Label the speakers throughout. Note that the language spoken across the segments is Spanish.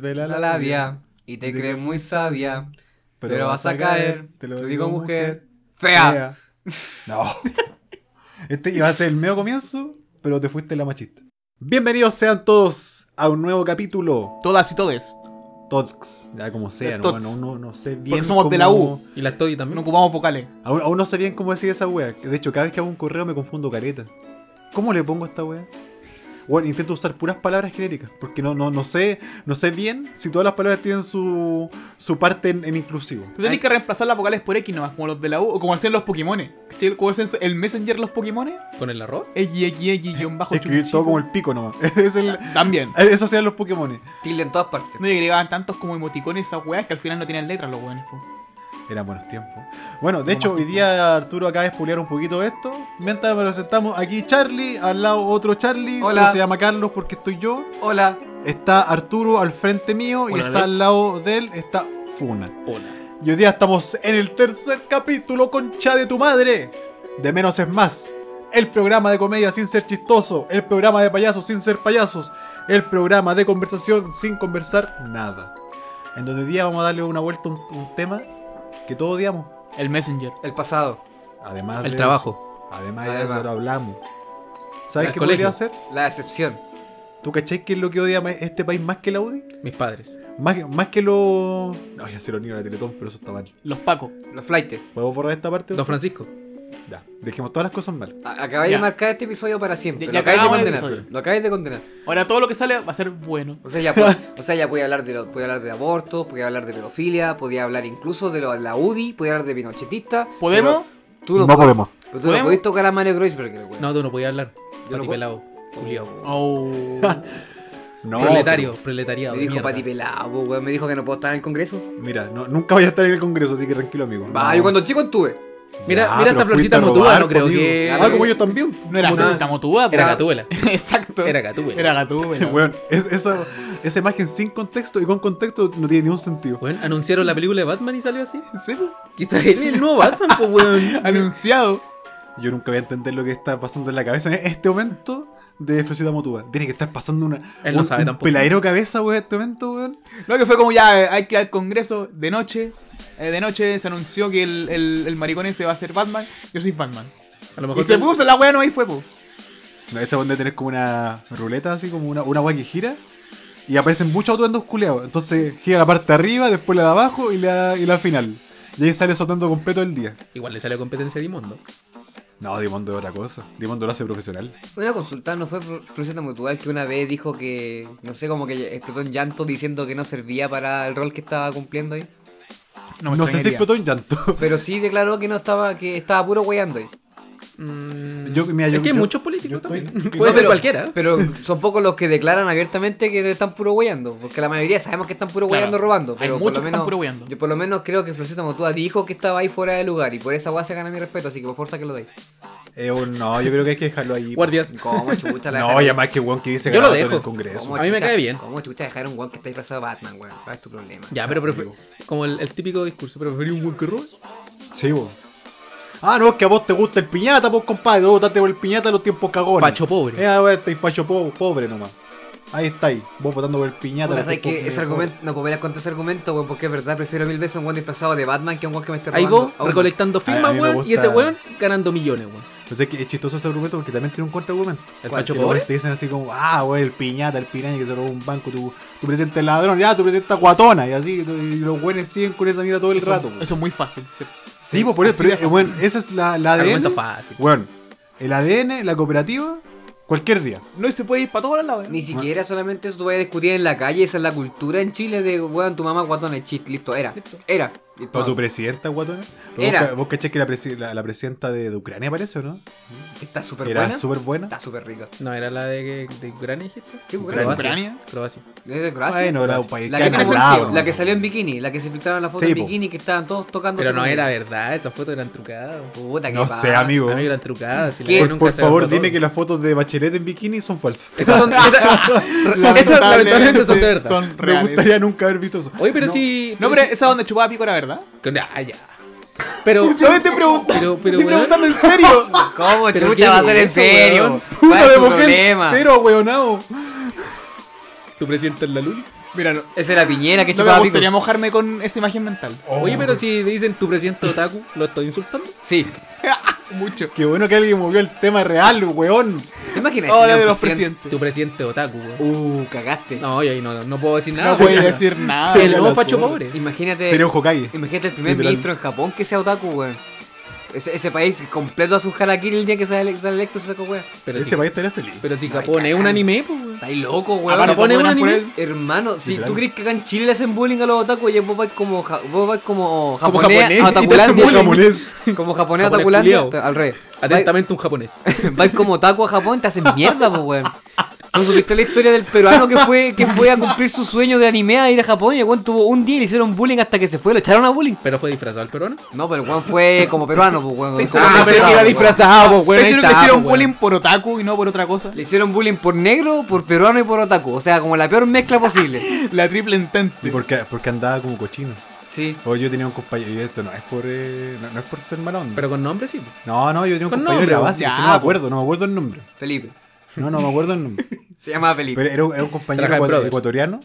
Speaker 1: desde
Speaker 2: la labia y te crees muy sabia, pero vas a caer. Te lo digo, mujer.
Speaker 3: Eh,
Speaker 2: Fea.
Speaker 1: Fea. No. Este iba a ser el medio comienzo, pero te fuiste la machista. Bienvenidos sean todos a un nuevo capítulo.
Speaker 3: Todas y todes.
Speaker 1: Tox, ya como sea, no,
Speaker 3: Tots.
Speaker 1: no, no, no sé bien.
Speaker 3: Porque somos de la
Speaker 1: cómo-
Speaker 3: U.
Speaker 4: Y la estoy
Speaker 3: No
Speaker 4: también.
Speaker 3: ocupamos vocales.
Speaker 1: Aún, aún no sé bien cómo decir esa wea. De hecho, cada vez que hago un correo me confundo careta. ¿Cómo le pongo a esta wea? Bueno, intento usar puras palabras genéricas, porque no, no, no sé, no sé bien si todas las palabras tienen su, su parte en, en inclusivo.
Speaker 3: Tú tenés que reemplazar las vocales por X nomás, como los de la U, o como hacían los Pokémon. ¿Cachai? Como hacen el Messenger los Pokémon.
Speaker 4: ¿Con el arroz?
Speaker 3: X, X, X, guión bajo
Speaker 1: Escribir todo
Speaker 3: chupichito.
Speaker 1: como el pico nomás. Es el-
Speaker 3: También.
Speaker 1: eso sean los Pokémon.
Speaker 2: Tilde en todas partes.
Speaker 3: No le agregaban tantos como emoticones a esas weas que al final no tienen letras los weones. po.
Speaker 1: Eran buenos tiempos. Bueno, de
Speaker 3: No
Speaker 1: hecho,
Speaker 3: más
Speaker 1: hoy
Speaker 3: tiempo.
Speaker 1: día Arturo acaba de espulear un poquito de esto. Mientras nos presentamos aquí Charlie, al lado otro Charlie,
Speaker 2: Hola.
Speaker 1: pero se llama Carlos porque estoy yo.
Speaker 2: Hola.
Speaker 1: Está Arturo al frente mío y
Speaker 4: Hola,
Speaker 1: está
Speaker 4: ¿ves?
Speaker 1: al lado de él, está Funa.
Speaker 4: Hola.
Speaker 1: Y hoy día estamos en el tercer capítulo, concha de tu madre. De menos es más. El programa de comedia sin ser chistoso. El programa de payasos sin ser payasos. El programa de conversación sin conversar nada. En donde hoy día vamos a darle una vuelta a un, un tema que todos odiamos.
Speaker 3: El Messenger.
Speaker 2: El pasado.
Speaker 1: Además de
Speaker 4: El
Speaker 1: eso.
Speaker 4: trabajo.
Speaker 1: además de
Speaker 2: Además.
Speaker 1: eso, lo hablamos. ¿Sabes
Speaker 4: El
Speaker 1: qué podría
Speaker 4: colegio.
Speaker 1: hacer?
Speaker 2: La decepción.
Speaker 1: ¿Tú cacháis qué es lo que odia ma- este país más que la UDI?
Speaker 4: Mis padres.
Speaker 1: Más, más que lo. No, ya se lo niego a la Teletón, pero eso está mal.
Speaker 3: Los Pacos.
Speaker 2: Los flightes.
Speaker 1: ¿Podemos borrar esta parte?
Speaker 4: Don Francisco.
Speaker 1: Ya, dejemos todas las cosas mal.
Speaker 2: A- Acabáis
Speaker 3: Ya.
Speaker 2: de marcar este episodio para siempre.
Speaker 3: Ya-
Speaker 2: lo
Speaker 3: ya
Speaker 2: acabáis de
Speaker 3: acabamos el
Speaker 2: condenar.
Speaker 3: episodio.
Speaker 2: Lo acabáis de condenar.
Speaker 3: Ahora todo lo que sale va a ser bueno.
Speaker 2: O sea, ya, po- o sea, ya podía hablar de lo- podía hablar de abortos, podía hablar de pedofilia, podía hablar incluso de lo- la UDI, podía hablar de pinochetista.
Speaker 3: ¿Podemos?
Speaker 2: pero Tú no,
Speaker 1: no
Speaker 2: po-
Speaker 1: podemos.
Speaker 2: pero tú no
Speaker 3: ¿Podemos?
Speaker 2: podés tocar a Mario Kreuzberger, güey.
Speaker 4: No, tú no podías hablar.
Speaker 2: Yo no
Speaker 4: Pati
Speaker 2: puedo.
Speaker 4: pelado. Juliado.
Speaker 3: Oh.
Speaker 1: No,
Speaker 4: Proletario, proletariado.
Speaker 2: Me
Speaker 4: de
Speaker 2: dijo
Speaker 4: mierda.
Speaker 2: Pati Pelado, po, güey. Me dijo que no puedo estar en el Congreso.
Speaker 1: pero- mira, no- nunca voy a estar en el Congreso, así que tranquilo, amigo.
Speaker 2: Va,
Speaker 1: No.
Speaker 2: yo cuando chico estuve.
Speaker 4: Mira-
Speaker 1: Ya,
Speaker 4: mira
Speaker 1: pero
Speaker 4: esta
Speaker 1: fuiste
Speaker 4: florcita
Speaker 1: a
Speaker 4: motuda,
Speaker 1: robar,
Speaker 4: no creo
Speaker 1: conmigo.
Speaker 4: que-
Speaker 1: Ah, como yo también.
Speaker 3: No era
Speaker 2: No,
Speaker 3: José
Speaker 2: no.
Speaker 3: Tamotúa,
Speaker 4: Era
Speaker 3: po.
Speaker 4: Gatúbela.
Speaker 3: Exacto.
Speaker 4: Era Gatúbela.
Speaker 3: Era Gatúbela.
Speaker 1: Weón, es- esa, esa imagen sin contexto y con contexto no tiene ningún sentido.
Speaker 4: Weón, anunciaron la película de Batman y salió así.
Speaker 3: Sí, po.
Speaker 4: Quizás él es el nuevo Batman, pues, weón.
Speaker 3: Anunciado.
Speaker 1: Yo nunca voy a entender lo que está pasando en la cabeza en este momento de Florcita Motuba. Tiene que estar pasando una.
Speaker 4: Él no
Speaker 1: un-
Speaker 4: sabe
Speaker 1: un
Speaker 4: tampoco.
Speaker 1: Peladero cabeza, weón, en este momento, weón.
Speaker 3: No, que fue como ya, eh, hay que ir al Congreso de noche. Eh, de noche se anunció que el, el, el maricón ese va a ser Batman. Yo soy Batman.
Speaker 4: A lo
Speaker 3: Y
Speaker 4: mejor.
Speaker 3: se
Speaker 4: que-
Speaker 3: puso la wea, no ahí fue, po.
Speaker 1: No, esa onda de tener como una ruleta, así como una, una weá que gira. Y aparecen muchos atuendos culeados. Entonces gira la parte de arriba, después la de abajo y la, y la final. Y ahí sale soltando completo el día.
Speaker 4: Igual le salió competencia a Dimondo.
Speaker 1: No, Dimondo es otra cosa. Dimondo lo hace profesional.
Speaker 2: Una consulta, ¿no fue Fru- Fruceta Mutual que una vez dijo que, no sé, como que explotó en llanto diciendo que no servía para el rol que estaba cumpliendo ahí?
Speaker 3: me
Speaker 1: No sé si
Speaker 3: extrañaría.
Speaker 1: explotó en llanto.
Speaker 2: Pero sí declaró que no estaba, que estaba puro weyando ahí.
Speaker 4: Mm,
Speaker 1: Yo- mira,
Speaker 4: es
Speaker 1: yo-
Speaker 4: que hay
Speaker 1: yo-
Speaker 4: muchos
Speaker 1: yo
Speaker 4: políticos
Speaker 1: estoy-
Speaker 4: también.
Speaker 1: No,
Speaker 4: Puede ser
Speaker 2: pero-
Speaker 4: cualquiera.
Speaker 2: Pero son pocos los que declaran abiertamente que están puro weyando, porque la mayoría sabemos que están puro
Speaker 3: Claro.
Speaker 2: weyando robando.
Speaker 3: Hay
Speaker 2: Pero por
Speaker 3: muchos
Speaker 2: lo
Speaker 3: que
Speaker 2: menos,
Speaker 3: están puro weyando.
Speaker 2: Yo por lo menos creo que Florcita Motúa dijo que estaba ahí fuera de lugar y por esa weá se gana mi respeto, así que por fuerza que lo deis.
Speaker 1: Eh, un- no, yo creo que hay que dejarlo ahí.
Speaker 4: ¿eh? Guardias.
Speaker 2: ¿Cómo chucha la
Speaker 1: No,
Speaker 2: dejaron-
Speaker 1: ya más que weón que dice
Speaker 4: Yo
Speaker 1: ganado
Speaker 4: lo
Speaker 1: todo
Speaker 4: dejo.
Speaker 1: en el Congreso.
Speaker 2: cómo
Speaker 4: a mí me
Speaker 2: chucha-
Speaker 4: cae bien.
Speaker 2: ¿Cómo chucha dejar un weón que está disfrazado de Batman, weón? ¿Cuál es tu problema?
Speaker 4: Ya, pero prefe- como el, el típico discurso, preferí un buen que robe.
Speaker 1: Sí, weón. Ah, no, es que a vos te gusta el piñata, vos compadre. Vos date por el piñata en los tiempos cagones.
Speaker 4: Facho pobre.
Speaker 1: Eh, ah, weón, estáis facho po- pobre nomás. Ahí estáis, vos votando por el piñata.
Speaker 2: Puta,
Speaker 1: los
Speaker 2: ¿sabes
Speaker 1: tiempos
Speaker 2: que ese
Speaker 1: medio
Speaker 2: argumento, no puedo pelear contra ese argumento, weón, porque es verdad, prefiero mil veces un weón disfrazado de Batman que un weón que me esté
Speaker 4: Ahí
Speaker 2: robando.
Speaker 4: vos,
Speaker 2: aún.
Speaker 4: recolectando
Speaker 1: A- a mí
Speaker 4: firmas,
Speaker 1: me
Speaker 4: weón, y
Speaker 1: gusta-
Speaker 4: ese weón ganando millones, weón.
Speaker 1: Entonces Pues es que es chistoso ese argumento porque también tiene un contraargumento.
Speaker 4: ¿El
Speaker 1: Que
Speaker 4: facho
Speaker 1: luego
Speaker 4: pobre?
Speaker 1: Te dicen así como, ah, güey, el piñata, el piraña que se robó un banco, tú, tú presentas el ladrón, ya, tú presentas guatona, y así, y los güeyes siguen con esa mira todo el
Speaker 3: Eso,
Speaker 1: rato.
Speaker 3: eso es muy fácil.
Speaker 1: sí, pues por eso,
Speaker 3: así
Speaker 1: pero,
Speaker 3: de fácil.
Speaker 1: eh, bueno, esa es la, la ADN.
Speaker 4: Argumento fácil.
Speaker 1: Bueno, el ADN, la cooperativa, cualquier día.
Speaker 3: No, y se puede ir para todos lados.
Speaker 2: Ni siquiera solamente eso tú vas a discutir en la calle, esa es la cultura en Chile de weón, tu mamá guatón el chiste, listo, era. Era. Listo.
Speaker 1: ¿O tu presidenta, guatona? Pero
Speaker 2: Era.
Speaker 1: ¿Vos, ca- vos cachés que la, presi- la- la presidenta de, de Ucrania parece o no?
Speaker 2: Está súper
Speaker 1: Era
Speaker 2: buena.
Speaker 1: súper buena.
Speaker 2: Está súper rica.
Speaker 4: No, era la de, de Ucrania, dijiste.
Speaker 2: Sí, Ucrania.
Speaker 4: Croacia.
Speaker 3: Ucrania.
Speaker 4: Croacia.
Speaker 2: ¿Es de Croacia?
Speaker 1: Bueno, era un país
Speaker 2: la que,
Speaker 1: que ha
Speaker 2: tiene
Speaker 1: enamorado,
Speaker 2: sentido, la
Speaker 1: ¿no?
Speaker 2: que salió en bikini, la que se filtraron las fotos
Speaker 1: Sí,
Speaker 2: en
Speaker 1: po.
Speaker 2: bikini que estaban todos tocando.
Speaker 4: Pero no era verdad, esas fotos eran trucadas.
Speaker 2: Puta, que
Speaker 1: No sé, amigo.
Speaker 4: Amigo, eran trucadas. y la
Speaker 2: ¿Qué?
Speaker 4: gente
Speaker 1: Por,
Speaker 4: nunca
Speaker 1: por
Speaker 4: se gastó
Speaker 1: favor,
Speaker 4: todo.
Speaker 1: dime que las fotos de Bachelet en bikini son falsas.
Speaker 4: Esas son. Esas, esas lamentablemente son de verdad.
Speaker 3: Son
Speaker 1: Me
Speaker 3: reales.
Speaker 1: gustaría nunca haber visto eso.
Speaker 4: Oye, pero
Speaker 3: No.
Speaker 4: sí.
Speaker 3: No, pero esa donde chupaba pico era verdad.
Speaker 4: que- Ah, ya. Pero.
Speaker 3: te pregunto.
Speaker 4: Pero, pero,
Speaker 3: Estoy
Speaker 4: weón,
Speaker 3: preguntando en serio.
Speaker 2: ¿Cómo
Speaker 4: Pero
Speaker 2: chucha
Speaker 4: qué
Speaker 2: va a ser en
Speaker 4: eso,
Speaker 2: serio?
Speaker 4: weón.
Speaker 2: ¿Cuál
Speaker 1: Puta
Speaker 2: es
Speaker 1: de
Speaker 2: tu
Speaker 1: boquete
Speaker 2: problema?
Speaker 1: entero, weonao.
Speaker 4: ¿Tu presidente es la Luli?
Speaker 3: Mira, no,
Speaker 2: Esa era Piñera que
Speaker 3: no me
Speaker 2: chupaba pico.
Speaker 3: gustaría mojarme con esa imagen mental.
Speaker 1: Oh.
Speaker 4: Oye, pero si dicen tu presidente Otaku, ¿lo estoy insultando?
Speaker 2: Sí.
Speaker 3: Mucho.
Speaker 1: Qué bueno que alguien movió el tema real, weón.
Speaker 2: ¿Te imaginas?
Speaker 1: Oh,
Speaker 2: este
Speaker 3: Hola
Speaker 2: Tenía
Speaker 3: de
Speaker 2: un
Speaker 3: los
Speaker 2: presidente-
Speaker 3: presidentes.
Speaker 4: Tu presidente Otaku, weón.
Speaker 2: Uh, cagaste.
Speaker 4: No, yo ahí no, no puedo decir nada.
Speaker 3: No
Speaker 4: weón.
Speaker 3: puede decir nada.
Speaker 4: El
Speaker 1: la
Speaker 4: nuevo
Speaker 1: suerte.
Speaker 4: facho pobre.
Speaker 2: Imagínate.
Speaker 1: Sería un Hokage.
Speaker 2: Imagínate el primer
Speaker 1: Literal.
Speaker 2: ministro en Japón que sea otaku, weón. Ese, ese país completo a su harakiri el día que sale, sale electo se sacó, weón.
Speaker 4: Pero
Speaker 1: Ese
Speaker 4: si,
Speaker 1: país estaría feliz.
Speaker 4: pero si
Speaker 2: No,
Speaker 4: Japón es
Speaker 2: cagando.
Speaker 4: un anime, pues, weón.
Speaker 2: Estáis loco, weón.
Speaker 3: Aparte,
Speaker 4: pone
Speaker 3: ponen
Speaker 4: un
Speaker 3: por
Speaker 4: anime.
Speaker 3: él.
Speaker 2: Hermano, si
Speaker 1: claro.
Speaker 2: tú crees que acá en Chile le hacen bullying a los otaku, ya vos vais como, ja- vos vais como
Speaker 4: Como
Speaker 2: japonés,
Speaker 4: japonés, y te hacen
Speaker 2: otakulandia.
Speaker 4: bullying.
Speaker 1: Japonés.
Speaker 2: Como japonés
Speaker 4: Japonés
Speaker 2: otakulandia,
Speaker 4: culiao.
Speaker 2: al revés.
Speaker 4: Atentamente un japonés.
Speaker 2: Vais, vais como otaku a Japón, te hacen mierda, pues, weón. ¿No supiste la historia del peruano que fue, que fue a cumplir su sueño de anime a ir a Japón? Y el weón tuvo un día y le hicieron bullying hasta que se fue, lo echaron a bullying.
Speaker 4: Pero fue disfrazado el peruano.
Speaker 2: No, pero el weón fue como peruano, pues, weón.
Speaker 3: Estoy
Speaker 2: Como
Speaker 3: seguro que
Speaker 2: peruano,
Speaker 3: iba
Speaker 2: weón.
Speaker 4: disfrazado,
Speaker 3: Pero hicieron que hicieron bullying por otaku y no por otra cosa.
Speaker 2: Le hicieron bullying por negro, por peruano y por otaku. O sea, como la peor mezcla posible.
Speaker 3: La triple
Speaker 1: ¿Y
Speaker 3: entente.
Speaker 1: por qué, por qué andaba como cochino?
Speaker 2: Sí.
Speaker 1: O yo tenía un compañero. Y esto no es por, eh, no, no es por ser mala onda.
Speaker 4: Pero con nombre sí. po.
Speaker 1: no, no, yo tenía un
Speaker 4: Con
Speaker 1: compañero de la
Speaker 4: nombre,
Speaker 1: base.
Speaker 3: ya,
Speaker 1: que no me
Speaker 3: po.
Speaker 1: acuerdo, no me acuerdo el nombre.
Speaker 2: Felipe.
Speaker 1: No, no me acuerdo el nombre.
Speaker 2: Se llamaba Felipe.
Speaker 1: Pero era un, era un compañero
Speaker 4: Trajan
Speaker 1: ecua-
Speaker 4: Brothers.
Speaker 1: ecuatoriano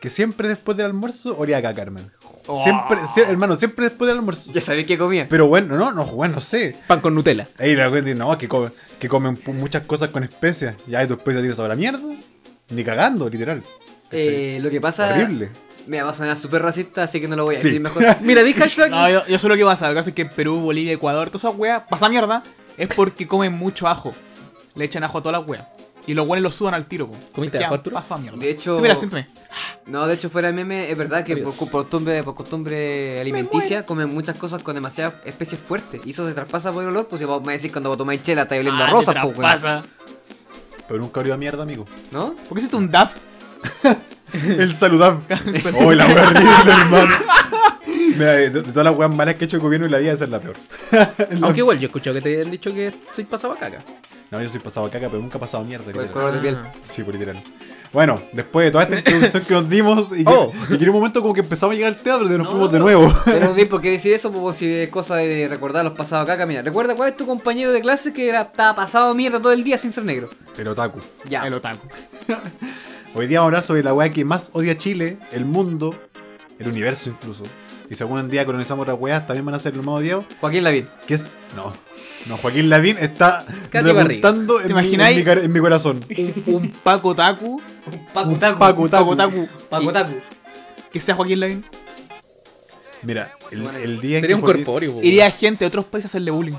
Speaker 1: que siempre después del almuerzo olía acá, Carmen.
Speaker 3: Oh.
Speaker 1: Siempre, sie- hermano, siempre después del almuerzo.
Speaker 2: Ya sabía que comía.
Speaker 1: Pero bueno, no, no, bueno, no sé.
Speaker 4: Pan con Nutella.
Speaker 1: Ahí la gente dice, no, que comen, que comen pu- muchas cosas con especias. Y ahí tu especia tiene sabor a mierda. Ni cagando, literal.
Speaker 2: Eh, lo que pasa.
Speaker 1: Horrible.
Speaker 2: Mira, va a sonar súper racista, así que no lo voy a
Speaker 1: Sí.
Speaker 2: decir mejor.
Speaker 4: Mira, di hashtag.
Speaker 3: No, yo, yo sé lo que pasa. Lo que pasa es que en Perú, Bolivia, Ecuador, todas esas weas, pasa mierda, es porque comen mucho ajo. Le echan ajo a todas las weas. Y los weones lo suban al tiro, po.
Speaker 4: ¿Comiste
Speaker 3: Se
Speaker 4: ajo,
Speaker 3: quedan
Speaker 4: Arturo?
Speaker 3: pasados a mierda.
Speaker 2: De hecho-
Speaker 3: Tú, mira, siéntame.
Speaker 2: No, de hecho, fuera de meme, es verdad que por, cu- por costumbre, por costumbre alimenticia comen muchas cosas con demasiadas especies fuertes. Y eso se traspasa por el olor. Pues si vos me decís cuando vos tomáis chela, estáis oliendo a
Speaker 3: Ah,
Speaker 2: rosas,
Speaker 3: te
Speaker 2: pues, weón.
Speaker 3: traspasa.
Speaker 1: Pero nunca olió a mierda, amigo.
Speaker 2: ¿No?
Speaker 3: ¿Por qué hiciste un DAF?
Speaker 1: El saludab. oh, la wea horrible, hermano. Mira, de, de todas las weas malas que ha hecho el gobierno en la vida, esa es la peor.
Speaker 4: Aunque igual, yo he escuchado que te habían dicho que soy pasaba caca.
Speaker 1: No, yo soy pasado a caca, pero nunca he pasado a mierda.
Speaker 2: Por el
Speaker 1: literal.
Speaker 2: color de
Speaker 3: Ah.
Speaker 2: piel.
Speaker 1: Sí, por literal. Bueno, después de toda esta introducción que nos dimos y que,
Speaker 4: Oh.
Speaker 1: y que en un momento como que empezamos a llegar al teatro y nos
Speaker 2: No.
Speaker 1: fuimos de nuevo.
Speaker 2: Pero di, ¿por qué decir eso? Pues si es cosa de recordar los pasados acá, mira. Recuerda cuál es tu compañero de clase que era, estaba pasado mierda todo el día sin ser negro.
Speaker 1: Pero Taku,
Speaker 2: Ya.
Speaker 3: El otaku.
Speaker 1: hoy día vamos a hablar sobre la wea que más odia Chile, el mundo, el universo incluso. Y si algún día colonizamos otras weas, también van a ser los más odiados.
Speaker 2: Joaquín Lavín.
Speaker 1: Que es. No. No, Joaquín Lavín está
Speaker 4: Katy Barriga.
Speaker 1: repuntando en,
Speaker 3: ¿Te
Speaker 1: mi- en
Speaker 3: imagináis?
Speaker 1: mi, car- en mi corazón.
Speaker 3: Un, un Paco Taku.
Speaker 2: Paco Taco.
Speaker 1: Paco
Speaker 3: Un
Speaker 1: Taku.
Speaker 3: Paco Taku.
Speaker 2: Paco
Speaker 3: Y-
Speaker 2: Taco.
Speaker 3: Que sea Joaquín Lavín.
Speaker 1: Mira, el, el día en
Speaker 4: Sería
Speaker 1: que
Speaker 4: un
Speaker 1: Joaquín-
Speaker 4: corpóreo, po,
Speaker 3: Iría gente de otros países a hacerle bullying.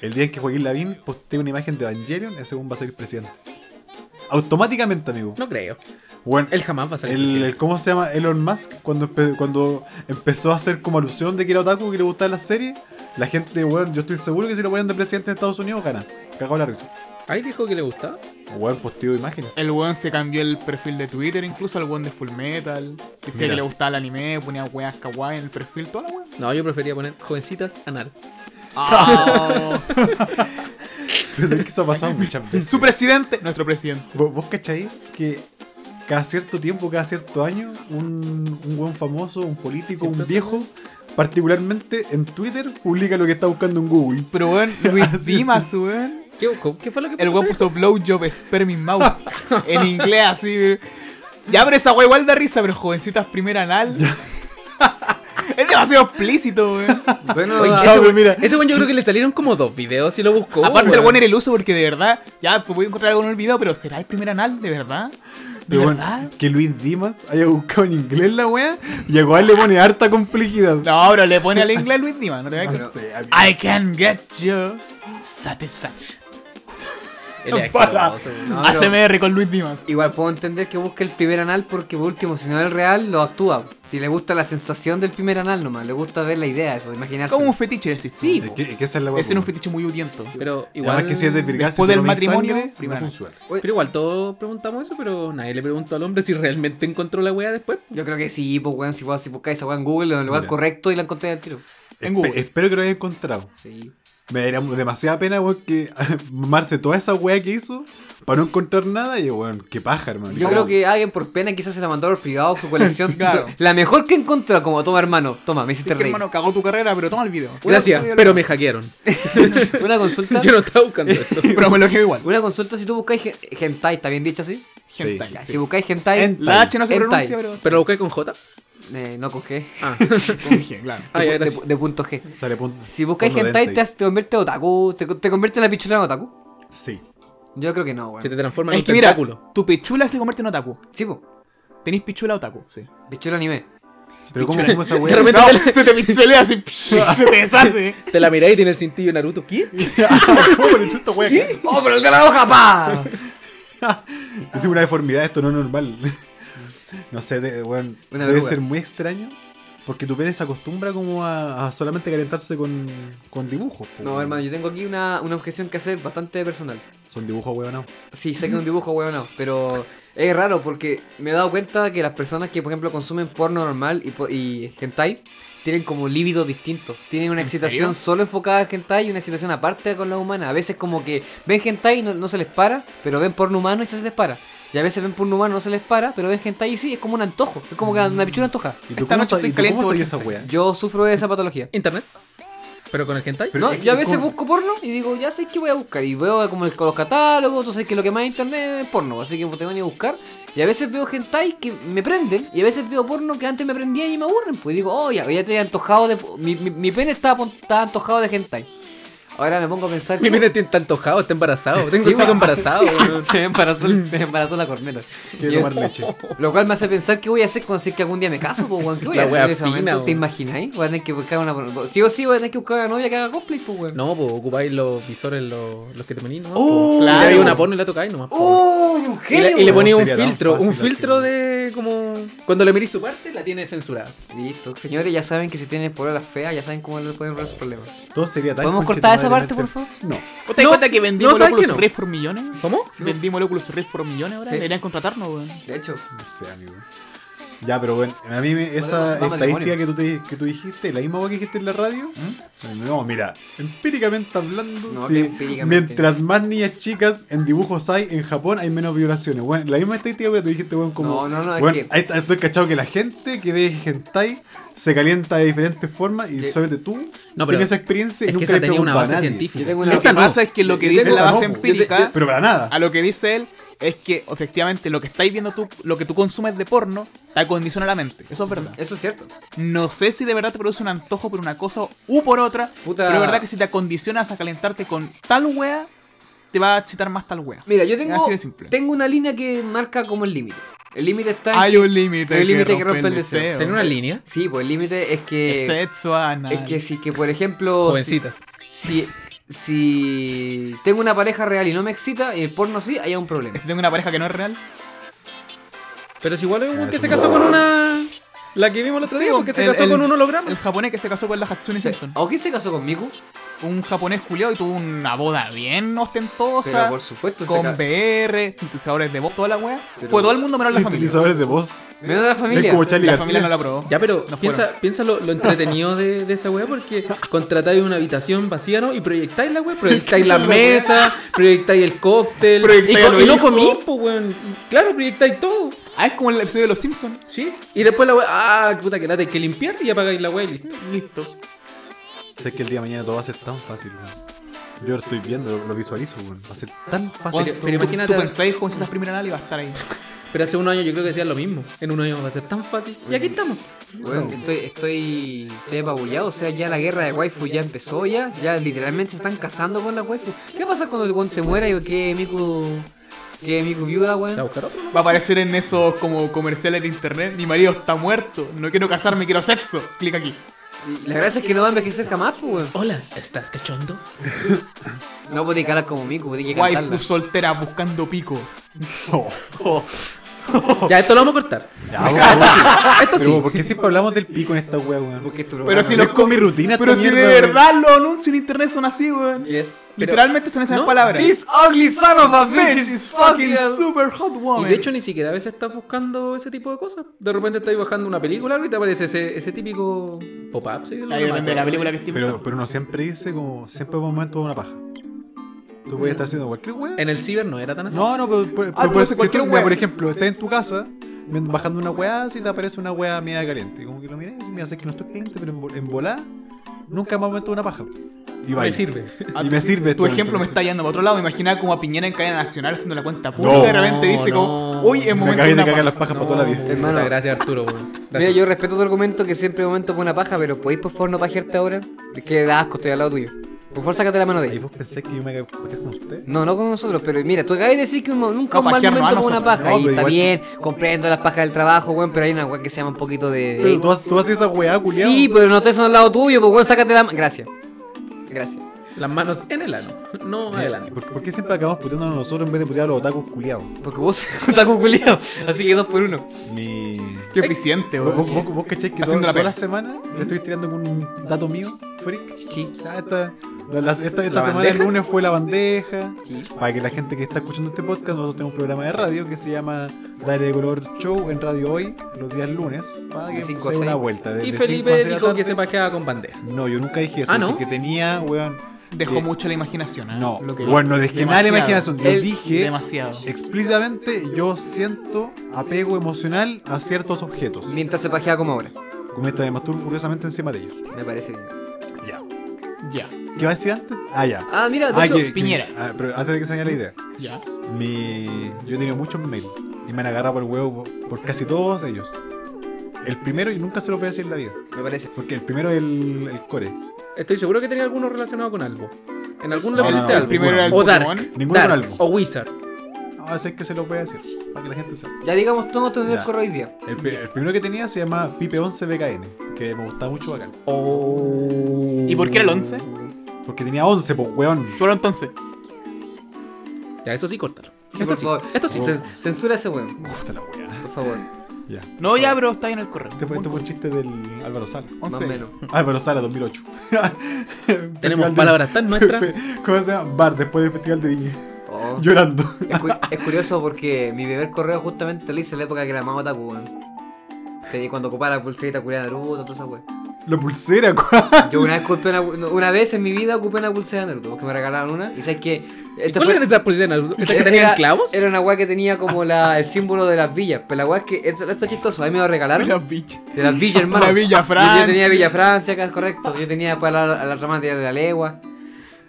Speaker 1: El día en que Joaquín Lavín postee una imagen de Evangelion, ese según va a ser presidente. Automáticamente, amigo.
Speaker 4: weón. No creo.
Speaker 1: Bueno,
Speaker 4: Él jamás va a salir.
Speaker 1: el, el-
Speaker 4: presidente.
Speaker 1: ¿Cómo se llama? Elon Musk, cuando, empe- cuando empezó a hacer como alusión de que era otaku, que le gustaba la serie, la gente, bueno, yo estoy seguro que si lo ponen de presidente de Estados Unidos, gana. Cagado la risa.
Speaker 4: Ahí dijo que le gustaba.
Speaker 1: Weón, posteo imágenes.
Speaker 3: El weón se cambió el perfil de Twitter, incluso al weón de Full Metal. Decía
Speaker 1: Mira.
Speaker 3: que le gustaba el anime, ponía weas kawaii en el perfil, toda la wea.
Speaker 4: No, yo prefería poner jovencitas anal.
Speaker 3: Ah.
Speaker 1: Pero es que eso ha pasado muchas veces.
Speaker 3: Su presidente, nuestro presidente.
Speaker 1: ¿Vos, vos cacháis que cada cierto tiempo, cada cierto año, un, un buen famoso, un político,
Speaker 4: Siempre
Speaker 1: un
Speaker 4: hace
Speaker 1: viejo, particularmente en Twitter, publica lo que está buscando en Google?
Speaker 3: Pero weón, Luis Dimas, weón.
Speaker 4: ¿Qué, buscó? ¿Qué fue lo que
Speaker 3: El
Speaker 4: pasó?
Speaker 3: weón puso blowjob sperm in mouth. en inglés, así. weón. Ya, pero esa wea igual da risa, pero jovencitas primera anal. es demasiado explícito, weón.
Speaker 2: Bueno,
Speaker 4: Oye,
Speaker 2: ah,
Speaker 1: ya,
Speaker 4: ese,
Speaker 1: pero
Speaker 4: weón-
Speaker 1: mira.
Speaker 4: ese weón yo creo que le salieron como dos videos y lo
Speaker 2: Oh,
Speaker 4: buscó.
Speaker 3: Aparte, el
Speaker 4: weón.
Speaker 3: weón era iluso porque de verdad, ya tú puedes encontrar algo en el video, pero ¿será el primer anal? ¿De verdad? ¿De
Speaker 1: Pero bueno,
Speaker 3: verdad?
Speaker 1: que Luis Dimas haya buscado en inglés la wea y a Goal le pone harta complejidad.
Speaker 3: No, pero le pone al inglés Luis Dimas, no te vayas a
Speaker 1: Ah, No sé, amigo.
Speaker 3: I can get you satisfaction.
Speaker 4: Él era
Speaker 1: Para.
Speaker 4: asqueroso, weón.
Speaker 2: no, pero
Speaker 3: ACMR con Luis Dimas.
Speaker 2: Igual puedo entender que busque el primer anal porque por último, si no es el real, lo actúa. Si le gusta la sensación del primer anal nomás, le gusta ver la idea, eso, imaginarse.
Speaker 3: Como un fetiche, decís tú.
Speaker 2: Sí,
Speaker 1: Es
Speaker 2: po.
Speaker 1: que, es que esa es la wea.
Speaker 3: Ese era un
Speaker 1: po.
Speaker 3: fetiche muy odiento.
Speaker 4: Pero igual.
Speaker 1: Además que si es de virgar,
Speaker 3: después
Speaker 1: si
Speaker 3: del
Speaker 1: te lo veis
Speaker 3: matrimonio,
Speaker 1: sangre, no
Speaker 3: primero.
Speaker 1: funciona.
Speaker 2: Oye,
Speaker 4: Pero igual todos preguntamos eso, pero nadie le preguntó al hombre si realmente encontró la weá después.
Speaker 2: yo creo que sí, pues weón, si vos si buscáis esa weá en Google, en el lugar
Speaker 1: Mira.
Speaker 2: correcto y la encontré al tiro.
Speaker 3: En
Speaker 1: Espe-
Speaker 3: Google.
Speaker 1: espero que lo hayas encontrado.
Speaker 2: Sí.
Speaker 1: Me daría demasiada pena, weón, que marse toda esa weá que hizo para no encontrar nada. Y, weón, qué paja, hermano.
Speaker 2: Yo creo que alguien por pena quizás se la mandó por privado su colección.
Speaker 3: Claro.
Speaker 2: La mejor que encontró, como toma hermano, toma, me hiciste
Speaker 3: Es que,
Speaker 2: reír.
Speaker 3: hermano, cagó tu carrera, pero toma el video.
Speaker 4: Gracias, pero me hackearon.
Speaker 2: Una consulta.
Speaker 4: Yo no estaba buscando esto.
Speaker 3: Pero me lo quedé igual.
Speaker 2: Una consulta si tú buscáis gen- hentai, ¿está bien dicho así?
Speaker 1: Sí.
Speaker 3: Hentai,
Speaker 2: Ya,
Speaker 3: sí.
Speaker 2: Si buscáis hentai,
Speaker 1: Hentai.
Speaker 3: La H no se
Speaker 2: Hentai.
Speaker 3: pronuncia, pero.
Speaker 4: ¿Pero lo buscáis con J?
Speaker 2: eh, no con G.
Speaker 4: Ah,
Speaker 3: Con G, claro.
Speaker 4: Ah,
Speaker 2: de,
Speaker 4: ya,
Speaker 2: pu- de
Speaker 4: gracias.
Speaker 2: pu- de punto G.
Speaker 1: Sale punto.
Speaker 2: Si buscáis
Speaker 1: punto
Speaker 2: hentai, te,
Speaker 1: dente.
Speaker 2: hace- te convierte en otaku, te, te convierte en la pichula en otaku.
Speaker 1: Sí.
Speaker 2: Yo creo que no, weón.
Speaker 4: se te transforma en
Speaker 3: Es
Speaker 4: un
Speaker 3: que mira,
Speaker 4: tentáculo.
Speaker 3: tu pichula se convierte en otaku.
Speaker 2: Sí, po.
Speaker 3: Tenéis pichula otaku, sí.
Speaker 2: Pichula anime.
Speaker 1: Pero ¿cómo, cómo esa
Speaker 4: De
Speaker 1: weá?
Speaker 4: repente te la-
Speaker 3: se te pincelea así, se te deshace.
Speaker 4: te la miráis y tiene el cintillo de Naruto. ¿Qué?
Speaker 1: ¿Cómo le echó esta weá?
Speaker 2: ¡Oh, pero el de la hoja, pa!
Speaker 1: Yo tengo una deformidad, esto no es normal. No sé, de- weón,
Speaker 2: Una
Speaker 1: debe
Speaker 2: verruga.
Speaker 1: ser muy extraño. Porque tu pene se acostumbra como a, a solamente calentarse con, con dibujos. po,
Speaker 2: No,
Speaker 1: weón.
Speaker 2: hermano, yo tengo aquí una, una objeción que hacer bastante personal.
Speaker 1: Son dibujos, weón. No.
Speaker 2: Sí, sé que es un dibujo, weón, no, pero es raro porque me he dado cuenta que las personas que, por ejemplo, consumen porno normal y, po- y hentai tienen como líbidos distintos. Tienen una excitación solo enfocada al hentai y una excitación aparte con la humana. A veces como que ven hentai y no, no se les para, pero ven porno humano y se les para. Y a veces ven porno humano y no se les para, pero ven hentai y sí, es como un antojo. Es como que una pichura antoja.
Speaker 1: ¿Y
Speaker 3: Esta
Speaker 1: tú cómo,
Speaker 3: noche
Speaker 1: sabes-
Speaker 3: estoy
Speaker 1: y tú cómo
Speaker 3: caliente,
Speaker 1: sabes
Speaker 3: porque-
Speaker 1: esa weá?
Speaker 2: Yo sufro de esa patología.
Speaker 4: ¿Internet? ¿Pero con el hentai?
Speaker 2: No, yo a veces busco porno y digo, ya sé que voy a buscar. Y veo como el, con los catálogos, entonces que lo que más hay en internet es porno. Así que te van a buscar. Y a veces veo hentai que me prenden. Y a veces veo porno que antes me prendían y me aburren. Pues digo, oh, ya, ya te he antojado de. Mi, mi, mi pene estaba, pon- estaba antojado de hentai. Ahora me pongo a pensar.
Speaker 4: Mi
Speaker 2: que-
Speaker 4: mira está antojado, está Mm. embarazado. Tengo
Speaker 2: Sí,
Speaker 4: un chico
Speaker 2: weón.
Speaker 4: embarazado. weón.
Speaker 2: Se me embarazó, el- se me embarazó la corneta.
Speaker 1: Quiero
Speaker 2: Yo-
Speaker 1: tomar leche.
Speaker 2: Lo cual me hace pensar qué voy a hacer cuando si es que algún día me caso, po, weón. ¿Qué voy a
Speaker 4: La
Speaker 2: hacer
Speaker 4: wea
Speaker 2: en ese
Speaker 4: fina,
Speaker 2: momento? ¿Te
Speaker 4: weón.
Speaker 2: imagináis? Voy a tener que buscar una. Sí o sí, voy a tener que buscar una novia que haga cosplay, pues, weón.
Speaker 4: No, pues ocupáis los visores, los, los que te ponís, ¿no?
Speaker 2: ¡Oh!
Speaker 4: Le dais una porno y la tocáis nomás. po.
Speaker 2: ¡Uy, un
Speaker 4: Y
Speaker 2: genio!
Speaker 4: le, y le
Speaker 2: weón!
Speaker 4: ponía un
Speaker 1: Oh, Sería tan
Speaker 4: filtro,
Speaker 1: fácil
Speaker 4: un
Speaker 1: así,
Speaker 4: filtro
Speaker 1: ¿no?
Speaker 4: de como... Cuando le mirís su parte, la tiene censurada.
Speaker 2: Listo, señores, ya saben que si tienen pololas feas, ya saben cómo le pueden resolver sus problemas.
Speaker 1: Todo sería tan
Speaker 2: ¿Podemos
Speaker 1: conchetumare
Speaker 2: cortar esa parte, por
Speaker 1: realmente-
Speaker 2: favor?
Speaker 1: No.
Speaker 3: ¿Vos te das
Speaker 4: No,
Speaker 3: cuenta que
Speaker 4: no,
Speaker 3: vendimos
Speaker 4: ¿sabes
Speaker 3: Oculus
Speaker 4: que no?
Speaker 3: Rift por millones?
Speaker 4: ¿Cómo?
Speaker 3: Vendimos el Oculus Rift por millones ahora.
Speaker 2: Sí.
Speaker 3: Deberían contratarnos, weón.
Speaker 2: De hecho,
Speaker 1: No sé, amigo. Ya, pero bueno, a mí me-
Speaker 2: Vamos,
Speaker 1: esa
Speaker 2: vamos al
Speaker 1: estadística que tú, te- que tú dijiste, la misma cosa que dijiste en la radio, no, mira, empíricamente hablando,
Speaker 2: No,
Speaker 1: sí,
Speaker 2: que empíricamente.
Speaker 1: mientras más niñas chicas en dibujos hay, en Japón hay menos violaciones. Bueno, la misma estadística que tú dijiste, bueno, como...
Speaker 2: No, no, no, es
Speaker 1: bueno,
Speaker 2: que-
Speaker 1: ahí está, estoy cachado que la gente que ve hentai se calienta de diferentes formas y
Speaker 2: Que-
Speaker 1: solamente tú
Speaker 4: No, pero
Speaker 1: tienes esa experiencia y
Speaker 4: Es que
Speaker 1: nunca
Speaker 4: esa
Speaker 1: le
Speaker 4: tenía una
Speaker 1: preguntas a
Speaker 4: base
Speaker 1: nadie.
Speaker 4: científica.
Speaker 2: Yo tengo una-
Speaker 3: Lo que
Speaker 2: Esta no.
Speaker 3: pasa es que lo que
Speaker 2: Yo
Speaker 3: dice
Speaker 2: tengo
Speaker 3: la
Speaker 1: una
Speaker 3: base
Speaker 1: no, po.
Speaker 3: empírica,
Speaker 1: Pero para nada.
Speaker 3: a lo que dice él, es que efectivamente lo que estáis viendo tú, lo que tú consumes de porno, te acondiciona la mente. Eso es verdad.
Speaker 2: eso es cierto.
Speaker 3: No sé si de verdad te produce un antojo por una cosa u por otra,
Speaker 2: Puta.
Speaker 3: pero la verdad que si te acondicionas a calentarte con tal wea, te va a excitar más tal wea.
Speaker 2: Mira, yo tengo,
Speaker 3: Así de simple.
Speaker 2: tengo una línea que marca como el límite. El límite está en
Speaker 3: Hay
Speaker 2: que-
Speaker 3: un límite.
Speaker 2: hay un límite que rompe el deseo.
Speaker 4: Tiene una línea.
Speaker 2: Sí, pues el límite es
Speaker 3: El
Speaker 2: que...
Speaker 3: sexo anal.
Speaker 2: Es que si, que por ejemplo... si-
Speaker 4: Jovencitas.
Speaker 2: Si, si tengo una pareja real y no me excita, y el porno sí, hay un problema.
Speaker 3: Si tengo una pareja que no es real.
Speaker 4: Pero si igual es un
Speaker 1: Ah,
Speaker 4: que
Speaker 1: es
Speaker 4: se
Speaker 1: un-
Speaker 4: casó con una... La que vimos el otro
Speaker 3: Sí,
Speaker 4: día, porque se
Speaker 3: el-
Speaker 4: casó
Speaker 3: el-
Speaker 4: con un holograma.
Speaker 3: El japonés que se casó con la Hatsune Simpson.
Speaker 2: ¿O quién se casó con Miku?
Speaker 3: Un japonés culiado y tuvo una boda bien ostentosa.
Speaker 2: Pero por supuesto, se
Speaker 3: Con
Speaker 2: ca-
Speaker 3: VR, sintetizadores de voz, toda la wea.
Speaker 2: Pero-
Speaker 3: Fue todo el mundo menos la
Speaker 1: Sí,
Speaker 3: familia.
Speaker 1: utilizadores de voz.
Speaker 2: Menos de la
Speaker 1: Es
Speaker 2: familia.
Speaker 1: como Charlie
Speaker 3: La
Speaker 1: García.
Speaker 3: familia no la aprobó.
Speaker 4: Ya, pero
Speaker 3: No
Speaker 4: piensa, piensa lo, lo entretenido de, de esa weá, porque contratáis una habitación vacía, ¿no? Y proyectáis la weá, proyectáis la mesa, proyectáis el cóctel,
Speaker 3: Proyectáis
Speaker 4: y, co-
Speaker 3: a lo
Speaker 4: y no
Speaker 3: hijo.
Speaker 4: comís, po, weón. Y Claro, proyectáis todo,
Speaker 3: Ah, es como el episodio de Los Simpsons.
Speaker 4: ¿sí? Y después la weá, ah, puta que lata, hay que limpiar y apagáis la weá y listo.
Speaker 3: Listo.
Speaker 1: Sé que el día de mañana todo va a ser tan fácil, weón. Yo lo estoy viendo, lo, lo visualizo, weón. Va a ser tan fácil.
Speaker 4: Pero-
Speaker 3: imagínate.
Speaker 4: pero imagínate-
Speaker 3: Tú pensáis, jovencitas primera anal y va a estar ahí.
Speaker 4: Pero hace un año yo creo que decían lo mismo. En un año va a ser tan fácil. Y aquí estamos.
Speaker 2: Bueno, estoy, estoy, estoy apabullado, o sea, ya la guerra de waifu ya empezó ya, ya literalmente se están casando con la waifu. ¿Qué pasa cuando el weón se muera y que Miku, que Miku viuda,
Speaker 4: ¿Se va a
Speaker 2: weón?
Speaker 4: buscar otro?
Speaker 3: Va a aparecer en esos como comerciales de internet. Mi marido está muerto. No quiero casarme, quiero sexo. Clic aquí.
Speaker 2: Y La gracia es que no va a envejecer jamás, pues, weón.
Speaker 4: Hola, ¿estás cachondo?
Speaker 2: No podéis calar como Miku, podéis que
Speaker 3: Waifu
Speaker 2: cantarla.
Speaker 3: soltera buscando pico.
Speaker 1: Oh.
Speaker 4: Ya, esto lo vamos a cortar.
Speaker 1: Ya, weón.
Speaker 4: Esto
Speaker 1: Pero,
Speaker 4: sí.
Speaker 1: ¿por qué siempre hablamos del pico en esta wea, weón?
Speaker 2: Porque es tu
Speaker 3: Pero
Speaker 2: programa.
Speaker 3: si
Speaker 1: no
Speaker 3: los
Speaker 1: es con mi rutina
Speaker 3: Pero
Speaker 1: esta
Speaker 3: si de
Speaker 1: mierda, weón.
Speaker 3: verdad los anuncios en internet son así, weón.
Speaker 2: Yes.
Speaker 3: Literalmente son esas
Speaker 4: No,
Speaker 3: palabras.
Speaker 2: This ugly son of a bitch
Speaker 3: bitch
Speaker 2: is
Speaker 3: is fucking
Speaker 2: fucking
Speaker 3: super hot woman.
Speaker 4: Y de hecho ni siquiera a veces estás buscando ese tipo de cosas. De repente estás bajando una película algo, y te aparece ese, ese típico pop-up. ¿sí?
Speaker 3: Ahí depende de la película que esté.
Speaker 1: Pero, pero uno siempre dice como, siempre por un momento una paja. Tú puedes estar haciendo cualquier wea.
Speaker 4: En el ciber no era tan así.
Speaker 1: No, no, pero, pero-
Speaker 3: Ah,
Speaker 1: pero
Speaker 3: puede
Speaker 1: si
Speaker 3: ser cualquier
Speaker 1: tú, mira,
Speaker 3: wea.
Speaker 1: por ejemplo, estás en tu casa ven- bajando una weá, si te aparece una weá media caliente. Y como que lo miré y dices, mira, sé que no estoy caliente, pero en, vol- en volá nunca más meto una paja. Y
Speaker 4: me
Speaker 1: vaya.
Speaker 4: sirve.
Speaker 3: Ah,
Speaker 1: Y
Speaker 3: tu-
Speaker 1: me sirve.
Speaker 3: Tu
Speaker 1: esto,
Speaker 3: ejemplo me
Speaker 1: esto.
Speaker 3: está yendo para otro lado. Imaginaba como a Piñera en cadena nacional haciendo la cuenta pública
Speaker 1: No,
Speaker 3: y de repente dice
Speaker 4: no.
Speaker 3: como, uy, es
Speaker 1: Me
Speaker 3: momento
Speaker 1: cagué de
Speaker 3: de una
Speaker 1: cagar
Speaker 3: paja.
Speaker 1: las pajas para toda la vida.
Speaker 4: puta,
Speaker 2: Hermano.
Speaker 4: gracias Arturo. weón. Gracias.
Speaker 2: Mira, yo respeto tu argumento que siempre momento pone una paja, pero ¿podéis por favor no pajearte ahora? Es que da asco, estoy al lado tuyo. Por favor, sácate la mano de
Speaker 1: Ahí
Speaker 2: ahí.
Speaker 1: vos pensé que yo me cagé con usted.
Speaker 2: No, no con nosotros, pero mira, tú acabas de decir que un mo- nunca
Speaker 3: No,
Speaker 2: un mal
Speaker 3: pajearnos
Speaker 2: momento
Speaker 3: a
Speaker 2: con una
Speaker 3: nosotros,
Speaker 2: paja.
Speaker 1: no,
Speaker 2: y
Speaker 1: pero
Speaker 2: está
Speaker 1: igual-
Speaker 2: bien, comprendo las pajas del trabajo, weón, pero hay una weón que se llama un poquito de.
Speaker 1: Pero tú, tú haces esa weá, culiado.
Speaker 2: Sí,
Speaker 4: pues.
Speaker 2: pero no estoy al lado tuyo, pues weón, sácate la mano. Gracias. Gracias.
Speaker 4: Las manos en el ano. No adelante.
Speaker 1: ¿Por, por qué siempre acabamos puteándonos nosotros en vez de putear a los otakus culiados?
Speaker 2: Porque vos estás culiado. Así que dos por uno.
Speaker 1: Mi...
Speaker 3: Qué eficiente,
Speaker 1: ¿Vos,
Speaker 3: weón.
Speaker 1: vos, vos cacháis que toda-
Speaker 3: Haciendo la
Speaker 1: toda
Speaker 3: pega.
Speaker 1: la semana le estoy tirando con un dato mío, freak?
Speaker 2: Sí.
Speaker 1: Ah, esta, la- la- esta, esta
Speaker 4: ¿La
Speaker 1: semana
Speaker 4: bandeja?
Speaker 1: el lunes fue la bandeja.
Speaker 2: Sí.
Speaker 1: Para que la gente que está escuchando este podcast, nosotros tenemos un programa de radio que se llama Dale Color Show en Radio Hoy, los días lunes, para que
Speaker 2: De
Speaker 1: se
Speaker 2: cinco a
Speaker 1: dé una
Speaker 2: seis.
Speaker 1: vuelta. de-
Speaker 4: Y
Speaker 1: de cinco a
Speaker 4: Felipe
Speaker 1: seis de la
Speaker 4: dijo
Speaker 1: tarde.
Speaker 4: que se pajeaba con bandeja.
Speaker 1: No, yo nunca dije eso.
Speaker 4: Ah, ¿no?
Speaker 1: dije que tenía, weón.
Speaker 3: Dejó
Speaker 1: que-
Speaker 3: mucho la imaginación, ¿eh?
Speaker 1: No,
Speaker 3: Lo que-
Speaker 1: bueno, no dejé nada de la
Speaker 3: Demasiado.
Speaker 1: imaginación. Yo
Speaker 3: Él-
Speaker 1: dije- eh,
Speaker 3: Demasiado.
Speaker 1: Explícitamente, yo siento apego emocional a ciertos objetos.
Speaker 2: Mientras se pajea como ahora.
Speaker 1: Comenta de masturbo curiosamente encima de ellos.
Speaker 2: Me parece bien.
Speaker 1: Ya.
Speaker 3: Ya,
Speaker 1: ¿Qué va a decir antes? Ah, ya.
Speaker 2: Ah, mira, de
Speaker 1: Ah,
Speaker 2: hecho,
Speaker 1: que- que-
Speaker 3: Piñera.
Speaker 1: ah, pero antes de que se me vaya la idea.
Speaker 3: ya.
Speaker 1: Mi... Yo he tenido muchos mails y me han agarrado por el huevo por, por casi todos ellos. El primero, y nunca se lo voy a decir en la vida,
Speaker 2: me parece.
Speaker 1: porque el primero es el, el core.
Speaker 4: Estoy seguro que tenía alguno relacionado con algo. En algún le
Speaker 1: No, no,
Speaker 4: pusiste
Speaker 1: no,
Speaker 4: algo.
Speaker 1: el primero era
Speaker 3: el
Speaker 4: o Dark.
Speaker 3: Pokémon.
Speaker 1: Ninguno con
Speaker 4: Dark
Speaker 1: algo.
Speaker 4: O Wizard.
Speaker 1: No, ese es que se lo voy a decir, para que la gente sepa.
Speaker 2: Ya digamos todo tener
Speaker 1: Ya.
Speaker 2: el correo hoy día.
Speaker 1: El, pri- el primero que tenía se llama Pipe11BKN, que me gustaba mucho bacán.
Speaker 3: ¿Y por qué era el 11?
Speaker 1: Porque tenía 11, pues weón.
Speaker 3: ¿Tú eras entonces?
Speaker 4: Ya, eso sí, cortar.
Speaker 2: Esto
Speaker 4: Esto
Speaker 2: por
Speaker 4: sí.
Speaker 2: favor.
Speaker 4: Esto
Speaker 1: Oh.
Speaker 4: sí.
Speaker 2: Cen- Censura ese weón,
Speaker 1: Puta la weá.
Speaker 2: por favor.
Speaker 1: Ya.
Speaker 3: No, ya, pero está ahí en el correo.
Speaker 1: Este fue, este fue un chiste del Álvaro Sala.
Speaker 2: Más o
Speaker 3: 11.
Speaker 2: menos.
Speaker 1: Álvaro Sala, 2008.
Speaker 4: Tenemos
Speaker 1: Festival de-
Speaker 4: palabras tan nuestras.
Speaker 1: ¿Cómo se llama? Bar, después del Festival de Viña.
Speaker 2: Oh.
Speaker 1: Llorando.
Speaker 2: Es, cu- es curioso porque mi primer correo justamente lo hice en la época que la mamá otaku, weón. Que Cuando ocupaba la pulserita culiada de Naruto, toda esa weón.
Speaker 1: La pulsera, cuál.
Speaker 2: Yo una vez, ocupé una, no, una vez en mi vida ocupé una pulsera de Naruto, porque me regalaron una. Y sabes que.
Speaker 4: ¿Y ¿Cuál era esa policía de Naruto? ¿Esta que tenían clavos?
Speaker 2: Eh, Era una weá que tenía como la, el símbolo de las villas. Pero la weá es que. Esto, esto es chistoso, a mí me lo regalaron.
Speaker 3: Era bicho.
Speaker 2: De las villas, hermano.
Speaker 3: Una Villa
Speaker 2: Yo- Yo,
Speaker 3: Francia.
Speaker 2: tenía Villa Francia, acá, correcto. Yo tenía para la, a la rama de la legua.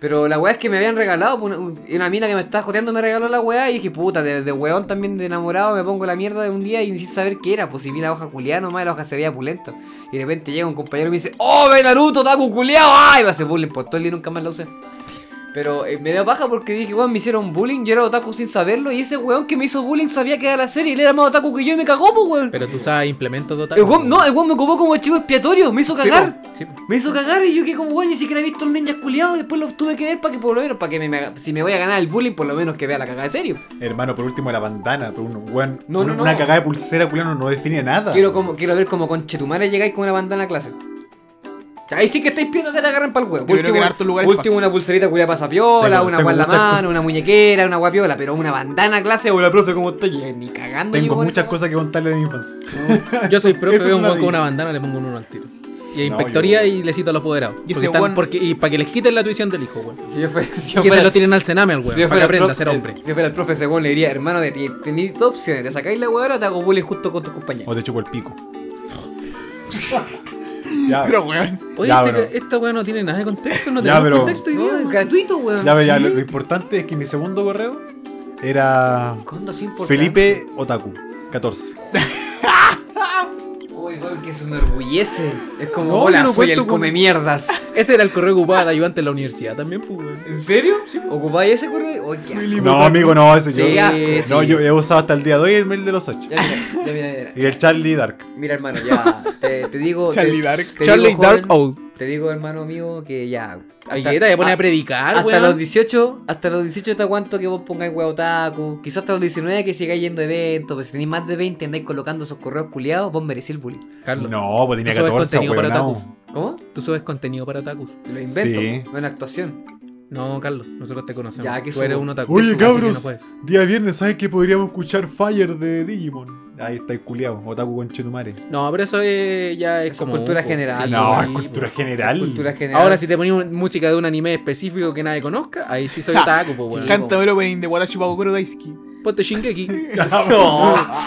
Speaker 2: Pero la weá es que me habían regalado. pues, Una, un- una mina que me estaba joteando me regaló la weá. Y dije, puta, de, de weón también de enamorado me pongo la mierda de un día y sin saber qué era. Pues si vi la hoja culiada nomás, la hoja se veía pulenta. Y de repente llega un compañero y me dice, ¡Oh, ve Naruto, Taku culiao! ¡Ay! Me hace bullying por todo el día y nunca más la usé. Pero eh, me dio paja porque dije, weón, me hicieron bullying. Yo era otaku sin saberlo. Y ese weón que me hizo bullying sabía que era la serie. Y él era más otaku que yo y me cagó, pues weón.
Speaker 4: Pero tú usabas implementos
Speaker 2: El
Speaker 4: totales.
Speaker 2: weón, no, el weón me ocupó como chivo expiatorio, me hizo cagar.
Speaker 4: Sí, po.
Speaker 2: Me hizo cagar y yo que como weón ni siquiera he visto los ninjas culiados, después los tuve que ver para que por lo menos, para que me, me- si me voy a ganar el bullying, por lo menos que vea la cagada de serio.
Speaker 1: Hermano, por último, la bandana. Pero un, weón,
Speaker 2: No, no,
Speaker 1: una,
Speaker 2: no.
Speaker 1: una cagada de pulsera, culiano, no define nada.
Speaker 2: Quiero como, quiero ver como conchetumare llegáis con una bandana a clase. Ahí sí que estáis viendo que te agarran para el huevo.
Speaker 3: Yo creo que en hartos lugares
Speaker 2: último
Speaker 3: pasa.
Speaker 2: una pulserita culia pasapiola,
Speaker 1: Tengo-
Speaker 2: una
Speaker 1: tengo
Speaker 2: guan la
Speaker 1: muchas
Speaker 2: mano, una muñequera, una guapiola, pero una bandana a clase o la profe como estoy, ni cagando.
Speaker 1: Tengo
Speaker 2: yo con
Speaker 1: muchas
Speaker 2: esa-
Speaker 1: cosas que contarle de mi infancia.
Speaker 4: Yo soy profe,
Speaker 1: Esa es
Speaker 4: veo un
Speaker 1: una
Speaker 4: weón con
Speaker 1: dica.
Speaker 4: una bandana, le pongo un uno al tiro. Y a
Speaker 1: No,
Speaker 4: inspectoría
Speaker 1: yo-
Speaker 4: y le cito a los apoderados.
Speaker 3: Y ese
Speaker 4: Porque están-
Speaker 3: weón-
Speaker 4: porque- Y para que les quiten la tuición del hijo, weón.
Speaker 2: Si yo fuera, si yo
Speaker 4: Y que se
Speaker 2: fuera-
Speaker 4: lo tiren al cename al weón.
Speaker 2: Si yo
Speaker 4: para
Speaker 2: fuera
Speaker 4: que aprenda
Speaker 2: profe-
Speaker 4: a ser hombre.
Speaker 2: Si yo fuera el profe, según le diría, hermano, de ti, tenéis dos opciones: te sacáis la hueá o te hago bullying justo con tus compañeros.
Speaker 1: O te chupo el pico. ya,
Speaker 3: Pero, weón.
Speaker 4: Oye,
Speaker 1: Ya,
Speaker 4: este-
Speaker 1: pero-
Speaker 4: esta weón no tiene nada de contexto, no
Speaker 1: Ya,
Speaker 4: tiene
Speaker 1: pero-
Speaker 4: contexto y
Speaker 2: No, gratuito, weón.
Speaker 1: ya, ya,
Speaker 2: Sí.
Speaker 1: lo, lo importante es que mi segundo correo era
Speaker 2: ¿Cuándo es importante?
Speaker 1: Felipe Otaku, 14.
Speaker 2: Uy, weón, que se me orgullece. Es como,
Speaker 1: No,
Speaker 2: hola,
Speaker 1: yo no
Speaker 2: soy
Speaker 1: cuento
Speaker 2: el
Speaker 1: con-
Speaker 2: come mierdas.
Speaker 4: Ese era el correo que ocupaba de ayudante en la universidad también, pues, weón.
Speaker 2: ¿En serio? ¿Ocupáis ese correo? Oye, ya. mira,
Speaker 1: No, amigo, no, ese
Speaker 2: Sí,
Speaker 1: yo.
Speaker 2: asco.
Speaker 1: No,
Speaker 2: Sí.
Speaker 1: yo he usado hasta el día de hoy el mail de los H.
Speaker 2: ya, mira, ya, mira, mira.
Speaker 1: Y el Charlie Dark.
Speaker 2: Mira, hermano, ya. Te, te digo. te-
Speaker 3: Charlie Dark.
Speaker 2: te digo,
Speaker 4: Charlie
Speaker 2: joven,
Speaker 4: Dark Old.
Speaker 2: Te digo, hermano mío, que ya.
Speaker 4: Ay,
Speaker 2: hasta-
Speaker 4: ¿qué? te voy a poner
Speaker 2: ah,
Speaker 4: a predicar,
Speaker 2: hasta
Speaker 4: weón.
Speaker 2: los 18, hasta los 18 te aguanto que vos pongáis hueá otaku. Quizás hasta los 19 que sigáis yendo a eventos. Pero si tenéis más de 20 y andáis colocando esos correos culiados, vos merecís el bullying.
Speaker 4: Carlos,
Speaker 1: No, pues tenía
Speaker 4: Tú subes
Speaker 1: 14,
Speaker 4: contenido para
Speaker 1: weón.
Speaker 4: otakus.
Speaker 2: ¿Cómo?
Speaker 4: tú subes contenido para otakus.
Speaker 2: Lo invento.
Speaker 1: Sí.
Speaker 2: Buena actuación.
Speaker 4: No, Carlos, nosotros te conocemos.
Speaker 2: Ya, que
Speaker 4: tú eres
Speaker 2: subo.
Speaker 4: un otaku.
Speaker 1: Oye,
Speaker 4: Te subo, así que
Speaker 1: cabros.
Speaker 4: no puedes.
Speaker 1: Día viernes, ¿sabes que podríamos escuchar Fire de Digimon? Ahí está el culiao, Otaku con Chetumare.
Speaker 4: No, pero eso eh, ya es
Speaker 2: Eso es
Speaker 4: como.
Speaker 2: cultura
Speaker 4: po,
Speaker 2: general,
Speaker 4: sí,
Speaker 1: No,
Speaker 4: po,
Speaker 1: es
Speaker 4: sí,
Speaker 1: cultura
Speaker 4: po.
Speaker 1: general.
Speaker 2: Cultura general.
Speaker 4: Ahora, si te ponía un- música de un anime específico que nadie conozca, ahí sí soy otaku, pues, weón.
Speaker 3: Cantamelo opening de Watashi Bakugoro Daisuke.
Speaker 4: Ponte Shingeki.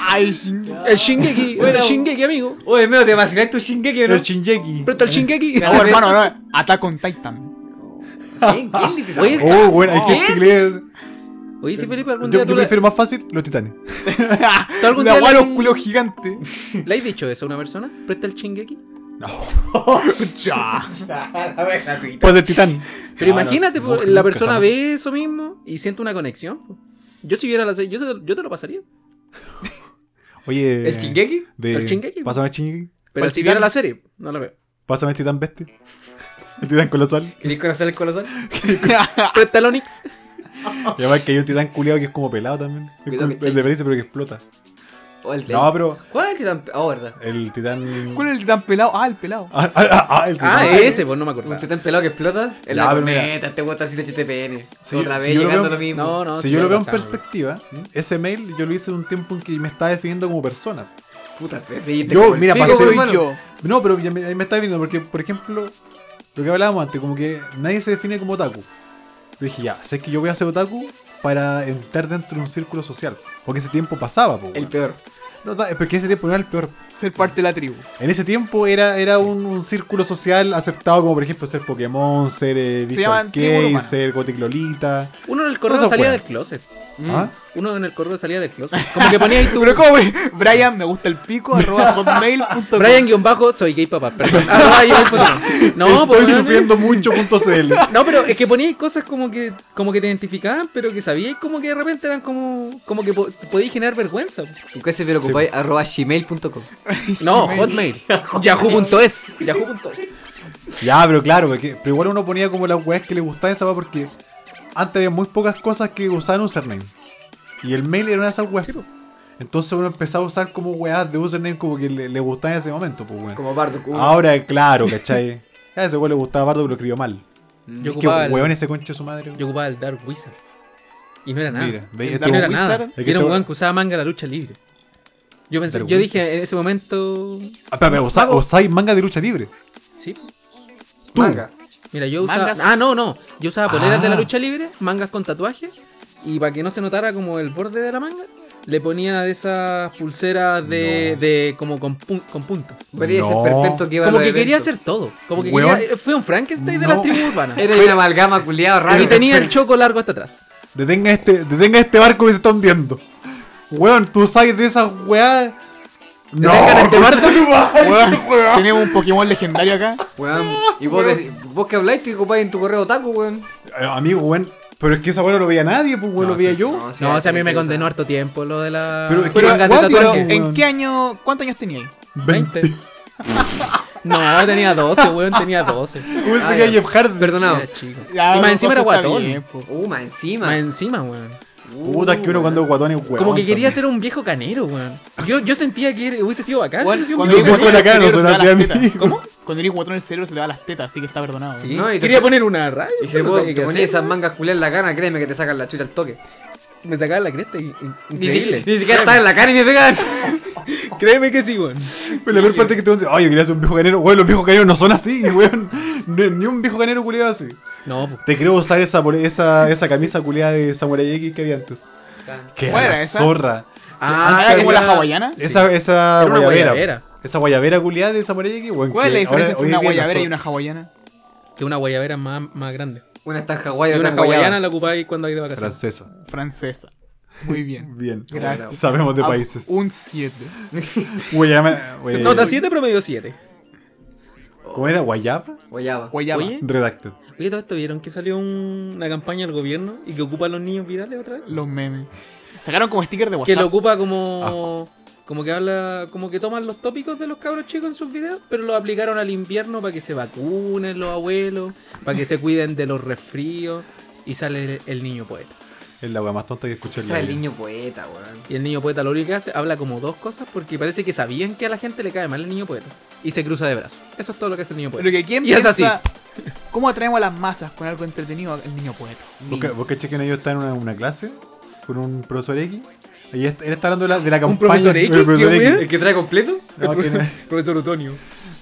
Speaker 3: Ay, chingada.
Speaker 4: El Shingeki,
Speaker 2: Bueno.
Speaker 4: el Shingeki, amigo.
Speaker 2: Oye, medio, ¿te imaginas tu shingeki o no?
Speaker 1: El Shingeki.
Speaker 4: Presta el Shingeki.
Speaker 3: No, hermano, no. Attack on Titan.
Speaker 2: ¿Quién? ¿Quién dice esa
Speaker 4: Oye,
Speaker 2: weá?
Speaker 1: Oh, bueno, hay
Speaker 2: ¿Qué?
Speaker 1: gente que lee.
Speaker 4: Oye, si Felipe, algún
Speaker 1: Yo,
Speaker 4: día
Speaker 1: yo
Speaker 4: tú le,
Speaker 1: prefiero más fácil los titanes.
Speaker 4: ¿Tú algún
Speaker 3: La
Speaker 4: día
Speaker 3: guay,
Speaker 4: le-
Speaker 3: los culos gigantes.
Speaker 4: le has dicho eso a una persona? ¿Presta el Shingeki?
Speaker 1: Ah,
Speaker 3: Ya.
Speaker 1: Pues el titán.
Speaker 4: Pero
Speaker 1: No, no,
Speaker 4: imagínate,
Speaker 1: no,
Speaker 4: po,
Speaker 1: nunca
Speaker 4: la persona
Speaker 1: jamás.
Speaker 4: ve eso mismo y siente una conexión. po. Yo si viera la serie, yo, se- yo te lo pasaría.
Speaker 1: Oye.
Speaker 2: ¿El shingeki?
Speaker 1: de-
Speaker 4: ¿El Shingeki?
Speaker 1: Pásame el Shingeki.
Speaker 4: Pero
Speaker 1: Pues,
Speaker 4: si
Speaker 1: ya-
Speaker 4: viera la serie, no la veo.
Speaker 1: Pásame el titán bestia. El titán colosal.
Speaker 2: ¿Queréis conocer el colosal?
Speaker 4: Presta el Onix.
Speaker 1: Y además que hay un titán culiado que es como pelado también. Es
Speaker 2: Cuidado
Speaker 1: como
Speaker 2: que
Speaker 1: el, de Belice, pero que explota.
Speaker 2: ¿O el
Speaker 1: No, pero
Speaker 2: ¿Cuál es el titán? Ah, verdad.
Speaker 1: el titán.
Speaker 3: ¿Cuál es el tan pelado? Ah, el pelado.
Speaker 1: Ah, ah, ah, ah, el titán.
Speaker 4: Ah, ese, pues no me
Speaker 2: Un
Speaker 4: acordaba.
Speaker 2: titán pelado que explota. En
Speaker 1: Ya,
Speaker 2: la
Speaker 1: pero mira.
Speaker 2: tormenta, este weón está haciendo HTPN.
Speaker 1: Sí,
Speaker 2: Otra
Speaker 1: sí,
Speaker 2: vez
Speaker 1: yo lo
Speaker 2: llegando a
Speaker 1: veo-
Speaker 2: lo mismo.
Speaker 4: No, no,
Speaker 1: si
Speaker 4: sí
Speaker 1: yo
Speaker 4: me
Speaker 1: lo veo en
Speaker 4: pasaba.
Speaker 1: perspectiva, ese mail yo lo hice en un tiempo en que me estaba definiendo como persona.
Speaker 2: Puta, te reíste
Speaker 1: Yo,
Speaker 2: como el
Speaker 1: mira,
Speaker 2: pico,
Speaker 3: ¿Qué
Speaker 1: pasé-
Speaker 2: pues,
Speaker 3: soy
Speaker 2: hermano.
Speaker 3: yo?
Speaker 1: No, pero ya me, ahí me está definiendo porque, por ejemplo, lo que hablábamos antes, como que nadie se define como otaku. Yo dije, ya, sé que yo voy a ser otaku para entrar dentro de un círculo social. Porque ese tiempo pasaba, po,
Speaker 2: El
Speaker 1: weón.
Speaker 2: peor.
Speaker 1: No, da- es porque ese tiempo no era el peor.
Speaker 3: Ser parte de la tribu.
Speaker 1: En ese tiempo era, era un, un círculo social aceptado, como por ejemplo ser Pokémon, ser eh, Visual
Speaker 3: llaman
Speaker 1: Kei,
Speaker 3: tribu humana.
Speaker 1: ser Gothic Lolita.
Speaker 4: Uno en el correo
Speaker 1: Todas esas
Speaker 4: salía
Speaker 1: weas.
Speaker 4: del closet.
Speaker 1: ¿Ah?
Speaker 4: Uno en el correo salía del closet. Como que ponía ahí tu...
Speaker 3: Pero ¿cómo? ve? Brian, me gusta el pico, arroba hotmail.com.
Speaker 4: Brian-bajo, soy gay papá, perdón. Ah, Arroba gmail.com. No, pues,
Speaker 1: Estoy
Speaker 4: weón,
Speaker 1: sufriendo mucho.cl.
Speaker 4: No, pero es que poníais cosas como que como que te identificaban, pero que sabíais como que de repente eran como como que po- podíais generar vergüenza.
Speaker 2: ¿Y qué se lo ocupáis? Arroba gmail.com.
Speaker 4: No, Hotmail. Yahoo.es. Yahoo.es.
Speaker 1: Ya, pero claro, porque, pero igual uno ponía como las weas que le gustaban esa wea porque antes había muy pocas cosas que usaban username. Y el mail era una de esas weas. Entonces uno empezaba a usar como weas de username como que le, le gustaban en ese momento, pues weón.
Speaker 2: Como Bardo. como-
Speaker 1: Ahora, claro, ¿cachai? A ese weón le gustaba Bardo, pero lo escribió mal.
Speaker 4: Yo
Speaker 1: Es que
Speaker 4: ocupaba, el,
Speaker 1: weón ese conche su madre. weón.
Speaker 4: yo ocupaba el Dark Wizard. Y no era nada.
Speaker 1: Mira, ve,
Speaker 3: El
Speaker 1: este
Speaker 4: no
Speaker 3: Dark
Speaker 4: era
Speaker 1: weón-
Speaker 4: nada.
Speaker 3: Wizard.
Speaker 1: Es que
Speaker 4: Era
Speaker 1: este-
Speaker 4: un weón que usaba manga a la lucha libre. Yo pensé,
Speaker 1: Dark
Speaker 4: yo
Speaker 1: Wizard.
Speaker 4: dije en ese momento.
Speaker 1: Ah, espera, espera, usa-
Speaker 4: Mago.
Speaker 1: usáis manga de lucha libre.
Speaker 4: Sí.
Speaker 1: Tú.
Speaker 2: Manga.
Speaker 4: Mira, yo usaba.
Speaker 3: Mangas.
Speaker 4: Ah, no, no. Yo usaba poleras
Speaker 1: Ah.
Speaker 4: de la lucha libre, mangas con tatuajes. Y para que no se notara como el borde de la manga, le ponía de esas pulseras de.
Speaker 1: No.
Speaker 4: de como con, pun- con puntas.
Speaker 2: Podría ser
Speaker 1: No.
Speaker 2: perfecto que iba a
Speaker 4: Como
Speaker 2: los
Speaker 4: que quería
Speaker 2: eventos.
Speaker 4: hacer todo. Como que
Speaker 1: Weón.
Speaker 4: quería. Fue un Frankenstein de
Speaker 1: No.
Speaker 4: la tribu urbana.
Speaker 2: Era una amalgama culiado raro.
Speaker 4: Y tenía el choco largo hasta atrás.
Speaker 1: Detenga este, detenga este barco que se está hundiendo. Weón, tú usáis de esas weas. No,
Speaker 4: Detengan este barco.
Speaker 1: conche tu madre.
Speaker 3: Weón, tenemos un Pokémon legendario acá.
Speaker 2: Weón,
Speaker 4: Ah,
Speaker 2: y vos, dec- vos que habláis, tú ocupáis en tu correo otaku, weón.
Speaker 1: Eh, Amigo, weón. Pero es que esa weá no lo veía nadie, pues weón,
Speaker 4: No,
Speaker 1: lo veía
Speaker 4: sí,
Speaker 1: yo.
Speaker 4: No, o sea, a mí me condenó
Speaker 2: condenó
Speaker 4: harto tiempo lo de la.
Speaker 1: Pero es que-
Speaker 4: Pero
Speaker 1: Pero,
Speaker 4: de
Speaker 1: what,
Speaker 3: Pero,
Speaker 4: tatuaje.
Speaker 1: weón.
Speaker 3: ¿en qué año? ¿Cuántos años teníais?
Speaker 1: 20.
Speaker 4: 20. no, tenía 12, weón, tenía 12.
Speaker 1: Uy,
Speaker 2: Ah,
Speaker 1: seguía
Speaker 2: ya.
Speaker 1: Jeff Hardy.
Speaker 2: Perdonado.
Speaker 4: Era chico.
Speaker 3: Ya,
Speaker 4: y más
Speaker 3: no,
Speaker 4: encima era
Speaker 3: eso está
Speaker 4: guatón.
Speaker 3: bien, po.
Speaker 2: Uh, más encima.
Speaker 4: Más encima, weón.
Speaker 1: Puta, es que uno cuando es guatón es weón.
Speaker 4: Como que quería
Speaker 1: también.
Speaker 4: ser un viejo canero, weón. Yo, yo sentía que era- hubiese sido bacán.
Speaker 2: Weón,
Speaker 4: hubiese sido un
Speaker 3: Cuando
Speaker 1: Yo
Speaker 3: eres
Speaker 4: viejo
Speaker 1: encuentro
Speaker 3: guatón
Speaker 1: la
Speaker 3: en el
Speaker 1: cara, no
Speaker 3: cerebro se
Speaker 1: suena
Speaker 3: te da
Speaker 1: así
Speaker 3: las
Speaker 1: a mí.
Speaker 3: tetas. ¿Cómo? Cuando eres guatón en el cerebro se le va las tetas, así que está perdonado.
Speaker 4: Sí,
Speaker 2: No, y te
Speaker 4: quería
Speaker 2: sa-
Speaker 4: poner una radio.
Speaker 2: Y si te,
Speaker 4: no
Speaker 2: puedo- te
Speaker 4: sabía qué
Speaker 2: ponías
Speaker 4: hacer.
Speaker 2: esas mangas culiadas en la gana, créeme que te sacan la chucha al toque.
Speaker 4: Me sacaba la cresta. y- y-
Speaker 2: Ni, si-
Speaker 4: Increíble.
Speaker 2: ni siquiera estaba en la cara y me pegan.
Speaker 4: Créeme que sí, weón.
Speaker 1: Pero la peor parte es que te dicen, ay, yo quería ser un viejo canero. Weón, los viejos caneros no son así, weón. Ni, ni un viejo canero culiado así.
Speaker 4: No, po.
Speaker 1: Te creo usar esa, pole- esa, esa camisa culiada de Samurai X que había antes. Que
Speaker 3: ¿Cuál
Speaker 1: era la
Speaker 3: era esa?
Speaker 1: zorra.
Speaker 3: Ah,
Speaker 1: era
Speaker 3: como la
Speaker 4: esa-
Speaker 3: hawaiana.
Speaker 1: Esa, esa
Speaker 4: Era una
Speaker 1: guayabera.
Speaker 4: guayabera.
Speaker 1: Esa guayabera culiada de Samurai X, weón.
Speaker 3: ¿Cuál es
Speaker 1: que
Speaker 3: la
Speaker 1: ahora-
Speaker 3: diferencia entre
Speaker 1: hoy
Speaker 3: una
Speaker 1: en día la
Speaker 3: guayabera y
Speaker 1: zorra-
Speaker 3: una hawaiana?
Speaker 4: Que una guayabera más, más grande.
Speaker 2: Una está en
Speaker 4: Y
Speaker 2: Hawái,
Speaker 4: una
Speaker 2: otra en
Speaker 4: hawaiana
Speaker 2: Guayana.
Speaker 4: la ocupáis cuando hay de vacaciones.
Speaker 1: Francesa.
Speaker 3: Francesa. Muy bien.
Speaker 1: Bien.
Speaker 3: Gracias.
Speaker 1: Sabemos de
Speaker 3: Ah,
Speaker 1: países.
Speaker 3: Un 7.
Speaker 1: Guayama. güey,
Speaker 4: Nota 7, promedio 7.
Speaker 1: ¿Cómo era? ¿Guayaba?
Speaker 2: Guayaba.
Speaker 3: Guayaba.
Speaker 4: Oye.
Speaker 1: Redacted.
Speaker 4: Oye, todo esto vieron que salió un- una campaña del gobierno y que ocupa a los niños virales otra vez.
Speaker 3: Los memes. Sacaron como sticker de
Speaker 4: Que lo
Speaker 3: WhatsApp.
Speaker 4: ocupa como. Como que habla, como que toman los tópicos de los cabros chicos en sus videos, pero los aplicaron al invierno para que se vacunen los abuelos, para que se cuiden de los resfríos. Y sale el, el niño poeta.
Speaker 1: Es la wea más tonta que escuché en
Speaker 2: Ese
Speaker 1: la
Speaker 2: es el
Speaker 1: vida.
Speaker 2: niño poeta, weón.
Speaker 4: Y el niño poeta lo único que hace, habla como dos cosas porque parece que sabían que a la gente le cae mal el niño poeta. Y se cruza de brazos. Eso es todo lo que hace el niño poeta.
Speaker 3: Pero que quién
Speaker 4: y es así.
Speaker 3: piensa, ¿Cómo atraemos a las masas con algo entretenido el niño poeta?
Speaker 1: ¿Vos ca- ¿Vos cachai que ellos están en una, una clase con un profesor X? Y est- él está hablando de la, de la campaña.
Speaker 4: profesor X?
Speaker 1: el profesor
Speaker 4: ¿Qué
Speaker 1: X.
Speaker 4: wea?
Speaker 2: ¿El que trae completo?
Speaker 1: No, que no-
Speaker 4: Profesor Utonio.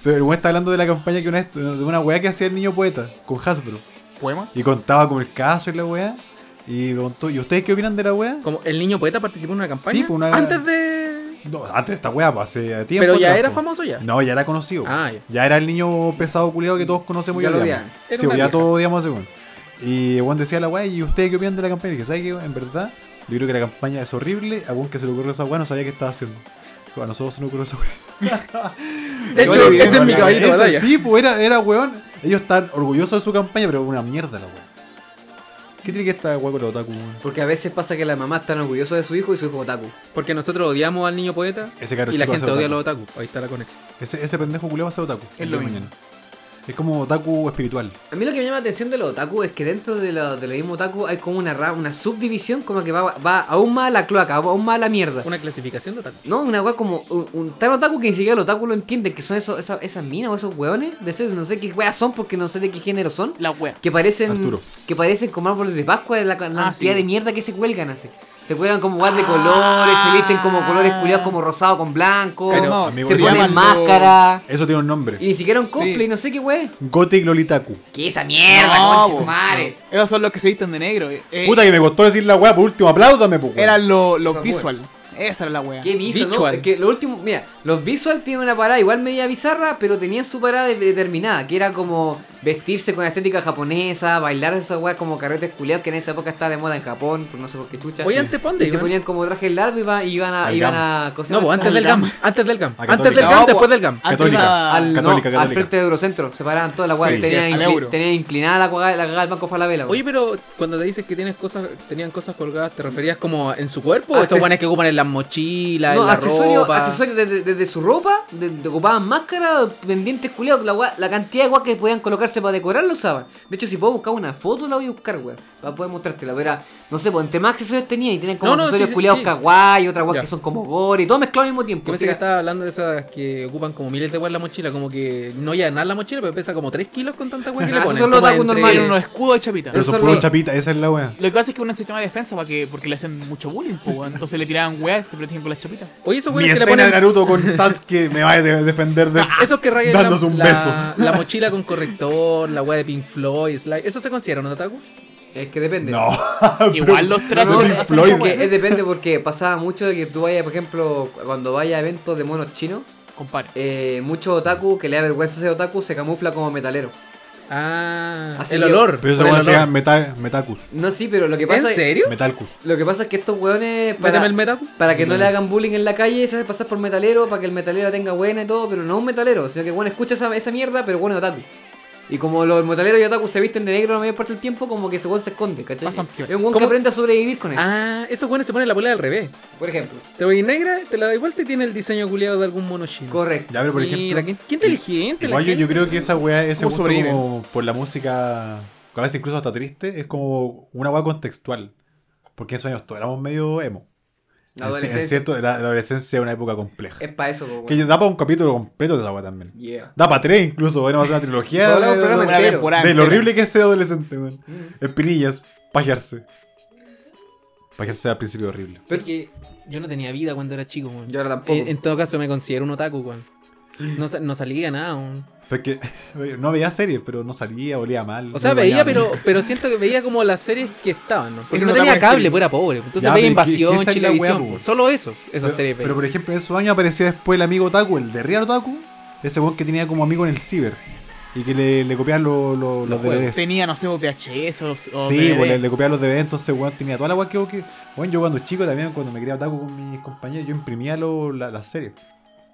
Speaker 1: Pero el weón está hablando de la campaña que una, vez- de una weá que hacía el niño poeta con Hasbro.
Speaker 3: ¿Poemas?
Speaker 1: Y contaba con el caso y la weá. Y preguntó, ¿y ustedes qué opinan de la weá?
Speaker 4: Como el niño poeta participó en una campaña
Speaker 1: Sí, pues, una-
Speaker 4: antes de.
Speaker 1: No, antes de esta weá, pues, hace tiempo.
Speaker 4: Pero ya
Speaker 1: atrás,
Speaker 4: era
Speaker 1: po.
Speaker 4: famoso ya.
Speaker 1: No, ya era conocido.
Speaker 4: Ah, ya.
Speaker 1: era el niño pesado culiado que todos conocemos
Speaker 2: Ya
Speaker 1: y
Speaker 2: lo
Speaker 1: odiamos.
Speaker 2: odiaban.
Speaker 4: Era
Speaker 1: Sí,
Speaker 4: una
Speaker 1: ya
Speaker 4: vieja.
Speaker 1: todos odiamos a ese weón. Y Juan decía la weá, ¿y ustedes qué opinan de la campaña? Y que sabe que en verdad, yo creo que la campaña es horrible. A Juan que se le ocurrió esa weá no sabía qué estaba haciendo. Pero a nosotros se nos ocurrió esa weá.
Speaker 4: De hecho,
Speaker 3: Yo lo vi,
Speaker 4: ese es
Speaker 3: bueno,
Speaker 4: mi caballito de
Speaker 1: Esa-
Speaker 4: batalla.
Speaker 1: Sí, pues era, era weón. Ellos están orgullosos de su campaña, pero una mierda la weá. ¿Qué tiene que estar weá con los otaku, weón?
Speaker 2: Porque a veces pasa que la mamá está orgullosa de su hijo y su hijo otaku.
Speaker 4: Porque nosotros odiamos al niño poeta
Speaker 1: Ese cabro
Speaker 4: y la
Speaker 1: chico
Speaker 4: gente
Speaker 1: hace
Speaker 4: odia a los otaku. Ahí está la conexión.
Speaker 1: Ese, ese pendejo culiado va a ser otaku.
Speaker 3: Es lo
Speaker 1: El día de
Speaker 3: mismo.
Speaker 1: Es como otaku espiritual.
Speaker 2: A mí lo que me llama la atención de los otaku es que dentro de los de los mismos otaku hay como una, ra- una subdivisión como que va, va aún más a la cloaca, va aún más a la mierda.
Speaker 4: Una clasificación de otaku.
Speaker 2: No, una weá como un, un tan otaku que ni siquiera el otaku lo entiende, que son esos, esa- esas minas o esos weones, de hecho, no sé qué weas son porque no sé de qué género son,
Speaker 3: La wea.
Speaker 2: que parecen
Speaker 1: Arturo.
Speaker 2: que parecen como árboles de Pascua de la, ca- la
Speaker 3: Ah,
Speaker 2: cantidad
Speaker 3: sí. Ah.
Speaker 2: de mierda que se cuelgan así. Se cuelgan como weas de colores, se visten como colores culiados como rosado con blanco,
Speaker 3: Pero,
Speaker 1: amigo,
Speaker 2: se
Speaker 1: se
Speaker 2: ponen
Speaker 3: llaman
Speaker 2: máscara,
Speaker 1: Eso tiene un nombre.
Speaker 2: y ni siquiera un cosplay,
Speaker 3: Sí.
Speaker 2: no sé qué wea.
Speaker 1: Gothic Lolitaku.
Speaker 2: Que esa mierda,
Speaker 3: No,
Speaker 2: conche tu
Speaker 3: po.
Speaker 2: madre.
Speaker 3: Esos son los que se visten de negro. eh, eh,
Speaker 1: Puta que me costó decir la weá, por último, apláudame, po. weón.
Speaker 3: Eran los los
Speaker 2: Otra
Speaker 3: visual. Esa era la wea.
Speaker 2: Qué visual, ¿no?
Speaker 4: Visual.
Speaker 2: Es que lo último, mira, los visual tienen una parada igual media bizarra, pero tenían su parada de- determinada, que era como vestirse con estética japonesa, bailar esas weas como carretes culiados, que en esa época estaba de moda en Japón, por no sé por qué chucha.
Speaker 4: Oye, antes pa' dónde
Speaker 2: Y se
Speaker 4: iban?
Speaker 2: ponían como trajes largos y iba- iban a,
Speaker 1: Al
Speaker 2: iban
Speaker 1: GAM.
Speaker 2: a cosas.
Speaker 4: No, pues antes del GAM. Antes del GAM.
Speaker 1: Ah,
Speaker 4: Antes del
Speaker 1: católica.
Speaker 4: GAM,
Speaker 3: No,
Speaker 4: después
Speaker 3: pues,
Speaker 4: del GAM.
Speaker 3: antes
Speaker 1: Católica.
Speaker 3: la-
Speaker 2: Al, no,
Speaker 1: Católica,
Speaker 2: al
Speaker 1: católica.
Speaker 2: frente de Eurocentro, separaban todas las weas,
Speaker 1: Sí,
Speaker 2: tenían,
Speaker 3: sí, al
Speaker 2: incli-
Speaker 3: euro.
Speaker 2: tenían inclinada la cagada la cagada del Banco Falabella.
Speaker 4: Oye,
Speaker 2: weón.
Speaker 4: pero cuando te dices que tienes cosas, tenían cosas colgadas, ¿te referías como en su cuerpo?
Speaker 2: Acces-
Speaker 4: ¿O estos guanes que ocupan en las mochilas,
Speaker 2: no,
Speaker 4: en la
Speaker 2: accesorios,
Speaker 4: ropa?
Speaker 2: accesorios desde, desde su ropa, de, de- ocupaban máscara, pendientes culiados, la, gua- la cantidad de guas que podían colocarse para decorar lo usaban. De hecho, si puedo buscar una foto, la voy a buscar, weón, para poder mostrártela. Pero era, no sé, pues entre más accesorios tenía y tienen como
Speaker 4: No, no,
Speaker 2: accesorios
Speaker 4: sí, sí,
Speaker 2: culiados
Speaker 4: sí.
Speaker 2: kawaii, otras guas
Speaker 4: Ya.
Speaker 2: que son como gore, y todo mezclado al mismo
Speaker 4: Yo
Speaker 2: tiempo.
Speaker 4: pensé
Speaker 2: Así
Speaker 4: que
Speaker 2: era-
Speaker 4: estaba hablando de esas que ocupan como miles de weas en la mochila, como que no llenan la mochila, pero pesa como 3 kilos con tanta wea que le
Speaker 2: Ah,
Speaker 4: ponen.
Speaker 2: son los
Speaker 4: Toma
Speaker 2: otaku
Speaker 4: entre-
Speaker 2: normales,
Speaker 3: Eran unos escudos de chapita.
Speaker 1: Pero
Speaker 2: Eso
Speaker 1: son
Speaker 2: lo-
Speaker 1: puros chapitas, esa es la weá.
Speaker 3: Lo que pasa es que era un sistema de defensa para que, porque le hacían mucho bullying, po, weón. entonces le tiraban weas y se protegían con las chapitas.
Speaker 4: Oye, esos
Speaker 1: Mi
Speaker 4: weones que le
Speaker 1: escena
Speaker 4: ponen... Ah,
Speaker 1: de Naruto con Sasuke me va a de- defender de.
Speaker 4: Esos que rayan la,
Speaker 1: Dándose un
Speaker 4: la, la mochila con corrector, la wea de Pink Floyd, Sly. ¿Eso se considera un otaku?
Speaker 2: Es que depende.
Speaker 1: No.
Speaker 3: Igual los trapos
Speaker 2: No,
Speaker 1: Pink
Speaker 2: no,
Speaker 3: hacen
Speaker 1: Floyd.
Speaker 3: esa
Speaker 2: Porque
Speaker 3: wea.
Speaker 2: es depende porque pasaba mucho de que tú vayas, por ejemplo, cuando vayas a eventos de monos chinos,
Speaker 3: Compadre.
Speaker 2: eh, muchos otaku que le da vergüenza ser otaku se camufla como metalero.
Speaker 4: Ah,
Speaker 2: Así
Speaker 4: el
Speaker 2: que-
Speaker 4: olor.
Speaker 1: Pero esa
Speaker 4: por el
Speaker 1: weá se
Speaker 4: olor.
Speaker 1: llama meta, Metacus.
Speaker 2: No, sí, pero lo que
Speaker 4: ¿En
Speaker 2: pasa es-
Speaker 4: serio?
Speaker 1: Metalcus.
Speaker 2: Lo que pasa es que estos weones,
Speaker 4: Méteme
Speaker 2: para,
Speaker 4: el metacu.
Speaker 2: para que no le hagan bullying en la calle, se hace pasar por metalero, para que el metalero la tenga buena y todo, pero no un metalero, sino que bueno, escucha esa, esa mierda, pero bueno, es otaku. Y como los metaleros y otaku se visten de negro la mayor parte del tiempo, como que ese weón se esconde, ¿cachai?
Speaker 3: Pasan peor.
Speaker 2: Es un weón que
Speaker 4: ¿Cómo?
Speaker 2: aprende a sobrevivir con eso.
Speaker 4: Ah, esos weones se ponen la polea al revés.
Speaker 2: Por ejemplo.
Speaker 4: Te voy negra, te la doy vuelta y tiene el diseño culiado de algún mono chino.
Speaker 2: Correcto.
Speaker 1: Ya, pero por
Speaker 4: Mira,
Speaker 1: ejemplo.
Speaker 4: qué, qué inteligente la
Speaker 1: Igual yo, yo
Speaker 4: gente.
Speaker 1: creo que esa weá, ese
Speaker 3: ¿Cómo
Speaker 1: gusto
Speaker 3: sobreviven?
Speaker 1: como por la música, a veces incluso hasta triste, es como una weá contextual. Porque en esos años todos éramos medio emo.
Speaker 2: La
Speaker 1: En- en
Speaker 2: adolescencia. Eh,
Speaker 1: cierto, la, la adolescencia es una época compleja.
Speaker 2: Es para eso, po, weón.
Speaker 1: Que da para un capítulo completo de esa weá también.
Speaker 2: Yeah.
Speaker 1: Da para tres incluso, bueno, va a ser una trilogía.
Speaker 2: Podemos hablar un
Speaker 1: de-
Speaker 2: programa
Speaker 1: de-
Speaker 3: Una
Speaker 2: entero.
Speaker 3: temporada
Speaker 1: de lo
Speaker 3: entera.
Speaker 1: horrible que es ser adolescente, weón. Espinillas, pajearse. Pajearse al principio es horrible.
Speaker 4: Pero es que yo no tenía vida cuando era chico, weón.
Speaker 2: Yo ahora tampoco.
Speaker 4: Eh, en todo caso me considero un otaku, weón. No, sa- no salía nada, weón.
Speaker 1: Porque no veía series, pero no salía, olía mal.
Speaker 4: O sea,
Speaker 1: no
Speaker 4: veía,
Speaker 1: bañaba.
Speaker 4: pero, pero siento que veía como las series que estaban, ¿no? Porque
Speaker 3: Era
Speaker 4: no
Speaker 3: un otaku
Speaker 4: tenía cable,
Speaker 3: extremo.
Speaker 4: pues era pobre. Entonces
Speaker 1: Ya,
Speaker 4: veía
Speaker 1: pero es que-
Speaker 4: Invasión,
Speaker 1: que esa es la
Speaker 4: Chilevisión.
Speaker 1: weá,
Speaker 4: pues.
Speaker 1: po.
Speaker 4: Solo esos, esas
Speaker 1: Pero-
Speaker 4: series.
Speaker 1: Pero,
Speaker 4: veía.
Speaker 1: por ejemplo, en esos años aparecía después el amigo Otaku, el de Real Otaku, ese weón que tenía como amigo en el ciber y que le, le copiaban lo- lo- los
Speaker 4: Los juegos.
Speaker 1: DVDs.
Speaker 3: Tenía, no sé, o VHS o, o
Speaker 1: Sí,
Speaker 3: DVD.
Speaker 1: pues, le, le copiaban los DVDs, entonces weón tenía toda la weá que vos que. Bueno, yo cuando chico también, cuando me quería Otaku con mis compañeros, yo imprimía lo- la- las series.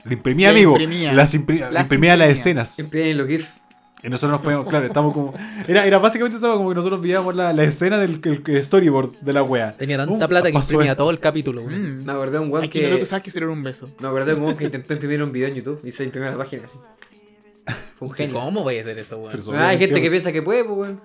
Speaker 1: Lo imprimía,
Speaker 3: Lo
Speaker 1: amigo.
Speaker 3: imprimía.
Speaker 1: Las impri-
Speaker 3: Las
Speaker 1: imprimía las
Speaker 3: imprimía.
Speaker 1: escenas.
Speaker 2: Siempre en los GIF.
Speaker 1: Y nosotros nos poníamos, claro, estamos como. Era, era básicamente estaba como que nosotros veíamos la, la escena del el- el storyboard de la wea.
Speaker 4: Tenía tanta
Speaker 1: Uh,
Speaker 4: plata que
Speaker 1: pasó
Speaker 4: imprimía
Speaker 1: esto.
Speaker 4: todo el capítulo, güey.
Speaker 3: Mm.
Speaker 2: Me acordé de un
Speaker 3: Hay
Speaker 2: weón
Speaker 3: que no
Speaker 2: que.
Speaker 3: tú sabes que sería un beso.
Speaker 2: Me acordé de un weón que intentó imprimir un video en YouTube y se imprimió la página así. Fue un
Speaker 4: ¿Qué,
Speaker 2: genio.
Speaker 4: ¿Cómo voy a hacer eso, güey?
Speaker 1: Pero eso-
Speaker 2: Ah, hay gente que
Speaker 1: Obviamente.
Speaker 2: piensa que puede, pues, weón.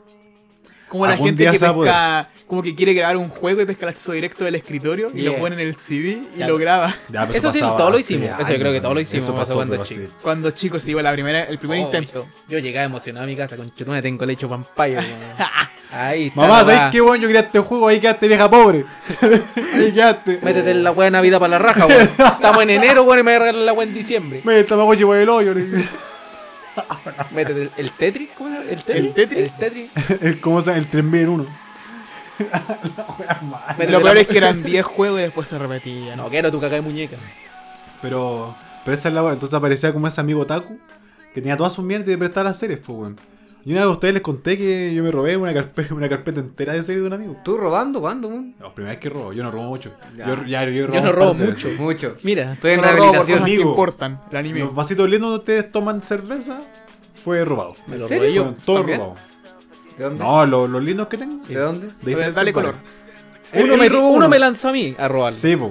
Speaker 3: Como la
Speaker 1: Algún
Speaker 3: gente
Speaker 1: día
Speaker 3: que
Speaker 1: se va a
Speaker 3: pesca, como que quiere grabar un juego y pesca el acceso directo del escritorio y
Speaker 2: Yeah.
Speaker 3: lo pone en el CD y
Speaker 4: Ya
Speaker 3: lo
Speaker 4: lo-
Speaker 3: graba.
Speaker 1: Ya, pero
Speaker 4: Eso sí,
Speaker 1: pasaba
Speaker 4: todo lo
Speaker 1: hace
Speaker 4: hicimos. Eso yo
Speaker 1: años,
Speaker 4: creo que todo lo
Speaker 1: amigo.
Speaker 4: hicimos,
Speaker 1: Eso
Speaker 4: pasó
Speaker 1: pasó
Speaker 4: cuando
Speaker 1: pero
Speaker 4: chico.
Speaker 1: así.
Speaker 3: Cuando chicos se iba la primera, el primer
Speaker 4: Oh,
Speaker 3: intento.
Speaker 4: Yo llegaba emocionado a mi casa con chutuna, tengo leche vampire, güey. Ahí está.
Speaker 1: Mamá,
Speaker 4: papá.
Speaker 1: ¿sabes qué weón? Yo quería este juego, ahí quedaste vieja pobre. ahí quedaste.
Speaker 4: Métete en la weá de Navidad para la raja, weón. Estamos en enero, weón, y me voy a regalar la weá en diciembre.
Speaker 1: Me estaba Tamagotchi por el hoyo. le dice.
Speaker 4: Métete el, el Tetris, ¿cómo era? ¿El Tetris?
Speaker 3: ¿El Tetris?
Speaker 4: El Tetris.
Speaker 1: El, ¿Cómo se llama? El 3001.
Speaker 4: Métete
Speaker 3: lo
Speaker 4: la-
Speaker 3: peor es que eran 10 juegos y después se repetían.
Speaker 4: No, quiero tu caca de muñeca.
Speaker 1: Pero, pero esa es la weá. Entonces aparecía como ese amigo Taku que tenía todas sus mierdas de prestar a series, pues weón. Y una vez a ustedes les conté que yo me robé una carpeta, una carpeta entera de series de un amigo.
Speaker 2: ¿Tú robando? ¿Cuándo, weón?
Speaker 1: La primera vez que robo, yo no robo mucho.
Speaker 2: Ya.
Speaker 1: Yo, ya, yo,
Speaker 4: Yo no robo
Speaker 1: bastante.
Speaker 4: mucho.
Speaker 2: Mucho.
Speaker 4: Mira,
Speaker 2: Estoy en
Speaker 3: Solo robo por
Speaker 2: rehabilitación.
Speaker 3: cosas que
Speaker 1: Amigo.
Speaker 3: importan, el anime.
Speaker 1: Los vasitos lindos donde ustedes toman cerveza fue robado.
Speaker 4: me
Speaker 2: ¿En
Speaker 4: lo
Speaker 2: serio?
Speaker 4: robé yo.
Speaker 1: Fueron todos
Speaker 2: ¿También?
Speaker 1: robados.
Speaker 2: ¿De dónde?
Speaker 1: No, lo- los lindos que tengo.
Speaker 2: ¿De dónde?
Speaker 1: De
Speaker 3: A ver, dale
Speaker 1: diferentes
Speaker 3: color.
Speaker 1: colores.
Speaker 4: Uno
Speaker 1: Él
Speaker 4: me,
Speaker 1: robó
Speaker 4: uno me lanzó a mí a robarlo.
Speaker 1: Sí, po.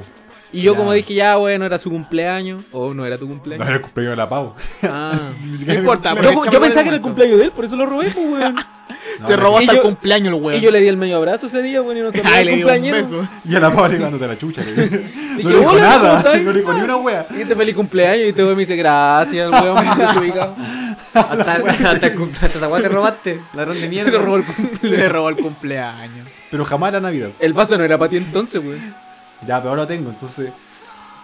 Speaker 4: Y yo, como
Speaker 1: Ya.
Speaker 4: dije, ya, bueno, era su cumpleaños. O no era tu
Speaker 1: No
Speaker 4: cumpleaños.
Speaker 1: era el cumpleaños de la pavo.
Speaker 4: Ah.
Speaker 1: Ni
Speaker 3: No
Speaker 1: siquiera era mi
Speaker 3: importa,
Speaker 1: cumpleaños.
Speaker 4: Yo,
Speaker 3: aprovechamos
Speaker 4: yo pensaba que era el
Speaker 3: momento.
Speaker 4: cumpleaños de él, por eso lo robé, pues, weón.
Speaker 1: No,
Speaker 3: Se
Speaker 1: no,
Speaker 3: robó
Speaker 1: sí.
Speaker 3: hasta
Speaker 4: Y
Speaker 3: el
Speaker 4: yo-
Speaker 3: cumpleaños el weón.
Speaker 4: Y yo le di el medio abrazo ese día, weón, y no sabía
Speaker 3: Ay,
Speaker 4: el
Speaker 3: le di un
Speaker 4: cumpleaños.
Speaker 3: beso.
Speaker 1: Y a la pavo le ganó la chucha. le- No
Speaker 4: Dije,
Speaker 1: le dijo
Speaker 4: "Hola,
Speaker 1: nada.
Speaker 4: puta".
Speaker 1: No le dijo ni una wea.
Speaker 4: Y este feliz cumpleaños, y te me dice, gracias, weón, me desubicado.
Speaker 2: Hasta, hasta, el cum- hasta esa weá te robaste, ladrón de mierda.
Speaker 3: Le robó el cum- le robó el cumpleaños.
Speaker 1: Pero jamás la Navidad.
Speaker 4: El vaso no era para ti entonces, weón.
Speaker 1: Ya, pero ahora tengo, entonces.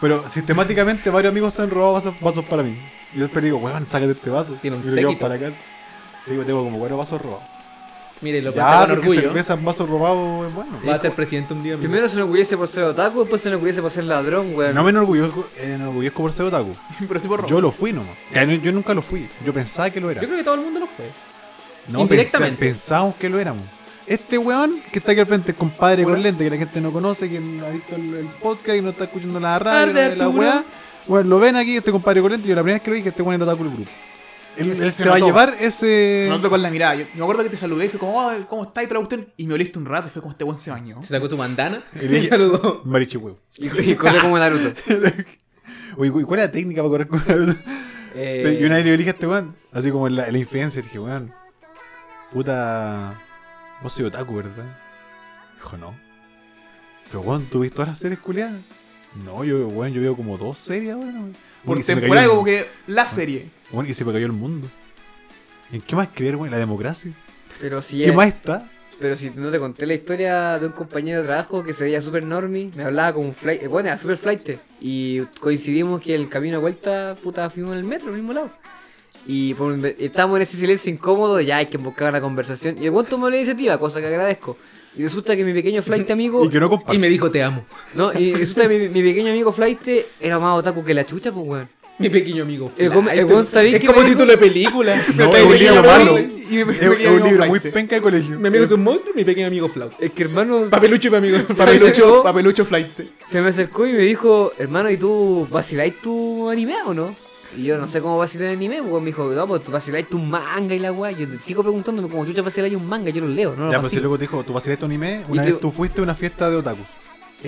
Speaker 1: Pero sistemáticamente varios amigos se han robado vasos, vasos para mí. Y yo después digo, weón, sácate este vaso.
Speaker 4: Tiene un
Speaker 1: Y lo llevo
Speaker 4: séquito.
Speaker 1: para acá. Sí, yo tengo como cuatro vasos robados.
Speaker 4: Mire, lo cuenta
Speaker 1: Ya,
Speaker 4: con
Speaker 1: porque
Speaker 4: orgullo.
Speaker 1: cerveza en vaso robado es bueno.
Speaker 4: Va a ser presidente un día. amigo.
Speaker 2: Primero se enorgullece por ser otaku, después se enorgullece por ser ladrón, weón.
Speaker 1: No me enorgullezco, eh, enorgullezco por ser otaku.
Speaker 3: Pero sí por robo.
Speaker 1: Yo lo fui nomás. Ya, no- Yo nunca lo fui. Yo pensaba que lo era.
Speaker 4: Yo creo que todo el mundo lo fue.
Speaker 1: No,
Speaker 4: Indirectamente.
Speaker 1: pens- pensábamos que lo éramos. Este weón que está aquí al frente, el compadre
Speaker 2: Bueno.
Speaker 1: con lente, que la gente no conoce, que no ha visto el, el podcast y no está escuchando la radio,
Speaker 4: Arde,
Speaker 1: no ve la
Speaker 4: Arturo.
Speaker 1: weá. Bueno, lo ven aquí, este compadre con lente, yo la primera vez que lo vi que este weón era otaku del grupo. Él,
Speaker 3: Ese
Speaker 1: él
Speaker 3: se
Speaker 1: se va a
Speaker 3: notó.
Speaker 1: llevar
Speaker 3: Se
Speaker 1: ese.
Speaker 3: notó con la mirada. Yo, me acuerdo que te saludé y fue como, oh, ¿cómo estás? Y toda la cuestión. Y me oliste un rato y fue como este buen se bañó.
Speaker 4: Se sacó su bandana
Speaker 1: Y le-
Speaker 4: y saludó.
Speaker 1: Marichi weón.
Speaker 2: Y, y corre como Naruto.
Speaker 1: Oye, güey, ¿cuál es la técnica para correr con
Speaker 2: Eh,
Speaker 1: Pero- Y una vez le dije a este weón, así como en la, en la influencer, dije, weón, puta. Vos soy otaku, ¿verdad? Dijo, no. Pero weón, ¿tú viste todas las series culiadas? No, yo, weón, yo veo como dos series, weón.
Speaker 3: Por
Speaker 1: Y se me cayó
Speaker 3: temporada,
Speaker 1: el-
Speaker 3: como que la serie.
Speaker 1: weón, y se me cayó el mundo. ¿En qué más creer, weón? ¿La democracia?
Speaker 2: pero, si
Speaker 1: ¿Qué
Speaker 2: es-
Speaker 1: más está?
Speaker 2: pero si no te conté la historia de un compañero de trabajo que se veía super normie, me hablaba como un flight, eh, bueno, era super flight. Y coincidimos que el camino de vuelta, puta, fuimos en el metro, al mismo lado. Y por un- estábamos en ese silencio incómodo, de, ya hay que buscar la conversación. Y el guanto tomó la iniciativa, cosa que agradezco. Y resulta que mi pequeño flight amigo
Speaker 1: Y que no
Speaker 4: Y
Speaker 1: comparto.
Speaker 4: me dijo, te amo.
Speaker 2: No, y resulta que mi, mi pequeño amigo Flight era más otaku que la chucha, pues weón.
Speaker 4: Mi pequeño amigo.
Speaker 2: El,
Speaker 4: Flight.
Speaker 2: gom- el weón sabía
Speaker 4: Es
Speaker 2: que
Speaker 4: como
Speaker 2: me dijo-
Speaker 4: título de película.
Speaker 1: No,
Speaker 3: Me
Speaker 1: es un
Speaker 3: pegué
Speaker 1: libro
Speaker 3: yo,
Speaker 1: malo.
Speaker 3: y me- me
Speaker 1: Es,
Speaker 3: pegué
Speaker 1: es un
Speaker 3: yo,
Speaker 1: libro muy
Speaker 3: flight.
Speaker 1: penca de colegio. Eh,
Speaker 4: Mi amigo es un monstruo, mi pequeño amigo Flau.
Speaker 2: Es que hermano
Speaker 4: Papelucho y mi amigo.
Speaker 3: Papelucho, papelucho flight.
Speaker 2: se me acercó y me dijo, hermano, ¿y tú vaciláis tu anime o no? Y yo no sé cómo vacilar el anime, pues weón. me dijo, no, pues tú vaciláis tu manga y la weá. Yo sigo preguntándome cómo chucha vaciláis un manga, yo lo leo, no lo
Speaker 1: ya, pues si
Speaker 2: vacilo.
Speaker 1: luego te dijo, tú vas a ir a este anime, una
Speaker 2: te-
Speaker 1: vez tú fuiste a una fiesta de otakus.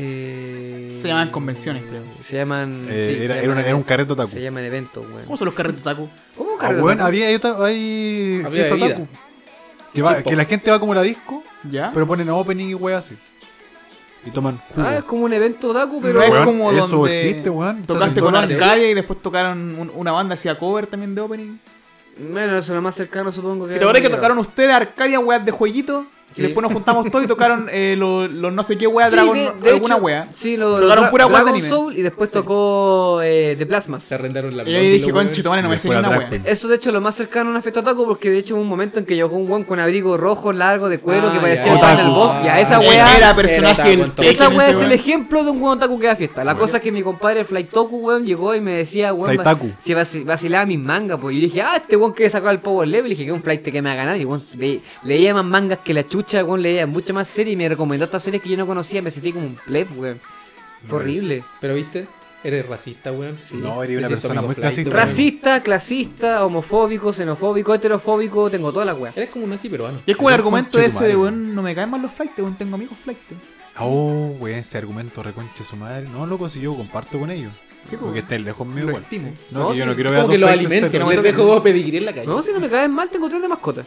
Speaker 2: Eh,
Speaker 3: Se llaman convenciones, creo.
Speaker 2: Se llaman.
Speaker 1: Eh,
Speaker 2: sí, se
Speaker 1: era, era, una-
Speaker 2: llaman
Speaker 1: era un
Speaker 2: eventos.
Speaker 1: carrete otaku.
Speaker 2: Se llaman eventos,
Speaker 3: ¿Cómo
Speaker 2: weón.
Speaker 3: son los carretos taco?
Speaker 2: ¿Cómo
Speaker 1: Ah,
Speaker 2: carrera
Speaker 1: bueno,
Speaker 2: otaku?
Speaker 1: había, hay otra- hay
Speaker 4: Había
Speaker 1: fiesta
Speaker 4: bebida.
Speaker 1: otaku. Que, va- que la gente va como a la disco,
Speaker 3: ¿Ya?
Speaker 1: pero ponen opening y weas así. Y toman jugo.
Speaker 2: Ah, es como un evento otaku, pero.
Speaker 3: no es
Speaker 1: Weón,
Speaker 3: como
Speaker 1: eso
Speaker 3: donde
Speaker 1: existe, weón.
Speaker 3: tocaste
Speaker 1: Eso
Speaker 3: con
Speaker 1: existe.
Speaker 3: Arcadia y después tocaron un- una banda hacía cover también de opening.
Speaker 2: Bueno, eso es lo más cercano, supongo que.
Speaker 3: Y te acordás que
Speaker 2: era.
Speaker 3: tocaron ustedes Arcadia, weas de jueguito.
Speaker 2: Sí.
Speaker 3: Y después nos juntamos todos y tocaron eh, los los no sé qué wea,
Speaker 2: Sí,
Speaker 3: Dragon,
Speaker 2: de- de
Speaker 3: alguna
Speaker 2: hecho,
Speaker 3: wea.
Speaker 2: Sí, lo
Speaker 3: Tocaron
Speaker 2: lo-
Speaker 3: pura wea de
Speaker 2: Dragon
Speaker 3: anime.
Speaker 2: Soul y después tocó eh, The Plasmas.
Speaker 4: Se arrendaron la
Speaker 3: Y ahí dije,
Speaker 4: weón.
Speaker 3: conche, tu madre, no
Speaker 1: Y
Speaker 3: me sé ni
Speaker 1: después
Speaker 3: una wea.
Speaker 1: atrás, pues.
Speaker 2: Eso de hecho es lo más cercano a una fiesta otaku porque de hecho hubo un momento en que llegó un weón con abrigo rojo largo de cuero
Speaker 4: Ah,
Speaker 2: que
Speaker 4: ya.
Speaker 2: parecía el pan del
Speaker 1: Otaku.
Speaker 2: boss. Y a esa
Speaker 4: Ah,
Speaker 2: weá.
Speaker 3: Era personaje
Speaker 4: Era
Speaker 3: del
Speaker 4: otaku,
Speaker 2: Esa
Speaker 3: Tekken,
Speaker 2: weá
Speaker 3: ese
Speaker 2: es el
Speaker 3: weón.
Speaker 2: ejemplo de un weón otaku que da fiesta. La cosa es que mi compadre Flytoku, weón, llegó y me decía, weón, va-
Speaker 1: Flytaku.
Speaker 2: si vaci- vacilaba mis mangas, pues. Y yo dije, ah, este weón quiere sacar el power level. Y dije, que un flight que me va a ganar. Y weón, le- leía más mangas que la chucha, weón, leía mucha más series y me recomendó estas series que yo no conocía. Me sentí como un pleb, weón. Fue horrible.
Speaker 4: Pero viste, Eres racista, weón. Sí.
Speaker 1: No, eres una
Speaker 4: Me siento
Speaker 1: persona
Speaker 4: amigo
Speaker 1: muy
Speaker 4: flight,
Speaker 1: clasista.
Speaker 4: weón.
Speaker 2: Racista, clasista, homofóbico, xenofóbico, heterofóbico, tengo toda la wea.
Speaker 4: Eres como un nazi peruano.
Speaker 3: Y es como el
Speaker 1: Pero
Speaker 3: argumento
Speaker 1: conche tu
Speaker 3: ese de,
Speaker 1: madre.
Speaker 3: weón, no me caen mal los flights, weón, tengo amigos flights.
Speaker 1: Oh, weón, ese argumento reconche su madre. No, loco, si yo comparto con ellos.
Speaker 3: Sí, po.
Speaker 1: porque estén lejos mío
Speaker 3: Lo
Speaker 1: igual.
Speaker 3: estimo.
Speaker 1: No,
Speaker 2: No,
Speaker 1: que yo
Speaker 2: sí,
Speaker 1: no quiero ver a
Speaker 4: Como
Speaker 1: dos
Speaker 4: que los
Speaker 1: flightes
Speaker 4: alimentos,
Speaker 1: cerca.
Speaker 4: no les dejo pedigrí en la calle.
Speaker 2: No, si no me caen mal, tengo tres de mascota.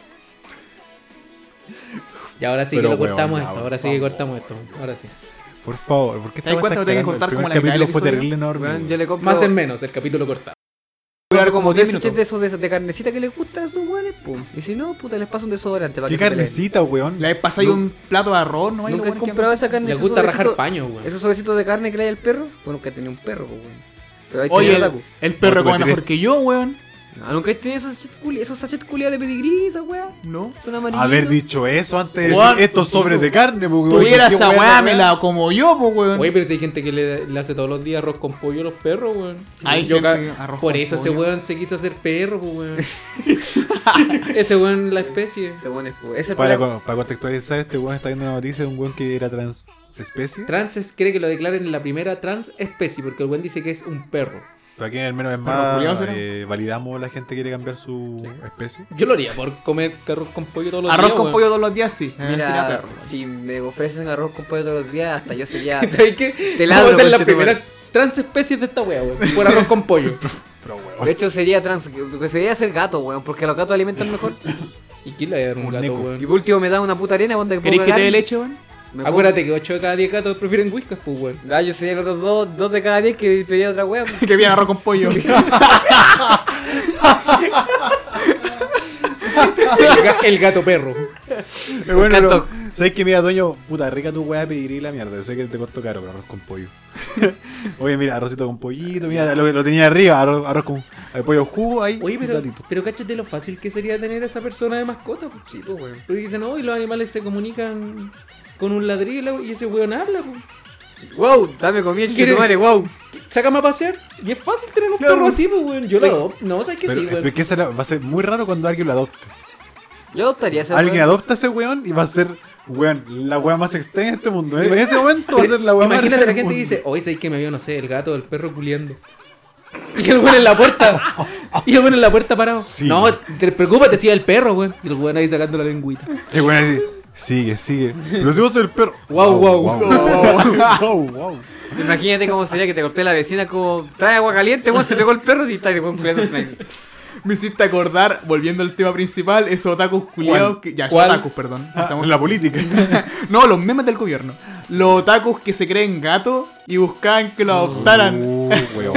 Speaker 4: Y ahora sí
Speaker 1: Pero,
Speaker 4: que lo
Speaker 1: weón,
Speaker 4: cortamos
Speaker 1: ya,
Speaker 4: esto,
Speaker 1: weón,
Speaker 4: ahora sí que
Speaker 1: vamos.
Speaker 4: cortamos esto. Ahora sí.
Speaker 1: Por favor, porque
Speaker 3: ¿Te das cuenta que tengo que cortar como la
Speaker 1: El
Speaker 3: mitad
Speaker 1: primer capítulo
Speaker 3: del
Speaker 1: fue
Speaker 3: episodio?
Speaker 1: terrible enorme.
Speaker 2: Weón,
Speaker 1: weón.
Speaker 2: yo le compro.
Speaker 4: Más en menos, el capítulo cortado.
Speaker 2: compro
Speaker 3: Durar
Speaker 2: como
Speaker 3: como 10
Speaker 2: 10
Speaker 3: minutos.
Speaker 2: de esos de, de carnecita que les gusta a esos weones, pum. Y si no, puta, les paso un desodorante para
Speaker 1: Qué
Speaker 2: que se peleen.
Speaker 1: carnecita, weón.
Speaker 3: La vez pasáis
Speaker 2: Nu-
Speaker 3: un plato de arroz, no hay
Speaker 2: Nunca he comprado esa carne.
Speaker 4: Les
Speaker 2: esos
Speaker 4: gusta rajar
Speaker 2: sobrecitos-
Speaker 4: paños, weón.
Speaker 2: ¿Esos sobrecitos de carne que le da el perro? Bueno, nunca he tenido un perro, pues, weón. Pero hay
Speaker 3: Oye,
Speaker 2: tenido
Speaker 3: el,
Speaker 2: otaku.
Speaker 3: el perro
Speaker 1: Otro
Speaker 3: come mejor
Speaker 1: interés.
Speaker 3: que yo, weón.
Speaker 2: Ah, nunca he tenido esos sachet culia, esos sachet culia de pedigrí, esa weá.
Speaker 3: No.
Speaker 2: Son amarillitos.
Speaker 1: Haber dicho eso antes de
Speaker 3: Weón,
Speaker 1: decir estos sobres de carne, porque, weón,
Speaker 3: Tuviera
Speaker 1: qué
Speaker 3: esa
Speaker 1: weá,
Speaker 3: weá,
Speaker 1: la
Speaker 3: me
Speaker 1: weá.
Speaker 3: la como yo, pues, weón.
Speaker 4: Oye, pero si hay gente que le, le hace todos los días arroz con pollo a los perros, weón.
Speaker 3: Hay
Speaker 4: Yo
Speaker 3: gente
Speaker 4: ca-
Speaker 3: que arroz
Speaker 4: Por
Speaker 3: con
Speaker 4: eso ese
Speaker 3: pollo.
Speaker 4: weón se quiso hacer perro, pues, weón. ese weón la especie.
Speaker 2: Ese Este weón es- pues, Ese
Speaker 1: Para, co-
Speaker 2: perro-
Speaker 1: para contextualizar, este weón está viendo una noticia de un weón que era trans especie.
Speaker 4: Trans es- quiere que lo declaren la primera trans especie, porque el weón dice que es un perro.
Speaker 1: Pero aquí en el menos es
Speaker 3: Perro
Speaker 1: más
Speaker 3: culiao, ¿será?
Speaker 1: eh, validamos la gente que quiere cambiar su especie.
Speaker 4: Yo lo haría por comer arroz con pollo todos los días.
Speaker 3: Arroz con
Speaker 4: weón.
Speaker 3: pollo todos los días, sí. Eh,
Speaker 4: Ah,
Speaker 3: sería
Speaker 2: Mira,
Speaker 3: perro.
Speaker 2: si me ofrecen arroz con pollo todos los días, hasta yo sería.
Speaker 4: ¿Sabes qué?
Speaker 2: Te
Speaker 4: Vamos
Speaker 2: ladro,
Speaker 4: a ser la
Speaker 2: conchetumare.
Speaker 4: primera trans especie de esta wea, weón. Por arroz con pollo.
Speaker 1: Pero weón.
Speaker 2: De hecho, sería trans. Preferiría ser gato, weón, porque a los gatos alimentan mejor.
Speaker 4: ¿Y quién le va a dar un,
Speaker 1: Un
Speaker 4: gato,
Speaker 1: neco.
Speaker 2: Y
Speaker 4: weón?
Speaker 2: por último, me da una puta arena donde
Speaker 3: ¿Queréis que te dé
Speaker 2: leche?
Speaker 3: leche, weón?
Speaker 4: Acuérdate que 8 de cada 10 gatos prefieren whiskas, pues, weón.
Speaker 2: Ah, yo sería los otros dos, dos de cada diez que pedía otra weá.
Speaker 3: que viene arroz con pollo.
Speaker 4: El, ga- el gato perro.
Speaker 1: Pero Eh, bueno,
Speaker 2: encantó.
Speaker 1: pero, ¿sabes que Mira, dueño, puta rica tu weá pediré la mierda. Yo sé que te costó caro, pero arroz con pollo. Oye, mira, arrocito con pollito, mira, lo, lo tenía arriba, arroz, arroz con eh, pollo jugo ahí.
Speaker 4: Oye,
Speaker 1: un
Speaker 4: pero,
Speaker 1: ratito.
Speaker 4: pero cáchate lo fácil que sería tener a esa persona de mascota, pues.
Speaker 2: Sí, pues, weón.
Speaker 4: Porque dicen, no, y los animales se comunican con un ladrillo y ese weón habla, pues.
Speaker 2: ¡Wow! Dame comida, chico, tu madre, wow.
Speaker 4: Sácame a pasear. Y es fácil tener un perro así, pues, weón. Yo lo adopto. No, ¿sabes qué
Speaker 1: Pero
Speaker 4: sí,
Speaker 1: es
Speaker 4: weón?
Speaker 1: que esa la- va a ser muy raro cuando alguien lo adopte.
Speaker 2: Yo adoptaría esa
Speaker 1: Alguien
Speaker 2: weá.
Speaker 1: adopta a ese weón y va a ser, weón, la weá más extraña de este mundo. ¿eh? En ese momento va a ser la weá más
Speaker 4: Imagínate
Speaker 1: rara
Speaker 4: la
Speaker 1: del
Speaker 4: gente
Speaker 1: mundo.
Speaker 4: dice, oye, ¿sabes que me vio, no sé, el gato o el perro culiando? Y el weón en la puerta. Y el weón en la puerta parado.
Speaker 1: Sí.
Speaker 4: No, te preocúpate, si es el perro, weón. Y el weón ahí sacando la lengüita.
Speaker 1: Y el weón así, sigue, sigue. Pero si vos sos el perro.
Speaker 4: Guau, guau.
Speaker 1: Guau, guau.
Speaker 2: Imagínate cómo sería que te golpee la vecina como trae agua caliente, weón, se pegó el perro y está y weón cuidándose ahí.
Speaker 3: Me hiciste acordar, volviendo al tema principal, esos otakus culiados que. Ya, esos
Speaker 4: ¿Cuál?
Speaker 3: otakus, perdón.
Speaker 1: Ah,
Speaker 3: O sea,
Speaker 1: la política.
Speaker 3: no, los memes del gobierno. Los otakus que se creen gatos y buscaban que los adoptaran.
Speaker 1: Uh, weón.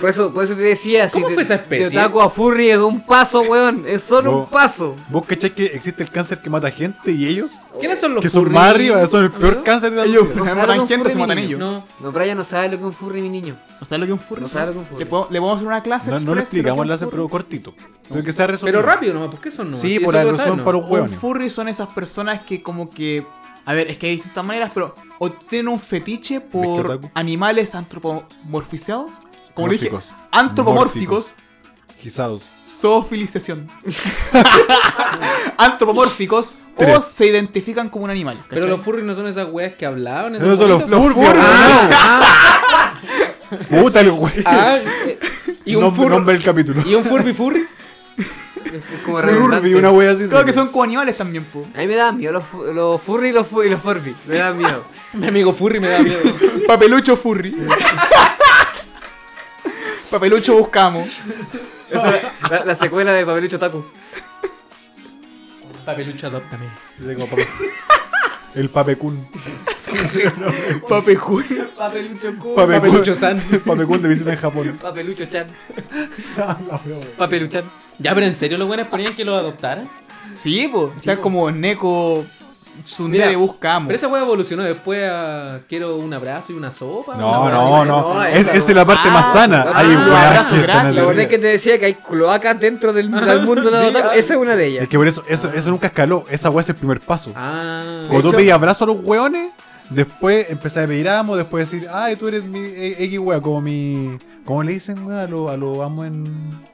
Speaker 2: Por eso, por eso te decía,
Speaker 4: ¿Cómo
Speaker 2: si
Speaker 4: fue
Speaker 2: te,
Speaker 4: esa especie?
Speaker 2: te ataco a Furry es un paso, weón, es solo
Speaker 1: No.
Speaker 2: un paso.
Speaker 1: ¿Vos cachás que existe el cáncer que mata gente y ellos?
Speaker 4: ¿Quiénes son los
Speaker 1: que son
Speaker 4: furry?
Speaker 1: más arriba, son el peor
Speaker 2: amigo?
Speaker 1: cáncer de la
Speaker 3: Ellos
Speaker 1: vida.
Speaker 2: No
Speaker 3: se
Speaker 2: sabe
Speaker 3: matan
Speaker 2: con
Speaker 3: gente,
Speaker 2: furry
Speaker 3: se matan
Speaker 2: ni niño.
Speaker 3: ellos.
Speaker 4: No.
Speaker 2: No, Brian no sabe lo que es un Furry, mi niño.
Speaker 3: ¿No sabes lo que es un furry?
Speaker 2: No sabes lo que es un furry.
Speaker 3: ¿Le, puedo- le vamos a hacer una
Speaker 1: No, no
Speaker 3: clase
Speaker 1: lo
Speaker 3: express de
Speaker 1: explicamos,
Speaker 3: que
Speaker 1: lo
Speaker 3: es un
Speaker 1: hacen pero
Speaker 3: furry?
Speaker 1: cortito. Pero que sea resumido.
Speaker 4: Pero rápido nomás, porque eso no.
Speaker 1: Sí, por la razón para un
Speaker 3: Un
Speaker 1: hueón.
Speaker 3: furry son esas personas que como que... A ver, es que hay distintas maneras, pero... O tienen un fetiche por
Speaker 1: otaku?
Speaker 3: animales antropomorfizados. Como le dije,
Speaker 1: Mórficos.
Speaker 3: antropomórficos.
Speaker 1: Quizados.
Speaker 3: Zoofilización. antropomórficos. O
Speaker 1: Tres.
Speaker 3: se identifican como un animal. ¿cachai?
Speaker 4: Pero los furries no son esas weas que hablaban. esas
Speaker 1: Esos son los
Speaker 4: bolitas.
Speaker 1: furbios, weón. Puta el weón.
Speaker 4: Ah, eh, y un
Speaker 1: Nombre-
Speaker 4: furry.
Speaker 1: Nombre del capítulo.
Speaker 4: Y un furby furry.
Speaker 2: Es como
Speaker 1: Furby,
Speaker 2: redundante.
Speaker 1: una wea así.
Speaker 3: Creo que son como animales también, po.
Speaker 2: A mí me dan miedo los, fu- los Furry y los, fu- y los Furby. Me dan miedo.
Speaker 4: Mi amigo furry me da miedo.
Speaker 3: Papelucho furry. Papelucho buscamos.
Speaker 2: La, la secuela de Papelucho Taku.
Speaker 4: Papelucho, adóptame.
Speaker 1: Dice como pape- El papecún.
Speaker 3: Papejuno.
Speaker 2: Papelucho Kun.
Speaker 4: Papelucho San.
Speaker 1: Papecún de visita en Japón.
Speaker 2: Papelucho Chan. Papeluchan.
Speaker 4: Ya, pero en serio, los buenos ponían que los adoptaran.
Speaker 3: Sí, po. o sea, como Neko Tsundere
Speaker 4: Mira,
Speaker 3: buscamos.
Speaker 4: Pero esa wea evolucionó después a quiero un abrazo y una sopa. una
Speaker 1: No,
Speaker 4: wea
Speaker 1: no,
Speaker 4: así,
Speaker 1: no.
Speaker 2: no,
Speaker 1: Es,
Speaker 2: esa
Speaker 1: esa es la parte más sana.
Speaker 2: ah,
Speaker 1: Hay
Speaker 2: un
Speaker 3: abrazo gratis.
Speaker 2: La verdad es que te decía que hay cloacas dentro del, del mundo de
Speaker 4: Sí,
Speaker 2: Otaku.
Speaker 4: ah.
Speaker 2: Esa es una de ellas.
Speaker 1: Es que por eso, eso, eso nunca escaló. Esa weá es el primer paso.
Speaker 4: Ah.
Speaker 1: Como
Speaker 2: de
Speaker 1: tú
Speaker 2: hecho-
Speaker 1: pedías abrazo a los weones, después empezás a pedir amo, después decir, ay, tú eres mi eh, X wea, como mi. ¿Cómo le dicen, wea? A los a lo amos en.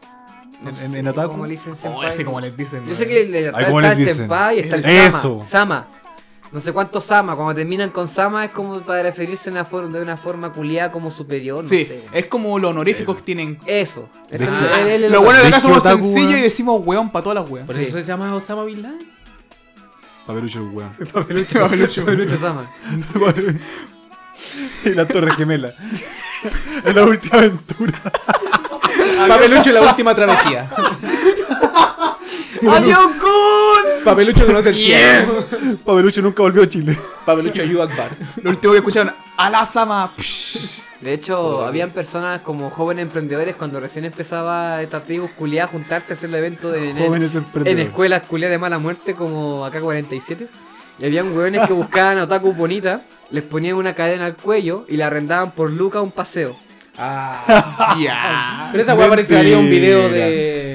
Speaker 1: En, en, en Otaku.
Speaker 2: Como le dicen
Speaker 3: Oh,
Speaker 2: senpai.
Speaker 3: ese como les dicen.
Speaker 2: Yo
Speaker 3: weón.
Speaker 2: sé que le- le-
Speaker 1: Ahí como les
Speaker 2: está el
Speaker 1: dicen.
Speaker 2: senpai y está el
Speaker 1: Eso.
Speaker 2: Sama. Sama. no sé cuánto Sama. Cuando terminan con Sama es como para referirse en una for- de una forma culiada como superior. No
Speaker 3: Sí,
Speaker 2: sé.
Speaker 3: es como lo honoríficos que tienen.
Speaker 2: Eso. Este-
Speaker 4: Ah.
Speaker 2: él- él- él-
Speaker 3: Lo bueno es que
Speaker 1: de
Speaker 3: acá somos
Speaker 1: Kyotaku,
Speaker 3: sencillos
Speaker 1: weón.
Speaker 3: y decimos weón para todas las weas.
Speaker 4: Por
Speaker 2: Sí.
Speaker 4: eso se llama Osama Bin Laden.
Speaker 1: Papelucho el weón.
Speaker 3: Papelucho, papelucho.
Speaker 2: Lucho Sama.
Speaker 1: y la torre gemela. es la última aventura.
Speaker 3: Papelucho y la última travesía.
Speaker 2: ¡Adiós, Kun!
Speaker 3: Papelucho conoce el cielo.
Speaker 1: Papelucho nunca volvió a Chile.
Speaker 4: Papelucho Yu Akbar.
Speaker 3: Lo último que escucharon, Alasama.
Speaker 2: De hecho, habían personas como jóvenes emprendedores cuando recién empezaba esta tribu culiada a juntarse a hacer el evento de en-
Speaker 1: Jóvenes
Speaker 2: en,
Speaker 1: emprendedores.
Speaker 2: escuelas culiadas de mala muerte como acá 47. Y habían hueones que buscaban a otakus bonitas, les ponían una cadena al cuello y la arrendaban por Luca un paseo.
Speaker 4: Ah.
Speaker 3: Ya.
Speaker 4: Pero esa weá parece que haría un video
Speaker 1: Mentira.
Speaker 4: de.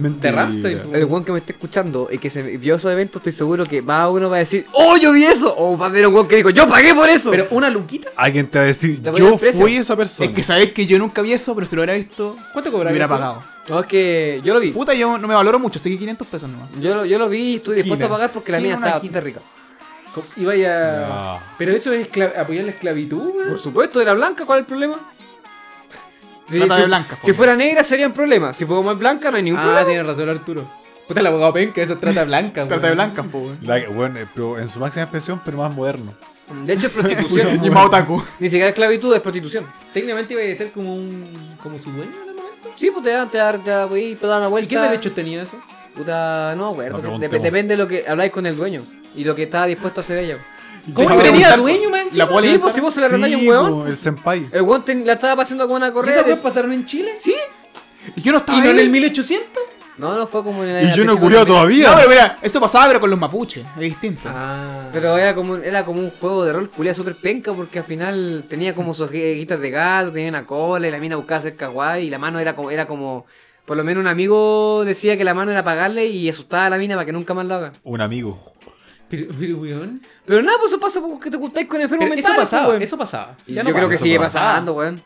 Speaker 1: Mentira.
Speaker 4: De Ramstein.
Speaker 2: El
Speaker 4: po.
Speaker 2: hueón que me está escuchando y que se vio esos eventos, estoy seguro que más uno va a decir ¡Oh, yo vi eso! O va a haber un hueón que dijo ¡Yo pagué por eso!
Speaker 4: Pero una luquita.
Speaker 1: Alguien te va a decir,
Speaker 2: Te voy
Speaker 1: yo
Speaker 2: al precio.
Speaker 1: fui esa persona.
Speaker 3: Es que sabes que yo nunca vi eso, pero si lo hubiera visto,
Speaker 4: ¿Cuánto
Speaker 3: me
Speaker 4: cobraría?
Speaker 3: hubiera pagado.
Speaker 2: No, es que yo lo vi.
Speaker 3: Puta, yo no me valoro mucho, así que 500 pesos nomás.
Speaker 2: Yo lo, yo lo vi y estuve dispuesto a
Speaker 4: Quina.
Speaker 2: pagar porque la
Speaker 3: Quina,
Speaker 2: mía
Speaker 3: una
Speaker 2: estaba
Speaker 3: quina.
Speaker 2: bastante rica.
Speaker 4: Co- Iba ya.
Speaker 1: No.
Speaker 4: Pero eso es escla- apoyar la esclavitud, weón.
Speaker 2: Por supuesto, era blanca, ¿cuál es el problema?
Speaker 3: Trata
Speaker 2: si,
Speaker 3: de blanca,
Speaker 2: Si
Speaker 3: po.
Speaker 2: fuera negra serían problemas. Si como es blanca no hay ningún
Speaker 4: Ah,
Speaker 2: problema.
Speaker 4: tiene razón Arturo. Puta la abogado penca, eso es trata blanca, weón.
Speaker 3: Trata de blancas, po, weón.
Speaker 1: La- bueno, eh, pero en su máxima expresión, pero más moderno.
Speaker 2: De hecho es prostitución.
Speaker 3: Y más otaku.
Speaker 2: Ni siquiera esclavitud, es prostitución.
Speaker 4: Técnicamente iba a ser como un. como su dueño en el momento.
Speaker 2: Sí, pues te dan, te dan, te dan, voy, te dan una
Speaker 4: ¿Y
Speaker 2: vuelta.
Speaker 4: qué derechos tenía eso?
Speaker 2: Puta, no, güey.
Speaker 1: No
Speaker 2: dep-
Speaker 1: preguntemos.
Speaker 2: depende de lo que habláis con el dueño y lo que estaba dispuesto a hacer ella.
Speaker 4: ¿Cómo
Speaker 3: te voy
Speaker 4: que
Speaker 3: a
Speaker 4: tenía
Speaker 3: preguntar,
Speaker 4: dueño, man?
Speaker 3: ¿La puedo
Speaker 2: Sí,
Speaker 3: levantar?
Speaker 2: pues si vos se la arrendáis a un
Speaker 1: Sí,
Speaker 2: huevón. Eh,
Speaker 1: po, el senpai.
Speaker 2: El huevón te- la estaba pasando con una
Speaker 4: ¿Y
Speaker 2: correa.
Speaker 4: esas weas
Speaker 2: de-
Speaker 4: pasaron en Chile?
Speaker 2: ¿Sí?
Speaker 3: Yo no estaba
Speaker 4: ¿Y no en
Speaker 3: ahí.
Speaker 4: el 1800?
Speaker 2: No, no fue como en la.
Speaker 1: Y yo no
Speaker 2: la-
Speaker 1: ocurrió todavía.
Speaker 3: No, pero mira, eso pasaba, pero con los mapuches. Es distinto.
Speaker 4: Ah.
Speaker 2: Pero era como, era como un juego de rol culiado súper penca porque al final tenía como sus guitas de gato, tenía una cola y la mina buscaba hacer kawaii y la mano era como, era como... Por lo menos un amigo decía que la mano era pagarle y asustaba a la mina para que nunca más lo haga.
Speaker 1: Un amigo.
Speaker 4: Pero, pero, weón.
Speaker 2: Pero nada, pues eso pasa porque te juntáis con enfermos
Speaker 4: Pero Eh, eso
Speaker 2: mentales.
Speaker 4: pasaba,
Speaker 2: pues, weón.
Speaker 4: eso pasaba.
Speaker 2: Y
Speaker 4: Ya
Speaker 2: yo
Speaker 4: no
Speaker 2: creo
Speaker 4: pasa.
Speaker 2: que
Speaker 1: eso
Speaker 2: sigue
Speaker 1: pasaba.
Speaker 2: pasando, weón.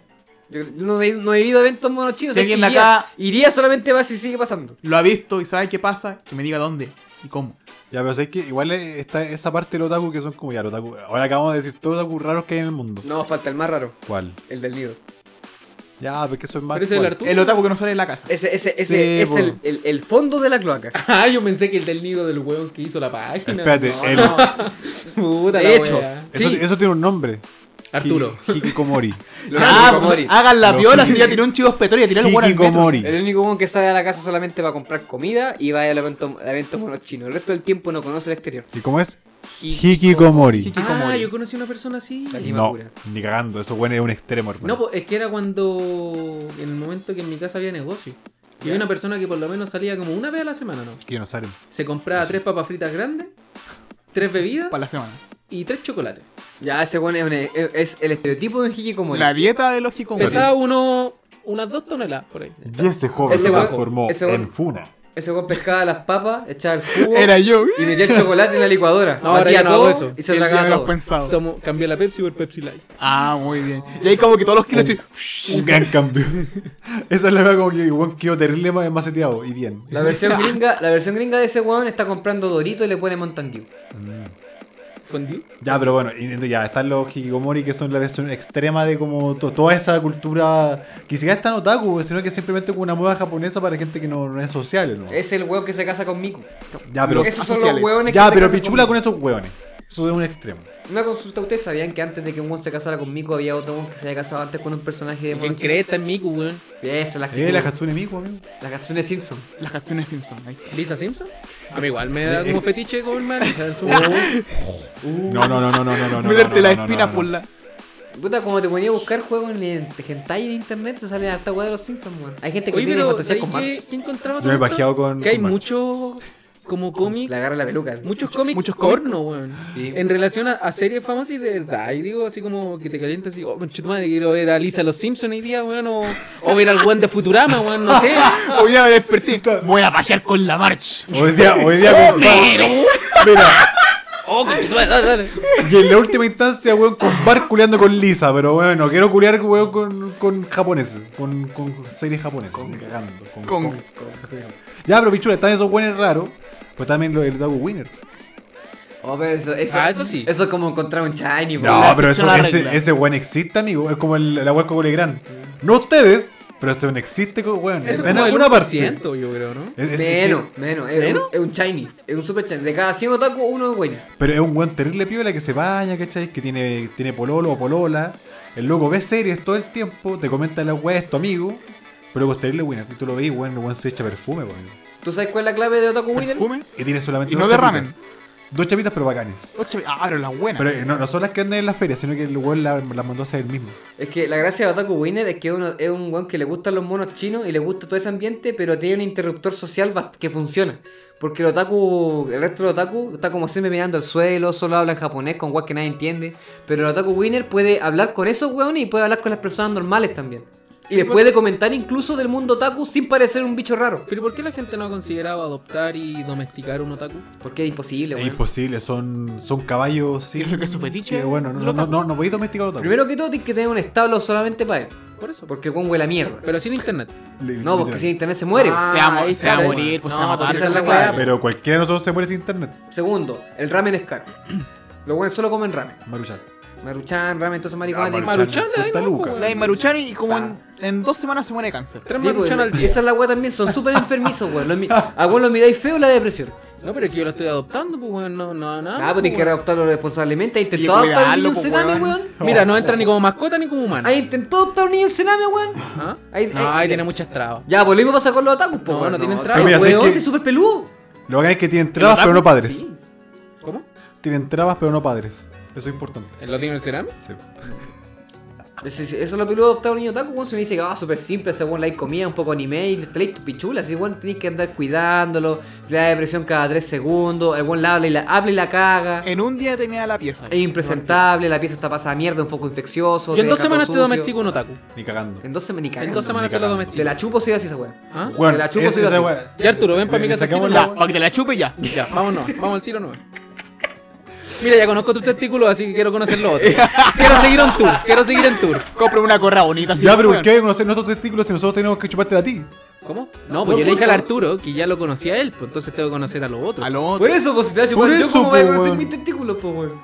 Speaker 2: Yo no he, no he ido a eventos monos chinos.
Speaker 3: Si
Speaker 2: es que
Speaker 3: alguien de
Speaker 2: iría,
Speaker 3: acá-
Speaker 2: iría solamente para si sigue pasando.
Speaker 3: Lo ha visto y sabe qué pasa, que me diga dónde y cómo.
Speaker 1: Ya, pero sabes que igual eh, está esa parte del otaku que son como ya, el otaku. Ahora acabamos de decir todos los otaku raros que hay en el mundo.
Speaker 2: No, falta el más raro,
Speaker 1: ¿Cuál?
Speaker 2: el del nido.
Speaker 1: Ya, porque eso es más.
Speaker 4: Pero ese es el
Speaker 1: actual.
Speaker 4: Arturo.
Speaker 3: El otaku que no sale de la casa.
Speaker 2: Ese, ese, ese
Speaker 1: Sí,
Speaker 2: es
Speaker 1: po.
Speaker 2: el, el- el fondo de la cloaca.
Speaker 4: Ah, yo pensé que el del nido del weón que hizo la página.
Speaker 1: Eh, Espérate,
Speaker 4: No,
Speaker 1: el-
Speaker 4: no. Puta
Speaker 2: De
Speaker 4: la
Speaker 2: hecho,
Speaker 4: wea.
Speaker 1: eso,
Speaker 2: sí.
Speaker 1: eso tiene un nombre.
Speaker 4: Arturo.
Speaker 1: Hi- Hikikomori.
Speaker 2: Lo
Speaker 3: Ah,
Speaker 2: único, Mori.
Speaker 3: hagan la
Speaker 1: Lo-
Speaker 3: viola si ya tiró un chivo expiatorio y tiró el guan al metro.
Speaker 1: Hikikomori.
Speaker 2: El único hueón que sale a la casa solamente para comprar comida y va al evento, al evento mono chino. El resto del tiempo no conoce el exterior.
Speaker 1: ¿Y cómo es?
Speaker 2: Hiki-
Speaker 1: Hikikomori.
Speaker 4: Ah,
Speaker 3: Hikikomori.
Speaker 4: yo conocí a una persona así.
Speaker 2: Aquí.
Speaker 1: No,
Speaker 2: Hikimakura.
Speaker 1: ni cagando. Eso bueno es un extremo, hermano.
Speaker 4: No, pues, es que era cuando. En el momento que en mi casa había negocio. Y había una persona que por lo menos salía como una vez a la semana, ¿no?
Speaker 1: Que no saben.
Speaker 4: Se compraba tres papas fritas grandes, tres bebidas
Speaker 3: Para la semana.
Speaker 4: y tres chocolates.
Speaker 2: Ya, ese hueón es, un- e- es- es el estereotipo de un hikikomori.
Speaker 3: La dieta de los hikikomori.
Speaker 4: Pesaba uno, unas dos toneladas por ahí.
Speaker 1: Y ese joven
Speaker 2: Ese
Speaker 1: se
Speaker 2: guapo,
Speaker 1: transformó
Speaker 2: ese guapo.
Speaker 1: en Funa.
Speaker 2: Ese hueón pescaba las papas, echaba el jugo
Speaker 3: Era yo.
Speaker 2: y metía el chocolate en la licuadora.
Speaker 4: No, ahora
Speaker 2: Batía
Speaker 4: ya no
Speaker 2: todo
Speaker 4: hago eso.
Speaker 2: Y se
Speaker 3: El día
Speaker 2: tragaba
Speaker 3: de los
Speaker 2: todo.
Speaker 3: pensados.
Speaker 4: Tomo, cambié la Pepsi por Pepsi Light.
Speaker 3: Ah, muy bien. Y ahí como que todos los kilos así.
Speaker 1: Un gran cambio. Esa es la verdad como que igual quedó terrible más maceteado. Y bien.
Speaker 2: La versión, gringa, la versión gringa de ese hueón está comprando dorito y le pone Mountain Dew.
Speaker 4: ¿Fondue?
Speaker 1: Ya, pero bueno, y- ya están los Hikikomori que son la versión extrema de como to- toda esa cultura que ni siquiera es tan otaku, sino que es simplemente como una moda japonesa para gente que no, no es social, ¿no?
Speaker 2: Es el hueón que se casa con Miku.
Speaker 1: Ya, pero,
Speaker 2: Esos son los
Speaker 3: asociales.
Speaker 2: hueones que
Speaker 1: ya,
Speaker 2: se
Speaker 1: pero
Speaker 2: casan
Speaker 1: pichula
Speaker 2: Miku.
Speaker 1: con esos hueones. Eso es un extremo.
Speaker 2: Una consulta, ¿ustedes sabían que antes de que un weón se casara con Miku había otro weón que se había casado antes con un personaje de
Speaker 4: En
Speaker 2: Monochino?
Speaker 4: Creta, en Miku, weón.
Speaker 2: Esa, la
Speaker 1: Eh, la
Speaker 2: actitud.
Speaker 1: Hatsune Miku, amigo.
Speaker 2: La canción de Simpson.
Speaker 3: Las canciones Simpson. ahí.
Speaker 4: ¿Lisa Simpson? A mí igual me da como fetiche con Marisa en su
Speaker 1: No, no, no, no, no, no, no. no,
Speaker 3: Meterte
Speaker 1: no,
Speaker 3: la
Speaker 1: no, no,
Speaker 3: espina
Speaker 1: no,
Speaker 3: por
Speaker 1: no.
Speaker 3: la.
Speaker 2: Puta, como te ponía a buscar juegos en el de hentai en internet, te salen harta weá de los Simpsons, weón. Hay gente que
Speaker 4: Oye,
Speaker 2: tiene
Speaker 4: pero
Speaker 2: fantasía
Speaker 4: ¿sabes
Speaker 2: con Marge.
Speaker 4: qué, qué encontraba
Speaker 1: Yo me he
Speaker 4: todo esto?
Speaker 1: pajeado con-
Speaker 4: Que hay
Speaker 1: con Marge.
Speaker 4: muchos como cómics,
Speaker 2: Le agarra la peluca.
Speaker 4: muchos cómics
Speaker 3: muchos cómics.
Speaker 4: porno, weón.
Speaker 2: Sí.
Speaker 4: En relación a, a series famosas y de verdad. Y digo así como que te calientas así, oh, conchito madre, quiero ver a Lisa los Simpsons hoy día, weón. O, o ver al weón de Futurama, weón, no sé.
Speaker 3: Hoy día me desperté. Voy a pasear con la march.
Speaker 1: Hoy día, hoy día. con- Mira,
Speaker 4: Oh, conchito madre, dale, dale.
Speaker 1: y en la última instancia, weón, con Bar culeando con Lisa, pero bueno, quiero culear, weón, con, con japoneses, con, con series japonesas. Con, cagando, con,
Speaker 3: Con-
Speaker 1: con- Ya, pero pichula, están esos weones raros, pues también los, el Dago Winner.
Speaker 2: Oh, pero eso, eso,
Speaker 4: Ah, eso sí.
Speaker 2: Eso es como encontrar un shiny, po.
Speaker 1: No,
Speaker 3: la
Speaker 1: pero
Speaker 3: sección
Speaker 1: eso,
Speaker 3: la
Speaker 1: ese,
Speaker 3: regla.
Speaker 1: ese weón existe, amigo. Es como el, la weón con Legrand. No ustedes, pero este weón existe, co- weón.
Speaker 4: Eso
Speaker 1: Está en
Speaker 4: como el
Speaker 1: alguna parte.
Speaker 4: 1%, yo creo, ¿no?
Speaker 1: Es- es-
Speaker 2: Menos,
Speaker 1: es-
Speaker 2: menos. Es, un-
Speaker 4: ¿Menos?
Speaker 2: es un shiny. Es un super shiny. De cada 100 otaku, uno es bueno.
Speaker 1: pero es un weón terrible piola que se baña, ¿cachai? Que tiene, tiene pololo o polola. El loco ve series todo el tiempo, te comenta la weá, es tu amigo. Pero vos terrible, weón. Tú lo veis, weón, el weón se echa perfume, weón.
Speaker 2: ¿Tú sabes cuál es la clave de Otaku Winner?
Speaker 3: Perfume.
Speaker 1: Y tiene solamente
Speaker 3: Y
Speaker 1: dos
Speaker 3: no derramen.
Speaker 1: chapitas. Dos chapitas, pero bacanes.
Speaker 3: Ocho- Ah, pero las buenas.
Speaker 1: Pero eh, no, no son las que venden en la feria, sino que el weón la- las mandó a hacer él mismo.
Speaker 2: Es que la gracia de Otaku Winner es que es uno- es un weón que le gustan los monos chinos y le gusta todo ese ambiente, pero tiene un interruptor social bast- que funciona. Porque el otaku, el resto del otaku está como siempre mirando al suelo, solo habla en japonés con weas que nadie entiende. Pero el otaku winner puede hablar con esos weones y puede hablar con las personas normales también. Y les puede comentar incluso del mundo otaku sin parecer un bicho raro.
Speaker 4: Pero ¿por qué la gente no ha considerado adoptar y domesticar un otaku?
Speaker 2: Porque es imposible,
Speaker 1: Es
Speaker 2: weón.
Speaker 1: imposible, son, son caballos. Sí,
Speaker 3: ¿Y es lo que es su fetiche?
Speaker 1: Que, bueno, no, no,
Speaker 3: ¿Lo
Speaker 1: no,
Speaker 3: tapo?
Speaker 1: no, no podéis domesticar otaku.
Speaker 2: Primero que todo, tienes que tener un establo solamente para él.
Speaker 4: Por eso.
Speaker 2: Porque weón huele a mierda.
Speaker 4: Pero sin internet.
Speaker 1: Li-
Speaker 2: No, porque
Speaker 1: literal.
Speaker 2: si internet se muere.
Speaker 3: Se va a mo-
Speaker 4: ahí
Speaker 3: se va a
Speaker 4: está,
Speaker 3: morir,
Speaker 4: bueno.
Speaker 3: pues se
Speaker 4: No,
Speaker 3: va a
Speaker 4: pues
Speaker 3: matar.
Speaker 2: esa es la weá.
Speaker 1: Pero cualquiera de nosotros se muere sin internet.
Speaker 2: Segundo, el ramen es caro. Los buenos solo comen ramen.
Speaker 1: Maruchan.
Speaker 2: Maruchan, ramen, entonces
Speaker 1: Ah,
Speaker 2: marihuana.
Speaker 4: Maruchan. la
Speaker 1: cuesta
Speaker 4: hay, no,
Speaker 1: lucas.
Speaker 4: pues,
Speaker 3: La de Maruchan y como en, en dos semanas se muere de cáncer.
Speaker 4: Tres
Speaker 2: Sí, pues,
Speaker 4: maruchan al día.
Speaker 2: Esa es la weá también, son súper enfermizos, weón. Los mi- A vos los miráis feo la depresión.
Speaker 4: No, pero es que yo lo estoy adoptando, pues, weón. No, no, no.
Speaker 2: Ah, pues tienes que adoptarlo responsablemente. ¿Has intentado
Speaker 3: Y
Speaker 2: adoptar a un niño
Speaker 3: cuidarlo,
Speaker 2: en
Speaker 3: pues,
Speaker 2: cename,
Speaker 3: weón.
Speaker 2: weón?
Speaker 4: Mira, no entra ni como mascota ni como humano.
Speaker 2: ¿Has intentado adoptar a un niño en cename, weón?
Speaker 4: ¿Ah?
Speaker 1: eh,
Speaker 2: Ahí-
Speaker 4: no,
Speaker 2: ahí-
Speaker 4: ahí tiene muchas trabas.
Speaker 2: Ya, pues lo mismo pasa con los otakus, po,
Speaker 4: No, pues,
Speaker 2: weón.
Speaker 4: no tienen
Speaker 2: pero
Speaker 4: trabas.
Speaker 1: Mira, ¿sabes
Speaker 2: weón,
Speaker 1: qué?
Speaker 2: ese es súper peludo.
Speaker 1: Lo que hay es que tienen trabas,
Speaker 3: otaku?
Speaker 1: pero no padres.
Speaker 4: ¿Cómo?
Speaker 1: Tienen trabas, pero no padres. Eso es importante.
Speaker 4: ¿Lo tiene el cerame?
Speaker 1: Sí.
Speaker 2: Ese- ese- Eso es lo peludo de adoptar a un niño otaku, weón. Se me dice que, ah, súper simple, ese weón le hay comida, un poco anime y te leí tu pichula. Así, weón, tenés que andar cuidándolo. Le da depresión cada tres segundos. El weón la habla y la, habla y la caga.
Speaker 3: En un día termina la pieza.
Speaker 2: Es impresentable, la pieza está pasada a mierda, un foco infeccioso.
Speaker 4: Yo en
Speaker 2: te
Speaker 4: dos
Speaker 2: deja todo
Speaker 4: semanas te
Speaker 2: sucio.
Speaker 4: domestico un otaku.
Speaker 1: Ni cagando.
Speaker 2: En dos semanas, ni
Speaker 4: En
Speaker 2: cagando.
Speaker 4: dos semanas te lo
Speaker 1: cagando.
Speaker 2: Te
Speaker 4: domestico.
Speaker 2: la chupo si así esa weá.
Speaker 4: ¿Ah?
Speaker 1: Bueno,
Speaker 2: Te la chupo
Speaker 1: es-
Speaker 2: si lo
Speaker 1: esa
Speaker 2: haces.
Speaker 1: weá-
Speaker 4: Ya, Arturo, ven pa' mi
Speaker 1: Le
Speaker 4: casa,
Speaker 1: sacamos
Speaker 4: tira
Speaker 1: la
Speaker 3: Ya, para que te la chupe ya.
Speaker 4: Ya, vámonos, vamos al tiro nueve. Mira, ya conozco tus testículos, así que quiero conocer los otros. Quiero seguir un tour, quiero seguir en tour.
Speaker 3: Compra una correa bonita. así,
Speaker 1: Ya, pero
Speaker 3: weón.
Speaker 1: ¿por qué hay que conocer nuestros testículos si nosotros tenemos que chupártela a ti?
Speaker 4: ¿Cómo? No, pues yo le dije al Arturo que ya lo conocía a él, pues entonces tengo que conocer a los otros.
Speaker 3: A lo otro.
Speaker 2: Por eso, pues si te la chupas,
Speaker 1: Por
Speaker 2: yo
Speaker 1: eso,
Speaker 2: como
Speaker 1: po,
Speaker 2: voy a conocer
Speaker 1: weón.
Speaker 2: mis testículos, pues weón.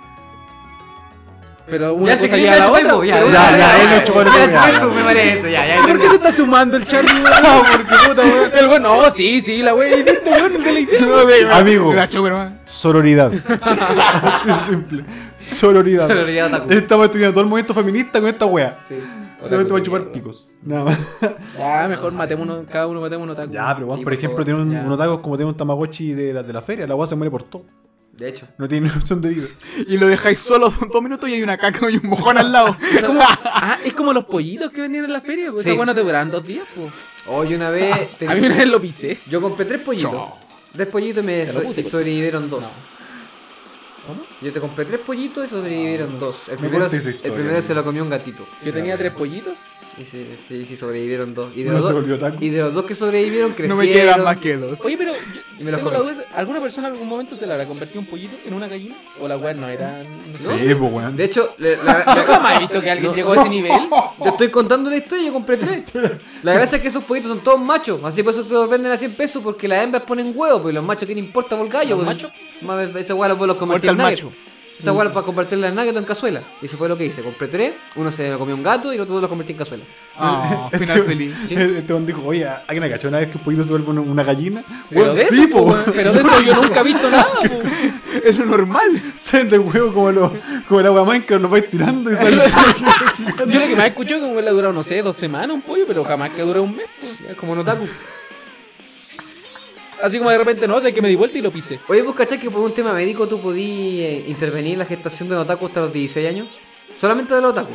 Speaker 4: Pero una
Speaker 2: se
Speaker 4: cosa
Speaker 2: cree
Speaker 4: lleva a
Speaker 2: la
Speaker 4: la
Speaker 2: chupa,
Speaker 4: otra.
Speaker 2: po,
Speaker 4: pero
Speaker 1: ya,
Speaker 4: una-
Speaker 1: ya, él lo chupó, lo
Speaker 2: Ya,
Speaker 1: chupó,
Speaker 2: chupé
Speaker 1: ya.
Speaker 2: tú, me parece, ya, ya.
Speaker 4: ¿Por qué te está sumando el Charlie?
Speaker 1: No, Ah, porque puta, weón.
Speaker 4: El bueno, no, sí, sí, la wey, listo, weón, que le hicimos.
Speaker 3: No, de-
Speaker 1: Amigo.
Speaker 3: La chupe, hermano.
Speaker 1: Sororidad. Así de simple. Sororidad.
Speaker 2: Sororidad otaku.
Speaker 1: Estamos estudiando todo el movimiento feminista con esta wea.
Speaker 2: Sí.
Speaker 1: Solamente va a chupar picos. Nada más.
Speaker 4: Ya, mejor matemos uno, cada uno matemos un otaku.
Speaker 1: Ya, pero weón, por
Speaker 2: Sí, por
Speaker 1: ejemplo,
Speaker 2: favor,
Speaker 1: tiene un,
Speaker 2: ya.
Speaker 1: un otaku como tiene un Tamagotchi de la, de la feria. La weá se muere por todo.
Speaker 2: De hecho.
Speaker 1: No tiene opción de vida.
Speaker 3: Y lo dejáis solo dos minutos y hay una caca y un mojón al lado.
Speaker 4: Ah, es como los pollitos que vendían en la feria, pues
Speaker 2: Sí.
Speaker 4: esas weas no te duraban dos días, pues.
Speaker 2: Hoy una vez. te-
Speaker 4: A mí una vez lo pisé.
Speaker 2: Yo compré tres pollitos.
Speaker 3: Chao.
Speaker 2: Tres pollitos y me
Speaker 4: Te lo
Speaker 2: so-
Speaker 4: puse,
Speaker 2: y
Speaker 4: pues.
Speaker 2: sobrevivieron dos.
Speaker 4: No. ¿Cómo?
Speaker 2: Yo te compré tres pollitos y sobrevivieron dos. El
Speaker 1: Ah. Me
Speaker 2: primero,
Speaker 1: contaste esa
Speaker 2: el
Speaker 1: historia,
Speaker 2: primero
Speaker 1: tío.
Speaker 2: se lo comió un gatito.
Speaker 4: Yo tenía tres pollitos.
Speaker 2: Y sí, sí, sí, sobrevivieron dos. Y de,
Speaker 1: Uno
Speaker 2: los
Speaker 1: se
Speaker 2: dos,
Speaker 1: volvió otaku.
Speaker 2: y de los dos que sobrevivieron
Speaker 3: No
Speaker 2: crecieron.
Speaker 3: me quedan más que dos.
Speaker 4: Oye, pero yo
Speaker 2: Y me los
Speaker 4: tengo la
Speaker 2: comí.
Speaker 4: duda, ¿alguna persona en algún momento se la habrá convertido un pollito en una gallina? O la weá no era... No sé.
Speaker 1: Sí, pues weón.
Speaker 2: De hecho, le- la- la-
Speaker 3: Oh
Speaker 4: Yo jamás he visto que alguien llegó a ese nivel.
Speaker 2: Te estoy contando la historia, yo compré tres. La gracia es que esos pollitos son todos machos, así por eso te los venden a 100 pesos, porque las hembras ponen huevos, pues y los machos, ¿qué le importa por el gallo?
Speaker 4: ¿Los
Speaker 2: pues?
Speaker 4: machos?
Speaker 2: Más- Esa hueá los puedo convertir
Speaker 3: Muerte
Speaker 2: en
Speaker 3: al
Speaker 2: nuggets.
Speaker 3: macho.
Speaker 2: Esa hueá para convertirla en nugget o en cazuela. Y eso fue lo que hice, compré tres, uno se lo comió un gato y el otro lo convertí en cazuela.
Speaker 3: Ah, final feliz.
Speaker 1: Este weón dijo, oye, ¿alguien agachó una vez que un pollito se vuelve una- una gallina?
Speaker 4: Pero
Speaker 1: Weón,
Speaker 4: de eso,
Speaker 1: sí,
Speaker 4: po,
Speaker 1: po,
Speaker 4: weón. pero de eso yo nunca he visto nada, po.
Speaker 3: Es lo normal.
Speaker 1: Salen del huevo como, lo, como el agua Minecraft, lo vais tirando y sale.
Speaker 4: Yo lo que más he escuchado es que un weón le ha durado, no sé, dos semanas un pollo, pero jamás que dure un mes, pues, po.
Speaker 2: Es como un otaku.
Speaker 4: Así como de repente, no sé, que me di vuelta y lo pisé.
Speaker 2: Oye, vos cachás que por un tema médico tú podí eh, intervenir en la gestación de un otaku hasta los 16 años? Solamente de los otaku.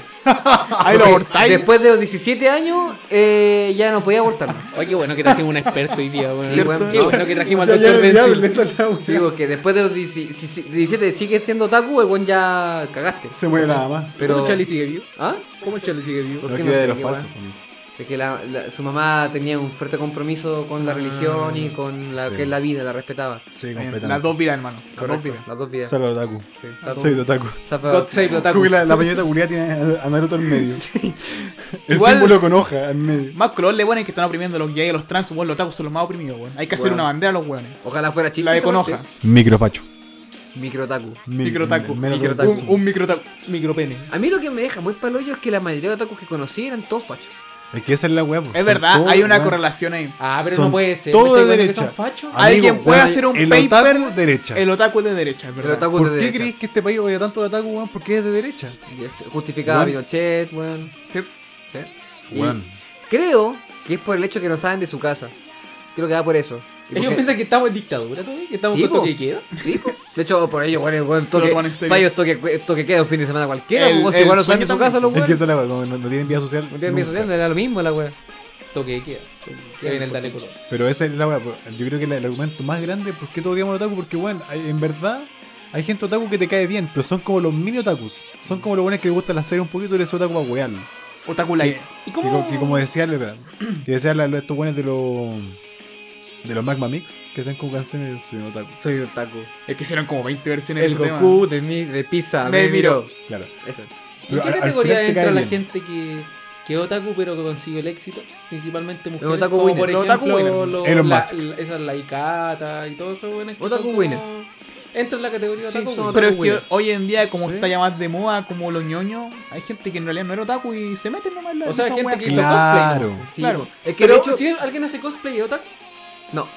Speaker 3: Ahí lo
Speaker 2: Porque
Speaker 3: abortáis.
Speaker 2: Después de los 17 años, eh, ya no podía abortar.
Speaker 4: Oye, qué bueno que trajimos un experto hoy día, weón.
Speaker 2: Sí, weón.
Speaker 4: Qué bueno que trajimos
Speaker 1: Ya,
Speaker 4: al
Speaker 1: ya
Speaker 4: doctor
Speaker 1: era viable
Speaker 4: Benson.
Speaker 1: esa es la weá.
Speaker 2: Digo que después de los 17 17 sigue siendo otaku, el buen ya cagaste.
Speaker 1: Se mueve nada más.
Speaker 4: Pero...
Speaker 2: Pero.
Speaker 4: ¿Cómo Charlie sigue vivo?
Speaker 2: ¿Ah?
Speaker 4: ¿Cómo Charlie sigue vivo?
Speaker 2: ¿Por
Speaker 1: No
Speaker 2: qué
Speaker 1: queda
Speaker 2: no sé
Speaker 1: de los
Speaker 2: qué
Speaker 1: falsos.
Speaker 2: weá? De que la- la- su mamá tenía un fuerte compromiso con la religión y con la
Speaker 1: sí.
Speaker 2: que es la vida, la respetaba.
Speaker 1: Sí,
Speaker 3: Las
Speaker 1: completamente.
Speaker 3: dos vidas, hermano. Las dos
Speaker 2: Correcto,
Speaker 3: vidas.
Speaker 2: las dos vidas.
Speaker 1: Solo otaku.
Speaker 2: Otaku.
Speaker 1: Soy otaku.
Speaker 2: Sapa-
Speaker 4: God save the otaku.
Speaker 1: Como que la, la pañoleta culiada tiene a Naruto en medio. El
Speaker 3: Igual-
Speaker 1: símbolo con hoja en medio.
Speaker 3: Más color le ponen que están oprimiendo a los gays, a los trans, weón, los tacos son los más oprimidos, weón. Hay que hacer
Speaker 2: Weón.
Speaker 3: una bandera a los weones.
Speaker 2: Ojalá fuera chiste.
Speaker 3: La de
Speaker 2: esa
Speaker 3: con
Speaker 2: parte.
Speaker 3: hoja.
Speaker 1: Microfacho.
Speaker 2: Microtaku.
Speaker 1: Mi-
Speaker 3: Microtaku.
Speaker 1: menos de-
Speaker 2: Microtaku.
Speaker 3: Un, un microtaku. Micropene.
Speaker 2: A mí lo que me deja muy palollo es que la mayoría de otakus que conocí eran todos fachos.
Speaker 1: Es que esa es la web.
Speaker 3: Es verdad, hay una correlación ahí.
Speaker 4: Ah, pero
Speaker 1: Son
Speaker 4: no puede ser.
Speaker 1: todo
Speaker 4: ¿me estáis
Speaker 1: de
Speaker 4: diciendo
Speaker 1: derecha.
Speaker 4: que son fachos?
Speaker 3: Ah, Alguien puede hacer un
Speaker 1: el
Speaker 3: paper-
Speaker 1: Otaku derecha.
Speaker 3: El otaku es de derecha,
Speaker 2: El
Speaker 3: es verdad.
Speaker 2: otaku
Speaker 1: ¿Por
Speaker 2: de
Speaker 1: qué
Speaker 2: derecha.
Speaker 1: creéis que este país odia tanto el otaku, weón? Porque es de derecha.
Speaker 2: Yes, Justificaba
Speaker 1: Weón.
Speaker 2: Pinochet, weón.
Speaker 3: Sí.
Speaker 2: Sí. Y
Speaker 1: Weón.
Speaker 2: Creo que es por el hecho que no saben de su casa. Creo que va por eso. Y
Speaker 4: Ellos
Speaker 2: porque-
Speaker 4: piensan que estamos en dictadura todavía, que estamos
Speaker 2: Sí,
Speaker 4: con
Speaker 2: po.
Speaker 4: toque de queda.
Speaker 2: Sí, po. De hecho, por ello, bueno, bueno,
Speaker 3: Se lo
Speaker 2: toque,
Speaker 3: toman en serio.
Speaker 2: para ellos toque, toque queda un fin de semana cualquiera,
Speaker 3: El-
Speaker 2: po, si
Speaker 3: el
Speaker 2: igual no saben
Speaker 3: sueño
Speaker 2: de su
Speaker 3: también,
Speaker 2: casa los
Speaker 1: Es que
Speaker 2: weones.
Speaker 1: esa es la wea, como no, no tienen vida social.
Speaker 2: No tienen vida
Speaker 1: nunca.
Speaker 2: social, era lo mismo la wea.
Speaker 4: Toque de queda. Que viene el Daleco.
Speaker 1: Pero esa es la wea, pues, Yo creo que la- el argumento más grande por qué todos odiamos al otaku, porque bueno, hay- en verdad hay gente otaku que te cae bien, pero son como los mini otakus. Son como los buenos que les gustan la serie un poquito y les otaku a wearlo.
Speaker 3: Otaku light.
Speaker 1: ¿Y cómo? Que, como decía, la- que decía la- estos buenos de los de los Magma Mix, que sean como canciones de otaku.
Speaker 2: Soy un taco.
Speaker 3: Es que hicieron como 20 versiones
Speaker 2: El
Speaker 3: de ese
Speaker 2: Goku de, mi, de pizza.
Speaker 3: Me miró.
Speaker 1: Claro.
Speaker 2: Eso.
Speaker 4: ¿En
Speaker 1: Pero al-
Speaker 4: qué
Speaker 1: al
Speaker 4: categoría
Speaker 1: final te
Speaker 4: entra
Speaker 1: cae
Speaker 4: la
Speaker 1: bien.
Speaker 4: gente que, que es otaku pero que consigue el éxito? Principalmente mujeres.
Speaker 2: otaku
Speaker 4: como
Speaker 2: winner.
Speaker 4: por
Speaker 3: Los
Speaker 4: ejemplo,
Speaker 3: otaku winner.
Speaker 4: los-
Speaker 1: Elon
Speaker 4: la-
Speaker 1: Musk.
Speaker 4: la- esas laicata y todo eso. Bueno, es que
Speaker 2: Otaku
Speaker 4: son como-
Speaker 2: winner.
Speaker 4: Entra en la categoría
Speaker 2: Sí,
Speaker 4: otaku
Speaker 2: son
Speaker 3: tema.
Speaker 4: winner.
Speaker 3: Pero es
Speaker 2: Otaku
Speaker 3: que
Speaker 2: winner.
Speaker 3: hoy en día, como
Speaker 2: Sí.
Speaker 3: está ya más de moda, como los ñoños, hay gente que en realidad no era otaku y se meten nomás en la
Speaker 4: O sea,
Speaker 3: esa
Speaker 4: gente
Speaker 3: wea.
Speaker 4: que hizo cosplay.
Speaker 1: Claro.
Speaker 4: ¿no?
Speaker 2: Sí,
Speaker 3: Claro.
Speaker 2: po. Es que
Speaker 4: Pero
Speaker 2: de hecho.
Speaker 4: si alguien hace cosplay de otaku,
Speaker 2: No.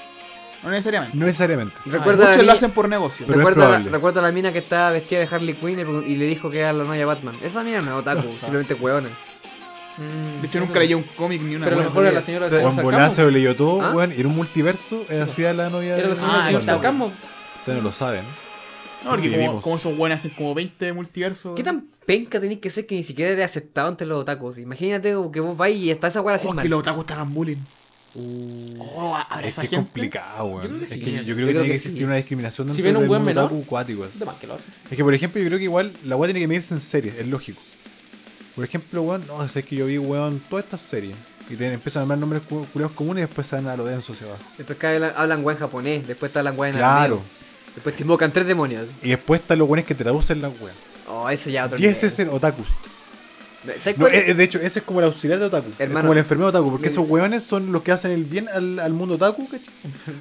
Speaker 3: No necesariamente.
Speaker 1: No necesariamente.
Speaker 2: Recuerda
Speaker 3: Ah, Muchos
Speaker 2: la
Speaker 3: lo
Speaker 2: niña-
Speaker 3: hacen por negocio.
Speaker 1: Pero es
Speaker 2: Recuerda,
Speaker 1: probable.
Speaker 2: recuerda la mina que estaba vestida de Harley Quinn y le pregun- y le dijo que era la novia de Batman. Esa mina no es otaku, simplemente hueona.
Speaker 3: De hecho, nunca leí un cómic ni una
Speaker 4: pero a lo
Speaker 3: wea.
Speaker 4: mejor era la señora del señor
Speaker 1: Juan
Speaker 4: Sarcasmo.
Speaker 1: Bolazo lo leyó todo,
Speaker 2: ¿Ah?
Speaker 1: weón, y era un multiverso, era así la novia
Speaker 4: Era
Speaker 1: de-
Speaker 4: la señora
Speaker 3: Ah,
Speaker 4: del señor
Speaker 3: está bueno.
Speaker 4: Sarcasmo.
Speaker 1: Ustedes no lo saben.
Speaker 3: No, porque como,
Speaker 1: Vivimos.
Speaker 3: como esos buenos hacen como 20 multiversos.
Speaker 2: ¿Qué tan penca tenés que ser que ni siquiera eres aceptado ante los otakus? Imagínate que vos vais y está esa weá así
Speaker 3: Oh,
Speaker 2: mal.
Speaker 3: que los otakus te hagan bullying. Oh, habrá
Speaker 1: Es
Speaker 3: esa
Speaker 1: que es
Speaker 3: gente.
Speaker 1: complicado,
Speaker 4: Yo creo
Speaker 1: weón.
Speaker 4: que
Speaker 1: Es
Speaker 4: sí.
Speaker 1: que yo- yo
Speaker 2: Yo
Speaker 1: creo que
Speaker 2: creo
Speaker 1: tiene que
Speaker 2: que
Speaker 1: existir
Speaker 2: sí.
Speaker 1: una discriminación
Speaker 4: Si
Speaker 1: dentro
Speaker 4: ven un
Speaker 1: del
Speaker 4: buen
Speaker 1: mundo
Speaker 4: menor,
Speaker 1: otaku cuático, weón.
Speaker 4: De más que lo hacen.
Speaker 1: Es que, por ejemplo, yo creo que igual la weá tiene que medirse en serie, es lógico. Por ejemplo, weón, no, sé que yo vi, weón, todas estas series. Y te empiezan a nombrar nombres cu- culiados comunes y después se van a lo denso hacia abajo.
Speaker 2: Después que hablan, hablan weá en japonés, después te hablan weá en
Speaker 1: Claro.
Speaker 2: arameo, Después te invocan tres demonios.
Speaker 1: Y después están los weones que traducen las weas.
Speaker 2: Oh, eso ya otro
Speaker 1: Y ese es
Speaker 2: nivel.
Speaker 1: el otaku.
Speaker 2: ¿Sabes
Speaker 1: No,
Speaker 2: cuál
Speaker 1: eh,
Speaker 2: es?
Speaker 1: de hecho, ese es como el auxiliar de otaku. Es
Speaker 2: Hermano.
Speaker 1: como el enfermero otaku, porque
Speaker 2: Mira.
Speaker 1: esos weones son los que hacen el bien al, al mundo otaku, ¿cachai?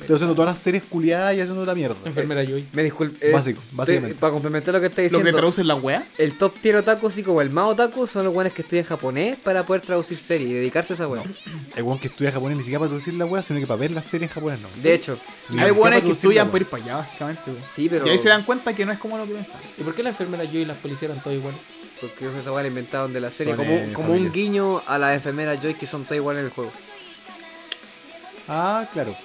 Speaker 1: Pero haciendo todas las series culiadas y haciendo la mierda.
Speaker 4: Enfermera Joy.
Speaker 2: Me disculpe. eh,
Speaker 1: Básico,
Speaker 2: te-
Speaker 1: básicamente.
Speaker 2: Para complementar lo que estás
Speaker 3: Los
Speaker 2: diciendo.
Speaker 3: que traducen la wea.
Speaker 2: El top tier otaku, así como el más otaku, son los weones que estudian japonés para poder traducir series y dedicarse a esa weá.
Speaker 1: El weón que estudia japonés ni siquiera para traducir la wea, sino que para ver las series en japonés no.
Speaker 2: De hecho,
Speaker 1: Ni
Speaker 3: Hay
Speaker 1: siquiera
Speaker 3: buenas
Speaker 1: para
Speaker 3: que
Speaker 1: traducir la
Speaker 3: estudian
Speaker 1: wea.
Speaker 3: por ir para allá, básicamente. weón.
Speaker 2: sí, pero.
Speaker 3: Y ahí se dan cuenta que no es como lo que pensaban.
Speaker 4: ¿Y por qué la enfermera Joy y las policías eran todos iguales?
Speaker 2: Porque esa weá la inventaron de la serie.
Speaker 1: Son,
Speaker 2: Como,
Speaker 1: eh,
Speaker 2: como un
Speaker 1: familia.
Speaker 2: guiño a las enfermeras Joy que son todas iguales en el juego.
Speaker 1: Ah, claro.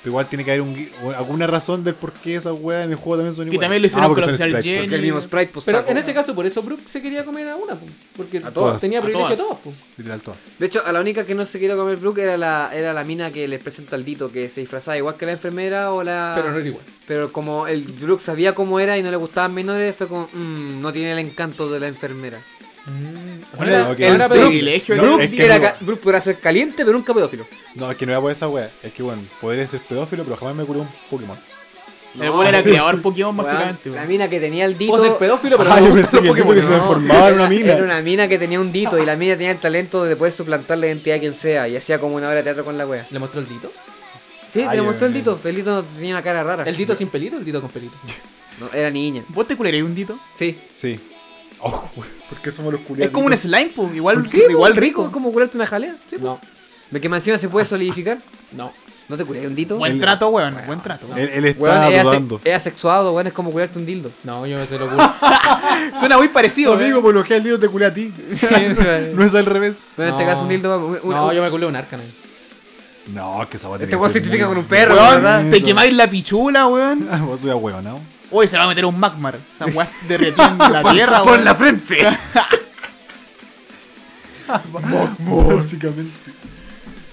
Speaker 1: Pero igual tiene que haber un gui- o alguna razón del por qué esas weas en el juego también son
Speaker 3: Que
Speaker 1: iguales. Ah,
Speaker 3: también lo hicieron
Speaker 1: porque
Speaker 3: con
Speaker 1: son
Speaker 3: oficial
Speaker 1: sprites,
Speaker 2: Porque el mismo sprite, pues.
Speaker 4: Pero
Speaker 2: saco,
Speaker 4: en ese
Speaker 2: weón.
Speaker 4: caso, por eso Brooke se quería comer a una, po, porque
Speaker 1: todas.
Speaker 4: tenía
Speaker 3: A
Speaker 4: privilegio a
Speaker 3: todas.
Speaker 4: todos. po.
Speaker 1: pues, literal todo.
Speaker 2: De hecho, a la única que no se quiere comer Brooke era la, era la mina que les presenta al Dito, que se disfrazaba igual que la enfermera o la.
Speaker 4: Pero no era igual.
Speaker 2: Pero como el Brooke sabía cómo era y no le gustaban menores, fue como, "Mm, no tiene el encanto de la enfermera.
Speaker 1: Bueno,
Speaker 4: Ahora-
Speaker 1: ok. Pero-
Speaker 4: ahora pedí-
Speaker 3: privilegio
Speaker 1: no,
Speaker 2: Brooke,
Speaker 1: es que
Speaker 2: era
Speaker 1: no-
Speaker 2: ca- Brooke podrá ser caliente, pero nunca pedófilo.
Speaker 1: No, es que no voy a poner esa wea. Es que bueno, podría ser pedófilo, pero jamás me curó un Pokémon.
Speaker 3: El weón era
Speaker 2: sí,
Speaker 3: creador Pokémon,
Speaker 2: Weón,
Speaker 3: básicamente.
Speaker 2: la
Speaker 3: weón.
Speaker 2: mina que tenía el Dito.
Speaker 4: Vos ser pedófilo, pero
Speaker 1: Ah,
Speaker 4: no.
Speaker 1: yo pensé que el tipo que se
Speaker 2: No,
Speaker 1: transformaba en una mina.
Speaker 2: Era una mina que tenía un Dito y la mina tenía el talento de poder suplantar la identidad de quien sea y hacía como una obra de teatro con la wea.
Speaker 4: ¿Le mostró el dito?
Speaker 2: Sí,
Speaker 1: Ay,
Speaker 2: le mostró el
Speaker 1: ay,
Speaker 2: Dito, pero el Dito tenía una cara rara.
Speaker 4: ¿El dito sin pelito o el dito con pelito?
Speaker 2: No, era niña.
Speaker 3: ¿Vos te curarías un dito?
Speaker 2: Sí.
Speaker 1: Sí. Oh, wea, ¿Por qué somos los
Speaker 3: Es
Speaker 1: culiados?
Speaker 3: como un slime, pues. Igual,
Speaker 2: Sí,
Speaker 3: igual
Speaker 2: pues,
Speaker 3: rico.
Speaker 2: Es como curarte una jalea. Sí.
Speaker 4: No,
Speaker 2: De que más encima se puede solidificar.
Speaker 4: no.
Speaker 2: ¿No te curé un dito?
Speaker 3: Buen
Speaker 1: El-
Speaker 3: trato, weón. Buen trato.
Speaker 1: Él, él está
Speaker 2: Weón, es, ase-
Speaker 1: dudando.
Speaker 2: es asexuado, weón, es como curarte un dildo.
Speaker 4: No, yo me sé lo culo.
Speaker 3: Suena muy parecido,
Speaker 1: Amigo, por lo que el dito te culé a ti.
Speaker 2: Pero
Speaker 1: No es al revés.
Speaker 2: en este
Speaker 4: No.
Speaker 2: caso un dildo... un- un-
Speaker 4: No,
Speaker 2: un-
Speaker 4: yo me culé un arcane.
Speaker 1: No, que esa wea
Speaker 2: Este
Speaker 1: tiene que
Speaker 2: weón
Speaker 1: ser
Speaker 2: se identifica
Speaker 1: muy-
Speaker 2: con un perro,
Speaker 1: Weón,
Speaker 2: ¿verdad?
Speaker 3: Te
Speaker 1: eso.
Speaker 3: quemáis la pichula, weón.
Speaker 1: Ah, Vos soy a huevo, ¿no?
Speaker 3: Hoy se va a meter un magmar. Esa weá se derretió en la tierra, weón.
Speaker 2: frente.
Speaker 1: Básicamente.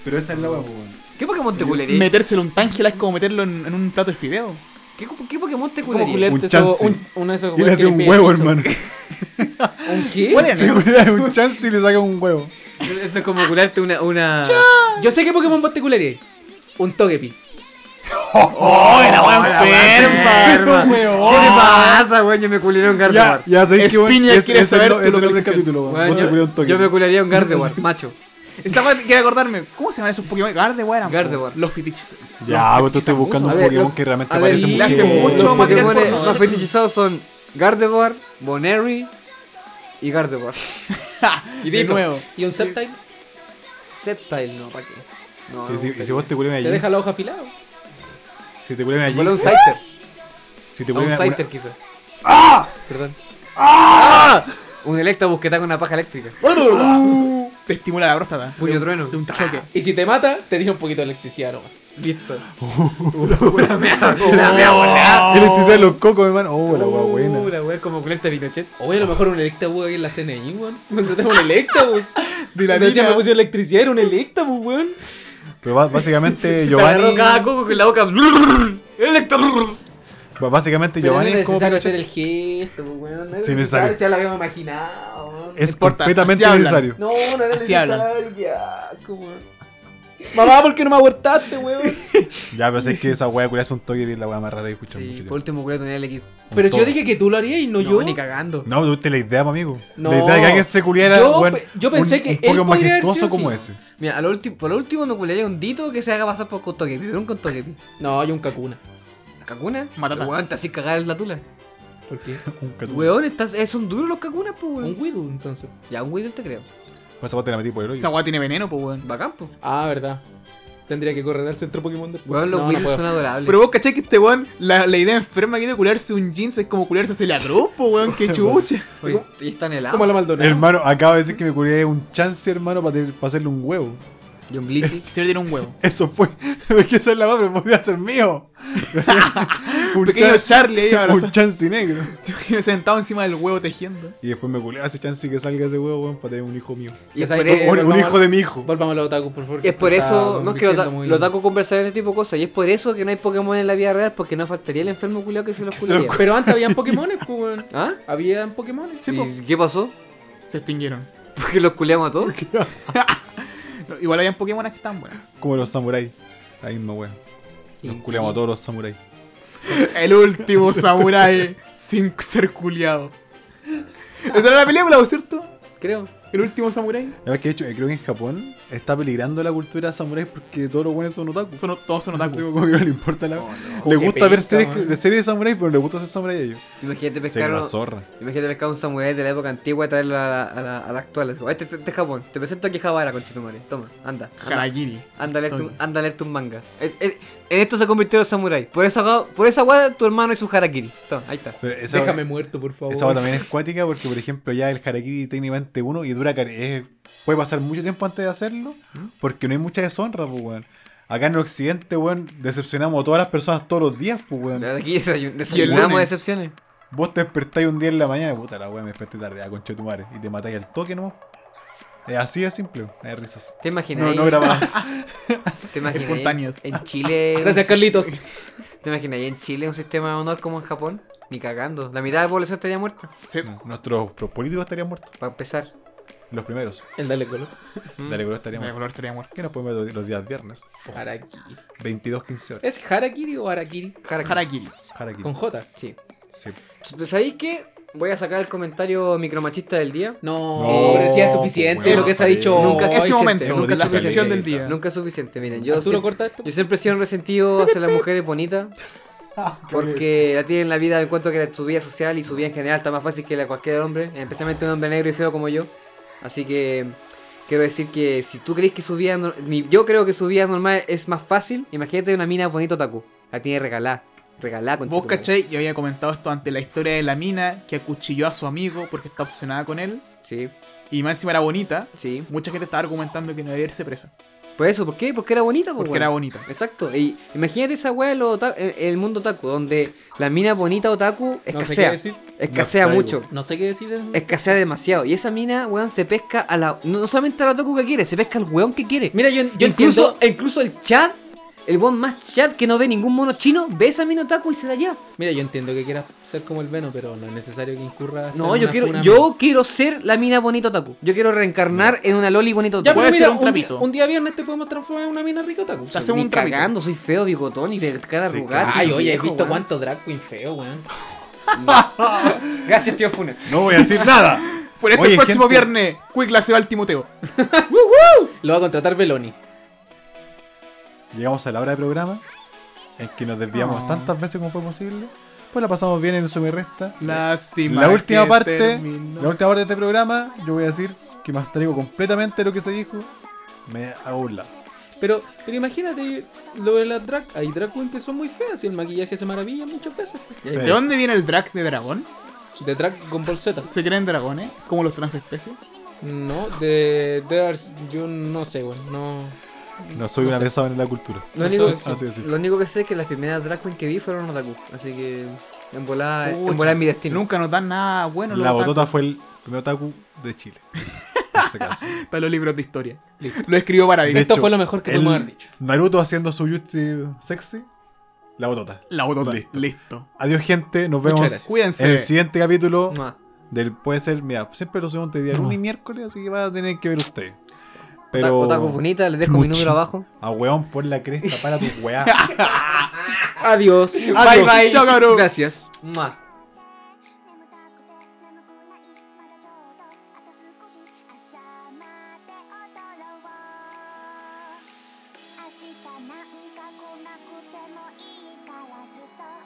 Speaker 1: Pero esa es la wea, weón.
Speaker 2: ¿Qué Pokémon te culería?
Speaker 3: Metérselo un tángela es como meterlo en, en un plato de fideo.
Speaker 2: ¿Qué, qué Pokémon te
Speaker 4: Como
Speaker 2: culería?
Speaker 4: culerte
Speaker 1: Un
Speaker 4: eso,
Speaker 1: chance.
Speaker 4: un, uno de
Speaker 1: Y
Speaker 4: esos
Speaker 1: le
Speaker 4: weones
Speaker 1: hace
Speaker 4: que
Speaker 1: un
Speaker 4: piden
Speaker 1: huevo,
Speaker 4: queso.
Speaker 1: hermano.
Speaker 4: ¿Un qué?
Speaker 3: ¿Cuál es?
Speaker 1: Le da un chance y le saca un huevo.
Speaker 2: Esto es como cularte una... una...
Speaker 4: Yo sé qué Pokémon vos te culerías. Un Togepi.
Speaker 3: ¡Oh, la weá enferma!
Speaker 2: ¿Qué te pasa, weón? Yo me culería un
Speaker 1: Ya,
Speaker 2: Gardevoir.
Speaker 1: ya sabéis que
Speaker 3: Espiña
Speaker 1: es,
Speaker 3: quiere
Speaker 1: es el
Speaker 3: saber
Speaker 1: no-
Speaker 3: tu
Speaker 1: es el nombre del
Speaker 3: localización.
Speaker 1: capítulo, weón.
Speaker 2: Weón,
Speaker 1: Vos te
Speaker 2: yo,
Speaker 1: culias un toque.
Speaker 2: yo me culería un Gardevoir, macho.
Speaker 3: Esa weá quiero acordarme. ¿Cómo se llaman esos Pokémon? Gardevoir. eran, po.
Speaker 2: Gardevoir.
Speaker 3: Los fetiches.
Speaker 1: Ya,
Speaker 3: los
Speaker 1: pues tú estás
Speaker 3: fetiches
Speaker 1: buscando
Speaker 2: A
Speaker 3: abusos.
Speaker 1: un
Speaker 2: ver,
Speaker 1: Pokémon
Speaker 2: lo-
Speaker 1: que realmente
Speaker 2: a
Speaker 1: parece
Speaker 2: ver,
Speaker 1: un
Speaker 3: le hace
Speaker 1: Pokémon.
Speaker 3: mucho
Speaker 2: Los
Speaker 3: material
Speaker 2: Pokémon
Speaker 3: porno.
Speaker 2: más fetichizados son Gardevoir, Boneri y Gardevoir.
Speaker 3: Y de nuevo.
Speaker 4: ¿Y un Septime?
Speaker 2: Sceptile, no, ¿para qué? No,
Speaker 1: Y
Speaker 2: no,
Speaker 1: si, y
Speaker 2: ¿pa'
Speaker 1: si vos
Speaker 2: qué?
Speaker 1: te vuelven a
Speaker 4: ¿Te deja
Speaker 1: Jinx,
Speaker 4: la hoja afilada?
Speaker 1: si te vuelven a
Speaker 2: Vuelve a un
Speaker 1: Jinx,
Speaker 2: Scyther.
Speaker 1: si te
Speaker 2: A un
Speaker 1: vuelven a
Speaker 2: Scyther, quizás. ¡Ah! Perdón. ¡Ah! Un Electabuzz que está con una paja eléctrica.
Speaker 4: Ah.
Speaker 3: Te estimula la próstata.
Speaker 2: Puño
Speaker 3: De un-
Speaker 2: trueno.
Speaker 3: De un choque.
Speaker 4: Y si te mata, te deja un poquito de electricidad, nomás.
Speaker 2: Listo.
Speaker 3: La wea, wea.
Speaker 1: Él empieza los cocos, hermano. Oh, la guau
Speaker 2: Uh,
Speaker 1: buena.
Speaker 2: la wea como culeta de Pinochet.
Speaker 4: Oye, a lo mejor un Electabuzz aquí en la CNI, weón. Contratamos un Electabuzz.
Speaker 3: De la
Speaker 4: Me decía,
Speaker 3: mina.
Speaker 4: me puse electricidad, era un Electabuzz, weón.
Speaker 1: Pero ba- básicamente
Speaker 2: Te agarró
Speaker 1: Giovanni.
Speaker 2: cada coco con la boca. Electabuzz.
Speaker 1: ba- Básicamente
Speaker 4: Pero
Speaker 1: Giovanni
Speaker 4: no
Speaker 1: es
Speaker 4: es
Speaker 1: como.
Speaker 4: necesario hacer el gesto, pues, weón. No es
Speaker 1: Sí,
Speaker 4: necesario,
Speaker 1: necesario.
Speaker 4: Ya lo habíamos imaginado, weón.
Speaker 1: Es
Speaker 3: importa,
Speaker 1: completamente
Speaker 3: así hablan.
Speaker 1: necesario.
Speaker 4: No, no era
Speaker 3: Así hablan.
Speaker 4: necesario. qué weón. Mamá, ¿por qué no me abortaste, weón?
Speaker 1: Ya, pero es que esa wea culiada es un toque bien la wea más rara que he escuchado en
Speaker 2: Sí,
Speaker 1: mucho
Speaker 2: por
Speaker 1: tiempo.
Speaker 2: último culeta tenía el equipo.
Speaker 4: Pero si yo
Speaker 1: todo.
Speaker 4: dije que tú lo harías y no, yo.
Speaker 2: ni cagando.
Speaker 1: No, tuviste la idea, pa, amigo.
Speaker 4: No.
Speaker 1: La idea de que alguien se culiara.
Speaker 4: Yo
Speaker 1: weón,
Speaker 4: pe- yo pensé
Speaker 1: un-
Speaker 4: que
Speaker 1: un
Speaker 4: él
Speaker 1: Pokémon
Speaker 4: podría haber sido
Speaker 1: majestuoso como
Speaker 4: así.
Speaker 1: ese.
Speaker 2: Mira, a lo último, por lo último me culearía un dito que se haga pasar por Kotokepi, pero un Kotokepi.
Speaker 4: No, yo un cacuna.
Speaker 2: ¿Kakuna?
Speaker 3: Matata.
Speaker 2: Weón, te así cagar en la tula.
Speaker 4: ¿Por qué?
Speaker 1: Un catú-
Speaker 2: Weón, estás, eh, son duros los Kakunas, pues
Speaker 4: Un
Speaker 2: weón.
Speaker 4: Widow, entonces.
Speaker 2: Ya, un Widow te creo.
Speaker 1: Pues esa wea te la metí por el
Speaker 3: Esa
Speaker 1: hoyo.
Speaker 3: weá tiene veneno, pues weón.
Speaker 2: Bacán, pues.
Speaker 4: Ah, verdad. Tendría que correr al centro Pokémon después.
Speaker 2: Weón, los
Speaker 4: No, no
Speaker 2: Widows
Speaker 4: puedo.
Speaker 2: son adorables.
Speaker 3: Pero vos cachai que este weón, la, la idea enferma que tiene de cularse un jeans es como cularse hacia la cruz, po, weón, que chucha.
Speaker 2: Oye, y están helados.
Speaker 4: Como la Maldonado.
Speaker 1: Hermano, acabo de decir que me culié un chance, hermano, para hacerle un huevo.
Speaker 2: Y un Blissey.
Speaker 3: Se le tiene un huevo.
Speaker 1: Eso fue. Es que esa es la madre, podría ser mío. un,
Speaker 3: Pequeño
Speaker 1: chance,
Speaker 3: Charlie ahí abrazado.
Speaker 1: un chansi negro.
Speaker 3: sentado encima del huevo tejiendo.
Speaker 1: Y después me culé a ese chance que salga ese huevo, weón, para tener un hijo mío.
Speaker 2: Y es
Speaker 4: Ya
Speaker 2: por
Speaker 4: sabes,
Speaker 1: Un,
Speaker 2: eso,
Speaker 4: bueno.
Speaker 1: un hijo de mi hijo.
Speaker 4: Volvamos a los otakus, por favor.
Speaker 2: y
Speaker 4: que
Speaker 2: es por
Speaker 4: está
Speaker 2: eso no es que los
Speaker 4: convirtiendo
Speaker 2: otaku-
Speaker 4: muy-
Speaker 2: los otaku conversan este tipo de cosas. Y es por eso que no hay Pokémon en la vida real, porque no faltaría el enfermo culiao que se los
Speaker 1: se los
Speaker 2: culiaría.
Speaker 4: Pero antes habían Pokémones, pues, weón.
Speaker 2: ¿Ah?
Speaker 4: Habían Pokémones.
Speaker 2: ¿Y qué pasó?
Speaker 3: Se extinguieron.
Speaker 2: Porque los culiamos a todos.
Speaker 3: No, Igual habían Pokémon que están buenas.
Speaker 1: Como los samuráis. La misma weón. Nos culeamos a todos los samuráis.
Speaker 3: El último samurai sin ser culiado. Esa era la película, ¿no es cierto?
Speaker 2: Creo.
Speaker 3: El último samurai.
Speaker 1: Además que de hecho, eh, creo que en Japón está peligrando la cultura samurái porque todos los buenos son otaku.
Speaker 3: Son, todos son
Speaker 1: Así
Speaker 3: otaku.
Speaker 1: como que no le importa la.
Speaker 4: no.
Speaker 1: Le
Speaker 4: Qué
Speaker 1: gusta ver
Speaker 4: penca,
Speaker 1: series,
Speaker 4: weón.
Speaker 1: de series de samuráis, pero no le gusta ser samurái a ellos.
Speaker 2: Imagínate pescar,
Speaker 1: Sería una
Speaker 2: uno-
Speaker 1: zorra.
Speaker 2: imagínate pescar un samurái de la época antigua y traerlo a la, a la- a la actual. Es como, Este este es Japón. Te presento aquí Javara, conchetumare. Toma, anda. Anda,
Speaker 3: Harakiri.
Speaker 2: anda a leerte un,
Speaker 3: Toma.
Speaker 2: anda a leerte un manga. Eh, eh, En esto se convirtió los samuráis. Por esa, gua- por esa guada tu hermano hizo un harakiri. Toma, ahí está.
Speaker 1: Pero esa-
Speaker 4: Déjame muerto, por favor.
Speaker 1: Esa agua también es cuática porque, por ejemplo, ya el harakiri técnicamente uno y dura care- eh, puede pasar mucho tiempo antes de hacerlo porque no hay mucha deshonra, pues, weón. Acá en el occidente, weón, decepcionamos a todas las personas todos los días, pues, weón.
Speaker 2: Aquí desayun- desayunamos
Speaker 3: lunes.
Speaker 2: decepciones.
Speaker 1: Vos te despertáis un día en la mañana, puta la weón, me desperté tarde, a concha de tu madre, y te matáis al toque nomás. Es así de simple, hay risas.
Speaker 2: ¿Te imaginas?
Speaker 1: No, no grabás.
Speaker 2: ¿Te imaginas
Speaker 3: Espontáneos.
Speaker 2: En, en Chile.
Speaker 4: Gracias, Carlitos.
Speaker 2: ¿Te imaginas en Chile un sistema de honor como en Japón? Ni cagando. La mitad de la población estaría muerta.
Speaker 3: Sí.
Speaker 1: Nuestros pro- políticos estarían muertos,
Speaker 2: Para empezar.
Speaker 1: los primeros.
Speaker 4: El dale color.
Speaker 1: Dale, pero estarían
Speaker 3: De
Speaker 1: muertos.
Speaker 3: color estaría muerto.
Speaker 1: ¿Qué nos podemos ver los días viernes? Ojo,
Speaker 4: Harakiri.
Speaker 1: 22, 15 horas.
Speaker 4: ¿Es Harakiri o Harakiri?
Speaker 2: Harakiri.
Speaker 3: Harakiri.
Speaker 1: Harakiri.
Speaker 4: Eh, Con J.
Speaker 2: Sí.
Speaker 1: Sí.
Speaker 2: Pues, ¿Sabéis qué? Voy a sacar el comentario micromachista del día.
Speaker 4: No,
Speaker 1: No,
Speaker 4: pero sí es suficiente
Speaker 1: pues,
Speaker 4: lo que se ha
Speaker 1: weón.
Speaker 4: dicho.
Speaker 2: Nunca es
Speaker 4: hoy,
Speaker 3: Ese
Speaker 4: gente.
Speaker 3: momento,
Speaker 2: nunca
Speaker 3: la
Speaker 2: suficiente.
Speaker 3: sección del día.
Speaker 2: Nunca es suficiente, miren. Yo,
Speaker 4: Arturo,
Speaker 2: siem-
Speaker 4: corta esto.
Speaker 2: yo siempre he sido un resentido hacia las mujeres bonitas. Porque la tienen la vida, encuentro que su vida social y su vida en general está más fácil que la de cualquier hombre, especialmente un hombre negro y feo como yo. Así que quiero decir que si tú crees que su vida, nor- mi- yo creo que su vida normal es más fácil, imagínate una mina bonito taku, la tiene regalada, regalada con
Speaker 3: Vos cachai, yo había comentado esto ante la historia de la mina que acuchilló a su amigo porque está obsesionada con él.
Speaker 2: Sí,
Speaker 3: Y más encima era bonita.
Speaker 2: sí.
Speaker 3: Mucha gente estaba argumentando que no debería irse presa.
Speaker 2: Por eso, ¿por qué? Porque era bonita, pues,
Speaker 3: Porque
Speaker 2: weón.
Speaker 3: era bonita.
Speaker 2: Exacto, y imagínate esa weá en los ota- en- en el mundo otaku, donde la mina bonita otaku
Speaker 4: No sé
Speaker 2: escasea,
Speaker 4: qué decir.
Speaker 2: escasea
Speaker 1: No
Speaker 2: mucho.
Speaker 4: No sé qué decir.
Speaker 2: Escasea demasiado. Y esa mina, weón, se pesca a la. No no solamente a la toku que quiere, se pesca al weón que quiere.
Speaker 4: Mira, yo, yo
Speaker 2: incluso,
Speaker 4: entiendo.
Speaker 2: incluso el chat, el weón más chat que no ve ningún mono chino, ve esa mina otaku y se la lleva.
Speaker 4: Mira, yo entiendo que quieras ser como el Veno, pero no es necesario que incurra. hasta
Speaker 2: No,
Speaker 4: en
Speaker 2: yo
Speaker 4: una
Speaker 2: quiero,
Speaker 4: funa.
Speaker 2: yo quiero ser la mina bonito otaku. Yo quiero reencarnar en una loli bonito otaku.
Speaker 4: Ya, pues, pero
Speaker 3: Puede
Speaker 4: mira,
Speaker 3: ser un
Speaker 4: un, día,
Speaker 3: trapito.
Speaker 4: un día viernes te podemos transformar en una mina rica otaku.
Speaker 3: sea, hacemos
Speaker 2: Ni
Speaker 3: un trámite.
Speaker 2: cagando, soy feo, bigotón y de cara
Speaker 1: Sí,
Speaker 2: arrugada.
Speaker 4: Ay,
Speaker 2: soy
Speaker 4: oye, he
Speaker 2: viejo,
Speaker 4: visto
Speaker 2: weón.
Speaker 4: cuánto drag queen feo, weón.
Speaker 2: Gracias, tío Funa.
Speaker 1: No voy a decir nada.
Speaker 3: Por eso
Speaker 1: Oye,
Speaker 3: el próximo
Speaker 1: gente.
Speaker 3: viernes, Quick se va al Timoteo.
Speaker 4: Lo va a contratar Beloni.
Speaker 1: Llegamos a la hora de programa en que nos desviamos
Speaker 3: Oh.
Speaker 1: tantas veces como fue posible. Pues la pasamos bien en el sube y resta.
Speaker 3: Lástima.
Speaker 1: La última
Speaker 3: que
Speaker 1: parte,
Speaker 3: terminó.
Speaker 1: la última parte de este programa, yo voy a decir que me abstraigo completamente de lo que se dijo. Me hago un lado.
Speaker 4: Pero, pero imagínate lo de las drag. Hay drag queens que son muy feas y el maquillaje se maravilla muchas veces. pues.
Speaker 3: ¿De dónde viene el drag de dragón?
Speaker 4: De drag con bolseta.
Speaker 3: ¿Se creen dragones? ¿Como los transespecies?
Speaker 4: No, de. de haber- yo no sé, güey. No.
Speaker 1: No soy
Speaker 4: No
Speaker 1: una
Speaker 4: sé.
Speaker 1: pesada en la cultura.
Speaker 2: Lo
Speaker 4: Eso
Speaker 2: único,
Speaker 4: es,
Speaker 1: así es.
Speaker 2: lo único que sé es que las primeras drag queen que vi fueron otaku. Así que en volada, en
Speaker 3: Pucha,
Speaker 2: volada es mi destino.
Speaker 3: Nunca nos dan nada bueno.
Speaker 1: la
Speaker 3: los otakus.
Speaker 1: botota fue el primer otaku de Chile. Por si acaso.
Speaker 3: Para los libros de historia.
Speaker 4: Listo.
Speaker 3: Lo escribió para
Speaker 1: De
Speaker 4: Esto
Speaker 1: hecho,
Speaker 4: fue lo mejor que
Speaker 1: el
Speaker 4: pudimos haber dicho.
Speaker 1: Naruto haciendo su jutsu sexy. La botota.
Speaker 3: La botota.
Speaker 1: Listo.
Speaker 3: Listo.
Speaker 1: Adiós, gente. Nos
Speaker 4: Muchas
Speaker 1: vemos
Speaker 4: gracias.
Speaker 1: en
Speaker 4: Ah.
Speaker 1: el
Speaker 3: Cuídense.
Speaker 1: siguiente capítulo.
Speaker 2: Mua.
Speaker 1: Del, puede ser, mira, siempre lo subimos entre día lunes y
Speaker 3: Mua.
Speaker 1: miércoles, así que van a tener que ver ustedes.
Speaker 2: Pero...
Speaker 1: Pero.
Speaker 2: Otaku bonita, les dejo mi
Speaker 3: Chuchi.
Speaker 2: número abajo.
Speaker 1: A weón, por la cresta, para tu weá.
Speaker 4: Adiós.
Speaker 1: Adiós.
Speaker 3: Chao, cabrón.
Speaker 2: Gracias. Mua.
Speaker 5: 眠たくて眠くないまだちょうどあと少し朝まで踊ろう明日なんか来なくてもいいからずっと